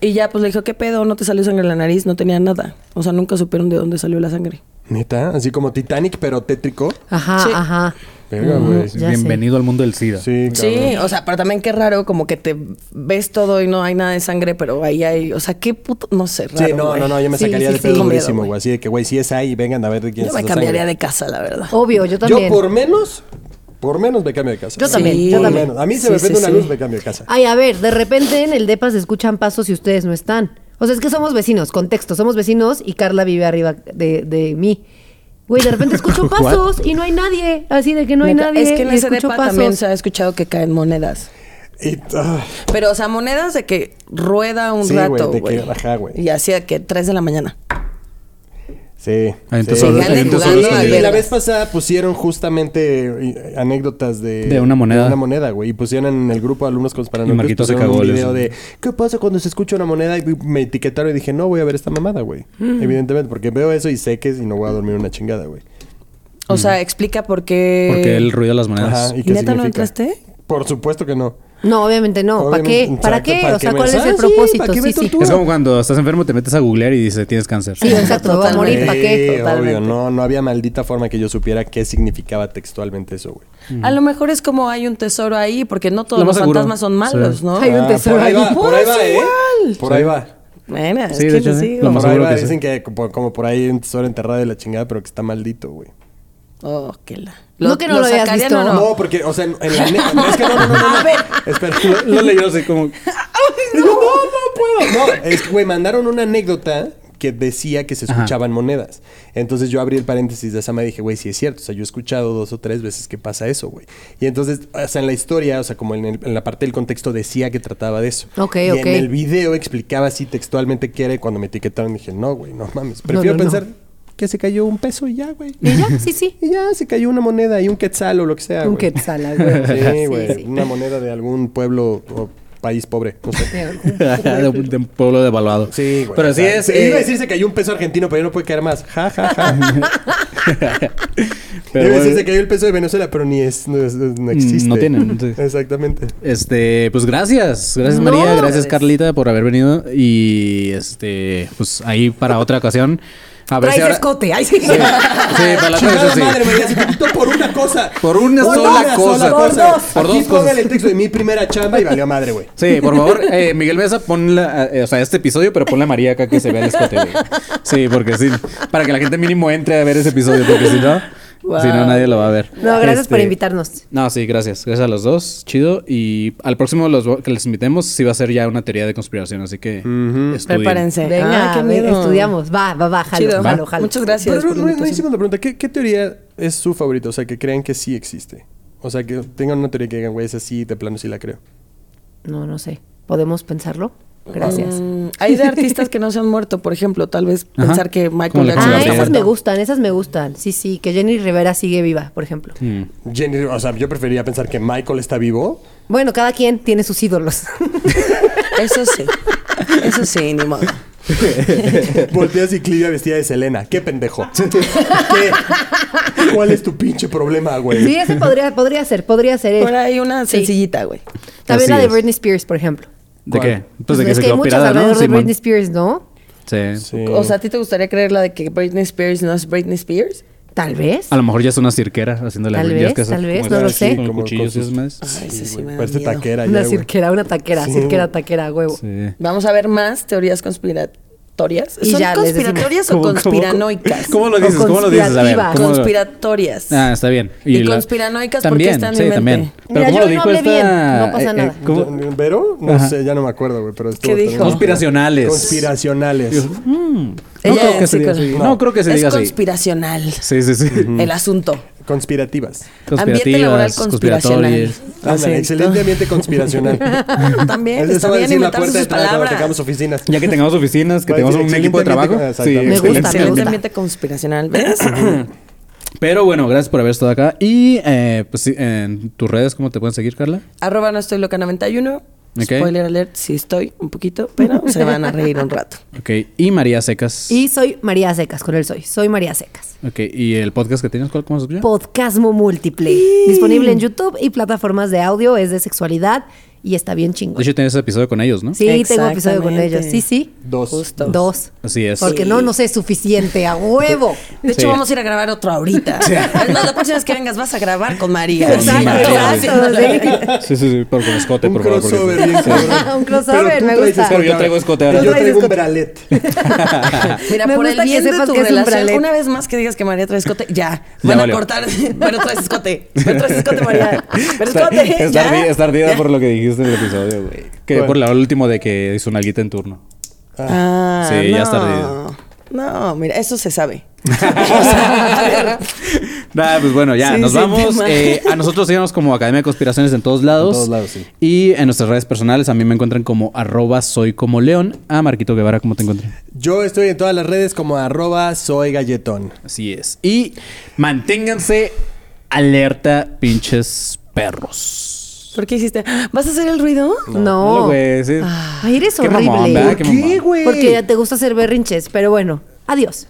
[SPEAKER 5] y ya pues le dijo, ¿qué pedo? No te salió sangre en la nariz, no tenía nada. O sea, nunca supieron de dónde salió la sangre.
[SPEAKER 4] Neta, así como Titanic, pero tétrico.
[SPEAKER 6] Ajá,
[SPEAKER 5] Sí.
[SPEAKER 6] ajá.
[SPEAKER 4] Verga, güey.
[SPEAKER 6] Ya sé.
[SPEAKER 1] Bienvenido al mundo del SIDA.
[SPEAKER 4] Sí,
[SPEAKER 5] Sí, o sea, pero también qué raro, como que te ves todo y no hay nada de sangre, pero ahí hay, o sea, qué puto, no sé, raro.
[SPEAKER 4] Sí, no,
[SPEAKER 5] güey.
[SPEAKER 4] no, no, yo me
[SPEAKER 6] Sí,
[SPEAKER 4] sacaría
[SPEAKER 6] sí,
[SPEAKER 4] de
[SPEAKER 6] sí.
[SPEAKER 4] pedo
[SPEAKER 5] Con miedo,
[SPEAKER 4] durísimo,
[SPEAKER 5] güey.
[SPEAKER 4] güey. Así de que, güey, si es ahí, vengan a ver de quién
[SPEAKER 5] Yo
[SPEAKER 4] es
[SPEAKER 5] me
[SPEAKER 4] esa
[SPEAKER 5] cambiaría
[SPEAKER 4] sangre.
[SPEAKER 5] de casa, la verdad.
[SPEAKER 6] Obvio, yo
[SPEAKER 4] Yo
[SPEAKER 6] también.
[SPEAKER 4] por menos, por menos me cambio de casa.
[SPEAKER 6] Yo
[SPEAKER 4] Sí,
[SPEAKER 6] también, yo
[SPEAKER 4] por
[SPEAKER 6] también.
[SPEAKER 4] menos. A mí se
[SPEAKER 5] Sí,
[SPEAKER 4] me
[SPEAKER 5] sí,
[SPEAKER 4] prende una
[SPEAKER 5] sí. Ah,
[SPEAKER 4] luz, me cambio de casa.
[SPEAKER 6] Ay, a ver, de repente en el DEPA se escuchan pasos y ustedes no están. O sea, es que somos vecinos, contexto, somos vecinos y Carla vive arriba de, de mí. Güey, de repente escucho pasos y no hay nadie. Así de que no hay
[SPEAKER 5] Neta,
[SPEAKER 6] nadie.
[SPEAKER 5] Es que en
[SPEAKER 6] y
[SPEAKER 5] ese
[SPEAKER 6] escucho
[SPEAKER 5] depa también se ha escuchado que caen monedas.
[SPEAKER 4] Y, ah,
[SPEAKER 5] Pero, o sea, monedas de que rueda un
[SPEAKER 4] Sí, güey,
[SPEAKER 5] rato,
[SPEAKER 4] de que-
[SPEAKER 5] güey.
[SPEAKER 4] ajá, güey.
[SPEAKER 5] Y hacía que 3 de la mañana.
[SPEAKER 4] sí.
[SPEAKER 1] Hay un
[SPEAKER 4] sí.
[SPEAKER 1] tesoro-
[SPEAKER 5] Sí, hay un anden tesoro
[SPEAKER 4] Y-
[SPEAKER 5] jugando escondido.
[SPEAKER 4] y la vez pasada pusieron justamente eh, anécdotas de...
[SPEAKER 1] De una moneda.
[SPEAKER 4] de una moneda, güey. Y pusieron en el grupo de alumnos con
[SPEAKER 1] Y Marquito se cagó,
[SPEAKER 4] un
[SPEAKER 1] les-
[SPEAKER 4] video de... ¿Qué pasa cuando se escucha una moneda? Y me etiquetaron y dije, no voy a ver esta mamada, güey.
[SPEAKER 5] Mm.
[SPEAKER 4] Evidentemente, porque veo eso y sé que es y no voy a dormir una chingada, güey.
[SPEAKER 5] O sea, explica por qué.
[SPEAKER 1] Porque el ruido de las monedas.
[SPEAKER 4] Ajá. ¿Y qué
[SPEAKER 5] ¿Neta no
[SPEAKER 4] significa?
[SPEAKER 5] entraste?
[SPEAKER 4] Por supuesto que no.
[SPEAKER 6] No, obviamente no. ¿Para qué?
[SPEAKER 4] Obviamente,
[SPEAKER 6] ¿Para
[SPEAKER 4] exacto,
[SPEAKER 6] qué?
[SPEAKER 4] ¿para
[SPEAKER 6] O sea,
[SPEAKER 4] qué me-
[SPEAKER 6] ¿cuál es el
[SPEAKER 4] Ah, sí,
[SPEAKER 6] propósito?
[SPEAKER 4] ¿para qué
[SPEAKER 6] Sí,
[SPEAKER 4] me
[SPEAKER 6] sí.
[SPEAKER 4] tortura?
[SPEAKER 1] Es como cuando estás enfermo, te metes a googlear y dice tienes cáncer.
[SPEAKER 6] Sí, exacto. Voy a morir, ¿para
[SPEAKER 4] Sí,
[SPEAKER 6] qué?
[SPEAKER 4] obvio, no, no había maldita forma que yo supiera qué significaba textualmente eso, güey.
[SPEAKER 5] A lo mejor es como hay un tesoro ahí, porque no todos
[SPEAKER 1] Lo más
[SPEAKER 5] los
[SPEAKER 1] seguro.
[SPEAKER 5] fantasmas son malos,
[SPEAKER 1] Sí.
[SPEAKER 5] ¿no?
[SPEAKER 6] Hay un
[SPEAKER 4] Ah,
[SPEAKER 6] tesoro
[SPEAKER 4] por ahí
[SPEAKER 6] ahí.
[SPEAKER 4] va, por ahí va,
[SPEAKER 5] Pues
[SPEAKER 4] ¿eh?
[SPEAKER 5] igual.
[SPEAKER 4] Por ahí va.
[SPEAKER 5] Bueno, Ah, es
[SPEAKER 1] Sí,
[SPEAKER 5] que
[SPEAKER 1] de hecho,
[SPEAKER 5] les
[SPEAKER 1] sí.
[SPEAKER 5] digo.
[SPEAKER 1] Lo más
[SPEAKER 4] Por ahí
[SPEAKER 1] seguro
[SPEAKER 4] va,
[SPEAKER 1] que sí.
[SPEAKER 4] dicen que como, como por ahí hay un tesoro enterrado de la chingada, pero que está maldito, güey.
[SPEAKER 5] Oh, qué la.
[SPEAKER 6] No que no lo habías
[SPEAKER 5] sacarían
[SPEAKER 6] visto.
[SPEAKER 5] o
[SPEAKER 4] No,
[SPEAKER 5] no?
[SPEAKER 4] porque, o sea, en, en la neta. No, es que no, no, no. no, no.
[SPEAKER 5] A ver.
[SPEAKER 4] Espera.
[SPEAKER 1] Lo leyó así como...
[SPEAKER 4] No, no, puedo. No, es que, güey, mandaron una anécdota que decía que se
[SPEAKER 1] Ajá.
[SPEAKER 4] escuchaban monedas. Entonces yo abrí el paréntesis de esa madre y dije, güey, sí es cierto. O sea, yo he escuchado dos o tres veces que pasa eso, güey. Y entonces, o sea, en la historia, o sea, como en, el- en la parte del contexto decía que trataba de eso.
[SPEAKER 6] Ok,
[SPEAKER 4] y
[SPEAKER 6] ok.
[SPEAKER 4] en el video explicaba así textualmente qué era. Y cuando me etiquetaron dije, no, güey, no mames. Prefiero
[SPEAKER 6] no, no.
[SPEAKER 4] pensar que se cayó un peso y ya, güey.
[SPEAKER 6] Y ya, sí, sí.
[SPEAKER 4] Y ya, se cayó una moneda y un quetzal o lo que sea,
[SPEAKER 6] Un
[SPEAKER 4] güey.
[SPEAKER 6] quetzal, güey.
[SPEAKER 4] Sí, güey.
[SPEAKER 6] sí.
[SPEAKER 4] Una moneda de algún pueblo o país pobre. No sé.
[SPEAKER 1] de, un- de un pueblo devaluado.
[SPEAKER 4] Sí, güey.
[SPEAKER 1] Pero
[SPEAKER 4] o
[SPEAKER 1] sí
[SPEAKER 4] sea,
[SPEAKER 1] es.
[SPEAKER 4] se- Iba a
[SPEAKER 1] eh,
[SPEAKER 4] decirse que hay un peso argentino, pero ya no puede caer más. Ja, ja, ja.
[SPEAKER 1] pero
[SPEAKER 4] iba a
[SPEAKER 1] bueno, Mm,
[SPEAKER 4] decirse que hay el peso de Venezuela, pero ni es, no, es- no existe.
[SPEAKER 1] No tienen, sí.
[SPEAKER 4] Exactamente.
[SPEAKER 1] Este, pues gracias. Gracias
[SPEAKER 6] No,
[SPEAKER 1] María, gracias
[SPEAKER 6] gracias.
[SPEAKER 1] Carlita por haber venido. Y este, pues ahí para otra ocasión. A ver
[SPEAKER 6] Traes
[SPEAKER 1] si ahora-
[SPEAKER 6] escote. Ay, sí.
[SPEAKER 1] Sí, para la otra
[SPEAKER 4] Chingada
[SPEAKER 1] ocasión, sí.
[SPEAKER 4] madre, María, se te quitó por una cosa.
[SPEAKER 1] Por una sola cosa.
[SPEAKER 6] Por
[SPEAKER 4] cosa.
[SPEAKER 6] dos.
[SPEAKER 1] Por
[SPEAKER 4] Aquí
[SPEAKER 1] dos cosas.
[SPEAKER 4] póngale el texto de mi primera chamba y valió madre, güey.
[SPEAKER 1] Sí, por favor, eh, Miguel Mesa, ponla, eh, o sea, este episodio, pero ponle a María acá que se vea el escote. güey. Sí, porque sí, para que la gente mínimo entre a ver ese episodio, porque si no, si no nadie lo va a ver.
[SPEAKER 6] No, gracias por
[SPEAKER 1] Este,
[SPEAKER 6] invitarnos.
[SPEAKER 1] No, sí, gracias. Gracias a los dos. Chido. Y al próximo los vo- que les invitemos, sí va a ser ya una teoría de conspiración. Así que estudien.
[SPEAKER 5] Prepárense.
[SPEAKER 6] Venga,
[SPEAKER 5] Ah, qué
[SPEAKER 6] a ver,
[SPEAKER 5] miedo.
[SPEAKER 6] estudiamos. Va, va, va, jalo,
[SPEAKER 5] Chido.
[SPEAKER 6] jalo, jalo.
[SPEAKER 5] Muchas gracias.
[SPEAKER 4] Pero no,
[SPEAKER 5] por la
[SPEAKER 4] no- no
[SPEAKER 5] invitación.
[SPEAKER 4] hicimos la pregunta. ¿Qué, qué teoría es su favorita? O sea, que crean que sí existe. O sea, que tengan una teoría que digan, güey, esa sí, de plano sí la creo.
[SPEAKER 6] No, no sé. ¿Podemos pensarlo? Gracias.
[SPEAKER 5] Mm, hay de artistas que no se han muerto, por ejemplo, tal vez
[SPEAKER 1] Ajá.
[SPEAKER 5] pensar que
[SPEAKER 1] Como
[SPEAKER 5] Michael
[SPEAKER 1] la
[SPEAKER 5] Jackson
[SPEAKER 6] Ah,
[SPEAKER 1] Excelente.
[SPEAKER 5] está
[SPEAKER 6] esas
[SPEAKER 5] muerto.
[SPEAKER 6] me gustan, esas me gustan. Sí, sí, que Jenny Rivera sigue viva, por ejemplo.
[SPEAKER 4] Jenny, o sea, yo preferiría pensar que Michael está vivo.
[SPEAKER 6] Bueno, cada quien tiene sus ídolos.
[SPEAKER 5] Eso sí. Eso sí, ni modo.
[SPEAKER 4] Volteas y Clivia vestida de Selena. ¡Qué pendejo! ¿Qué? ¿Cuál es tu pinche problema, güey?
[SPEAKER 6] Sí,
[SPEAKER 1] Pues,
[SPEAKER 6] ese podría, podría ser, podría ser. él.
[SPEAKER 5] Por ahí una sencillita, güey.
[SPEAKER 6] También
[SPEAKER 1] Así
[SPEAKER 6] la de
[SPEAKER 1] es.
[SPEAKER 6] Britney Spears, por ejemplo.
[SPEAKER 1] ¿De qué? Pues de que
[SPEAKER 6] es
[SPEAKER 1] se
[SPEAKER 6] que hay
[SPEAKER 1] quedó
[SPEAKER 6] muchas
[SPEAKER 1] pirada, ¿no?
[SPEAKER 6] alrededor de
[SPEAKER 1] Simón.
[SPEAKER 6] Britney Spears, ¿no?
[SPEAKER 1] Sí.
[SPEAKER 4] Sí.
[SPEAKER 5] O sea, ¿a ti te gustaría creer la de que Britney Spears no es Britney Spears?
[SPEAKER 6] Tal vez.
[SPEAKER 1] A lo mejor ya es una cirquera haciéndole
[SPEAKER 6] Tal
[SPEAKER 1] ya es que
[SPEAKER 6] vez,
[SPEAKER 1] hace-
[SPEAKER 6] tal vez,
[SPEAKER 1] como
[SPEAKER 6] no
[SPEAKER 1] es
[SPEAKER 6] lo
[SPEAKER 1] así,
[SPEAKER 6] sé.
[SPEAKER 1] Con
[SPEAKER 4] Ah, Como
[SPEAKER 1] cuchillos
[SPEAKER 4] con
[SPEAKER 1] y demás.
[SPEAKER 5] Ay, ese sí, me da
[SPEAKER 4] Parece
[SPEAKER 5] miedo.
[SPEAKER 4] taquera ya,
[SPEAKER 6] Una
[SPEAKER 4] güey.
[SPEAKER 6] cirquera, una taquera,
[SPEAKER 4] Sí,
[SPEAKER 6] cirquera,
[SPEAKER 4] güey.
[SPEAKER 6] taquera, huevo.
[SPEAKER 1] Sí.
[SPEAKER 5] Vamos a ver más teorías conspiratorias.
[SPEAKER 6] Y
[SPEAKER 5] ¿Son
[SPEAKER 6] ya les decimos.
[SPEAKER 5] conspiratorias o
[SPEAKER 1] ¿Cómo- cómo-
[SPEAKER 5] conspiranoicas?
[SPEAKER 1] ¿Cómo lo dices? ¿Cómo lo dices? A ver.
[SPEAKER 6] conspirativa.
[SPEAKER 1] ¿cómo lo-
[SPEAKER 5] Conspiratorias.
[SPEAKER 1] Ah, está bien.
[SPEAKER 5] Y
[SPEAKER 1] la-
[SPEAKER 5] conspiranoicas porque está en mi mente.
[SPEAKER 1] Pero
[SPEAKER 6] Mira,
[SPEAKER 1] ¿cómo
[SPEAKER 6] yo
[SPEAKER 1] lo
[SPEAKER 6] no
[SPEAKER 1] dijo
[SPEAKER 6] hablé
[SPEAKER 1] esta?
[SPEAKER 6] bien, no pasa
[SPEAKER 1] eh,
[SPEAKER 6] nada.
[SPEAKER 1] ¿cómo?
[SPEAKER 4] ¿Vero? No sé, ya no me acuerdo, güey, pero estuvo
[SPEAKER 5] ¿Qué dijo?
[SPEAKER 4] tremendo.
[SPEAKER 1] Conspiracionales.
[SPEAKER 4] Conspiracionales.
[SPEAKER 1] No
[SPEAKER 5] Ella
[SPEAKER 1] creo que
[SPEAKER 5] es
[SPEAKER 1] se diga
[SPEAKER 5] psico-
[SPEAKER 1] así. No creo que se diga
[SPEAKER 5] es
[SPEAKER 1] así.
[SPEAKER 5] conspiracional
[SPEAKER 1] Sí, sí, sí.
[SPEAKER 5] el asunto.
[SPEAKER 4] Conspirativas.
[SPEAKER 5] Ambiente laboral conspiracional.
[SPEAKER 1] conspiratorias.
[SPEAKER 4] Ándale,
[SPEAKER 5] Acento.
[SPEAKER 4] excelente ambiente conspiracional.
[SPEAKER 5] Ah, También
[SPEAKER 4] Eso
[SPEAKER 5] está
[SPEAKER 4] se va a
[SPEAKER 5] bien
[SPEAKER 4] decir la
[SPEAKER 5] inventarse
[SPEAKER 4] puerta de
[SPEAKER 5] sus
[SPEAKER 4] entrada cuando
[SPEAKER 5] palabras.
[SPEAKER 4] tengamos oficinas.
[SPEAKER 1] Ya que tengamos oficinas, que
[SPEAKER 4] Va a decir,
[SPEAKER 1] tengamos un equipo de
[SPEAKER 4] excelente
[SPEAKER 1] trabajo.
[SPEAKER 4] ambiente-
[SPEAKER 1] Sí,
[SPEAKER 4] Me gusta,
[SPEAKER 1] excelente.
[SPEAKER 6] me
[SPEAKER 5] Excelente
[SPEAKER 6] gusta.
[SPEAKER 5] ambiente conspiracional, ¿ves?
[SPEAKER 1] Pero bueno, gracias por haber estado acá. Y eh, pues sí, en tus redes, ¿cómo te pueden seguir, Carla?
[SPEAKER 5] Arroba no estoy loca 91.
[SPEAKER 1] Ok.
[SPEAKER 5] Spoiler alert, sí estoy un poquito, pero se van a reír un rato.
[SPEAKER 1] Ok. Y María Secas.
[SPEAKER 6] Y soy María Secas, con él soy. Soy María Secas.
[SPEAKER 1] Ok. ¿Y el podcast que tienes, cuál, cómo se llama?
[SPEAKER 6] Podcasmo múltiple. Disponible en YouTube y plataformas de audio, es de sexualidad y está bien
[SPEAKER 1] De
[SPEAKER 6] chingón.
[SPEAKER 1] hecho, tienes episodio con ellos, ¿no?
[SPEAKER 6] Sí, tengo episodio con ellos.
[SPEAKER 5] Exactamente.
[SPEAKER 6] Sí, sí.
[SPEAKER 4] Dos.
[SPEAKER 5] Justo.
[SPEAKER 6] Dos.
[SPEAKER 1] Así es.
[SPEAKER 6] Porque no, no sé, es suficiente, a huevo.
[SPEAKER 5] De hecho,
[SPEAKER 1] Sí.
[SPEAKER 5] vamos a ir a grabar otro ahorita. Es más, la próxima vez que vengas vas a grabar con María.
[SPEAKER 1] Con María.
[SPEAKER 6] exacto,
[SPEAKER 1] Sí, sí, sí. Por con escote,
[SPEAKER 4] Un
[SPEAKER 1] por favor. porque-
[SPEAKER 4] crossover bien
[SPEAKER 1] Sí.
[SPEAKER 4] cabrón.
[SPEAKER 6] Un crossover,
[SPEAKER 4] Pero tú
[SPEAKER 6] me
[SPEAKER 4] traes
[SPEAKER 6] gusta.
[SPEAKER 1] Pero yo traigo escote ahora.
[SPEAKER 4] Yo
[SPEAKER 6] Tú traes
[SPEAKER 4] traigo un
[SPEAKER 6] escote.
[SPEAKER 4] bralet.
[SPEAKER 5] Mira,
[SPEAKER 6] Me
[SPEAKER 5] por el
[SPEAKER 6] gusta que
[SPEAKER 5] bien de
[SPEAKER 6] sepas
[SPEAKER 5] tu
[SPEAKER 6] que es un
[SPEAKER 5] relación,
[SPEAKER 6] bralet.
[SPEAKER 5] una vez más que digas que María trae escote, ya.
[SPEAKER 1] Ya
[SPEAKER 5] Van a
[SPEAKER 1] valió.
[SPEAKER 5] cortar. Pero traes escote. Pero traes escote, María. Pero escote.
[SPEAKER 1] Está,
[SPEAKER 5] ya.
[SPEAKER 1] ardi- está ardida por lo que dijiste en el episodio, güey. Que
[SPEAKER 4] ¿Cuál?
[SPEAKER 1] por la- lo último de que hizo una alguita en turno.
[SPEAKER 5] Ah,
[SPEAKER 1] Sí, ya
[SPEAKER 5] no.
[SPEAKER 1] está ardido.
[SPEAKER 5] No, mira, eso se sabe.
[SPEAKER 1] Nada, pues bueno, ya,
[SPEAKER 5] Sí,
[SPEAKER 1] nos
[SPEAKER 5] sí,
[SPEAKER 1] vamos.
[SPEAKER 5] tema.
[SPEAKER 1] Eh, a nosotros íbamos como Academia de Conspiraciones en todos lados.
[SPEAKER 4] En todos lados, sí.
[SPEAKER 1] Y en nuestras redes personales a mí me encuentran como arroba soy como león. A Marquito Guevara, ¿cómo te encuentran?
[SPEAKER 4] Yo estoy en todas las redes como arroba soy galletón.
[SPEAKER 1] Así es. Y manténganse alerta, pinches perros.
[SPEAKER 5] ¿Por qué hiciste? ¿Vas a hacer el ruido?
[SPEAKER 1] Hola,
[SPEAKER 6] No.
[SPEAKER 1] güey, sí.
[SPEAKER 6] Ay, eres
[SPEAKER 1] Qué mamón,
[SPEAKER 6] horrible.
[SPEAKER 1] ¿verdad? Qué mamón.
[SPEAKER 6] Porque ya te gusta hacer berrinches, pero bueno, adiós.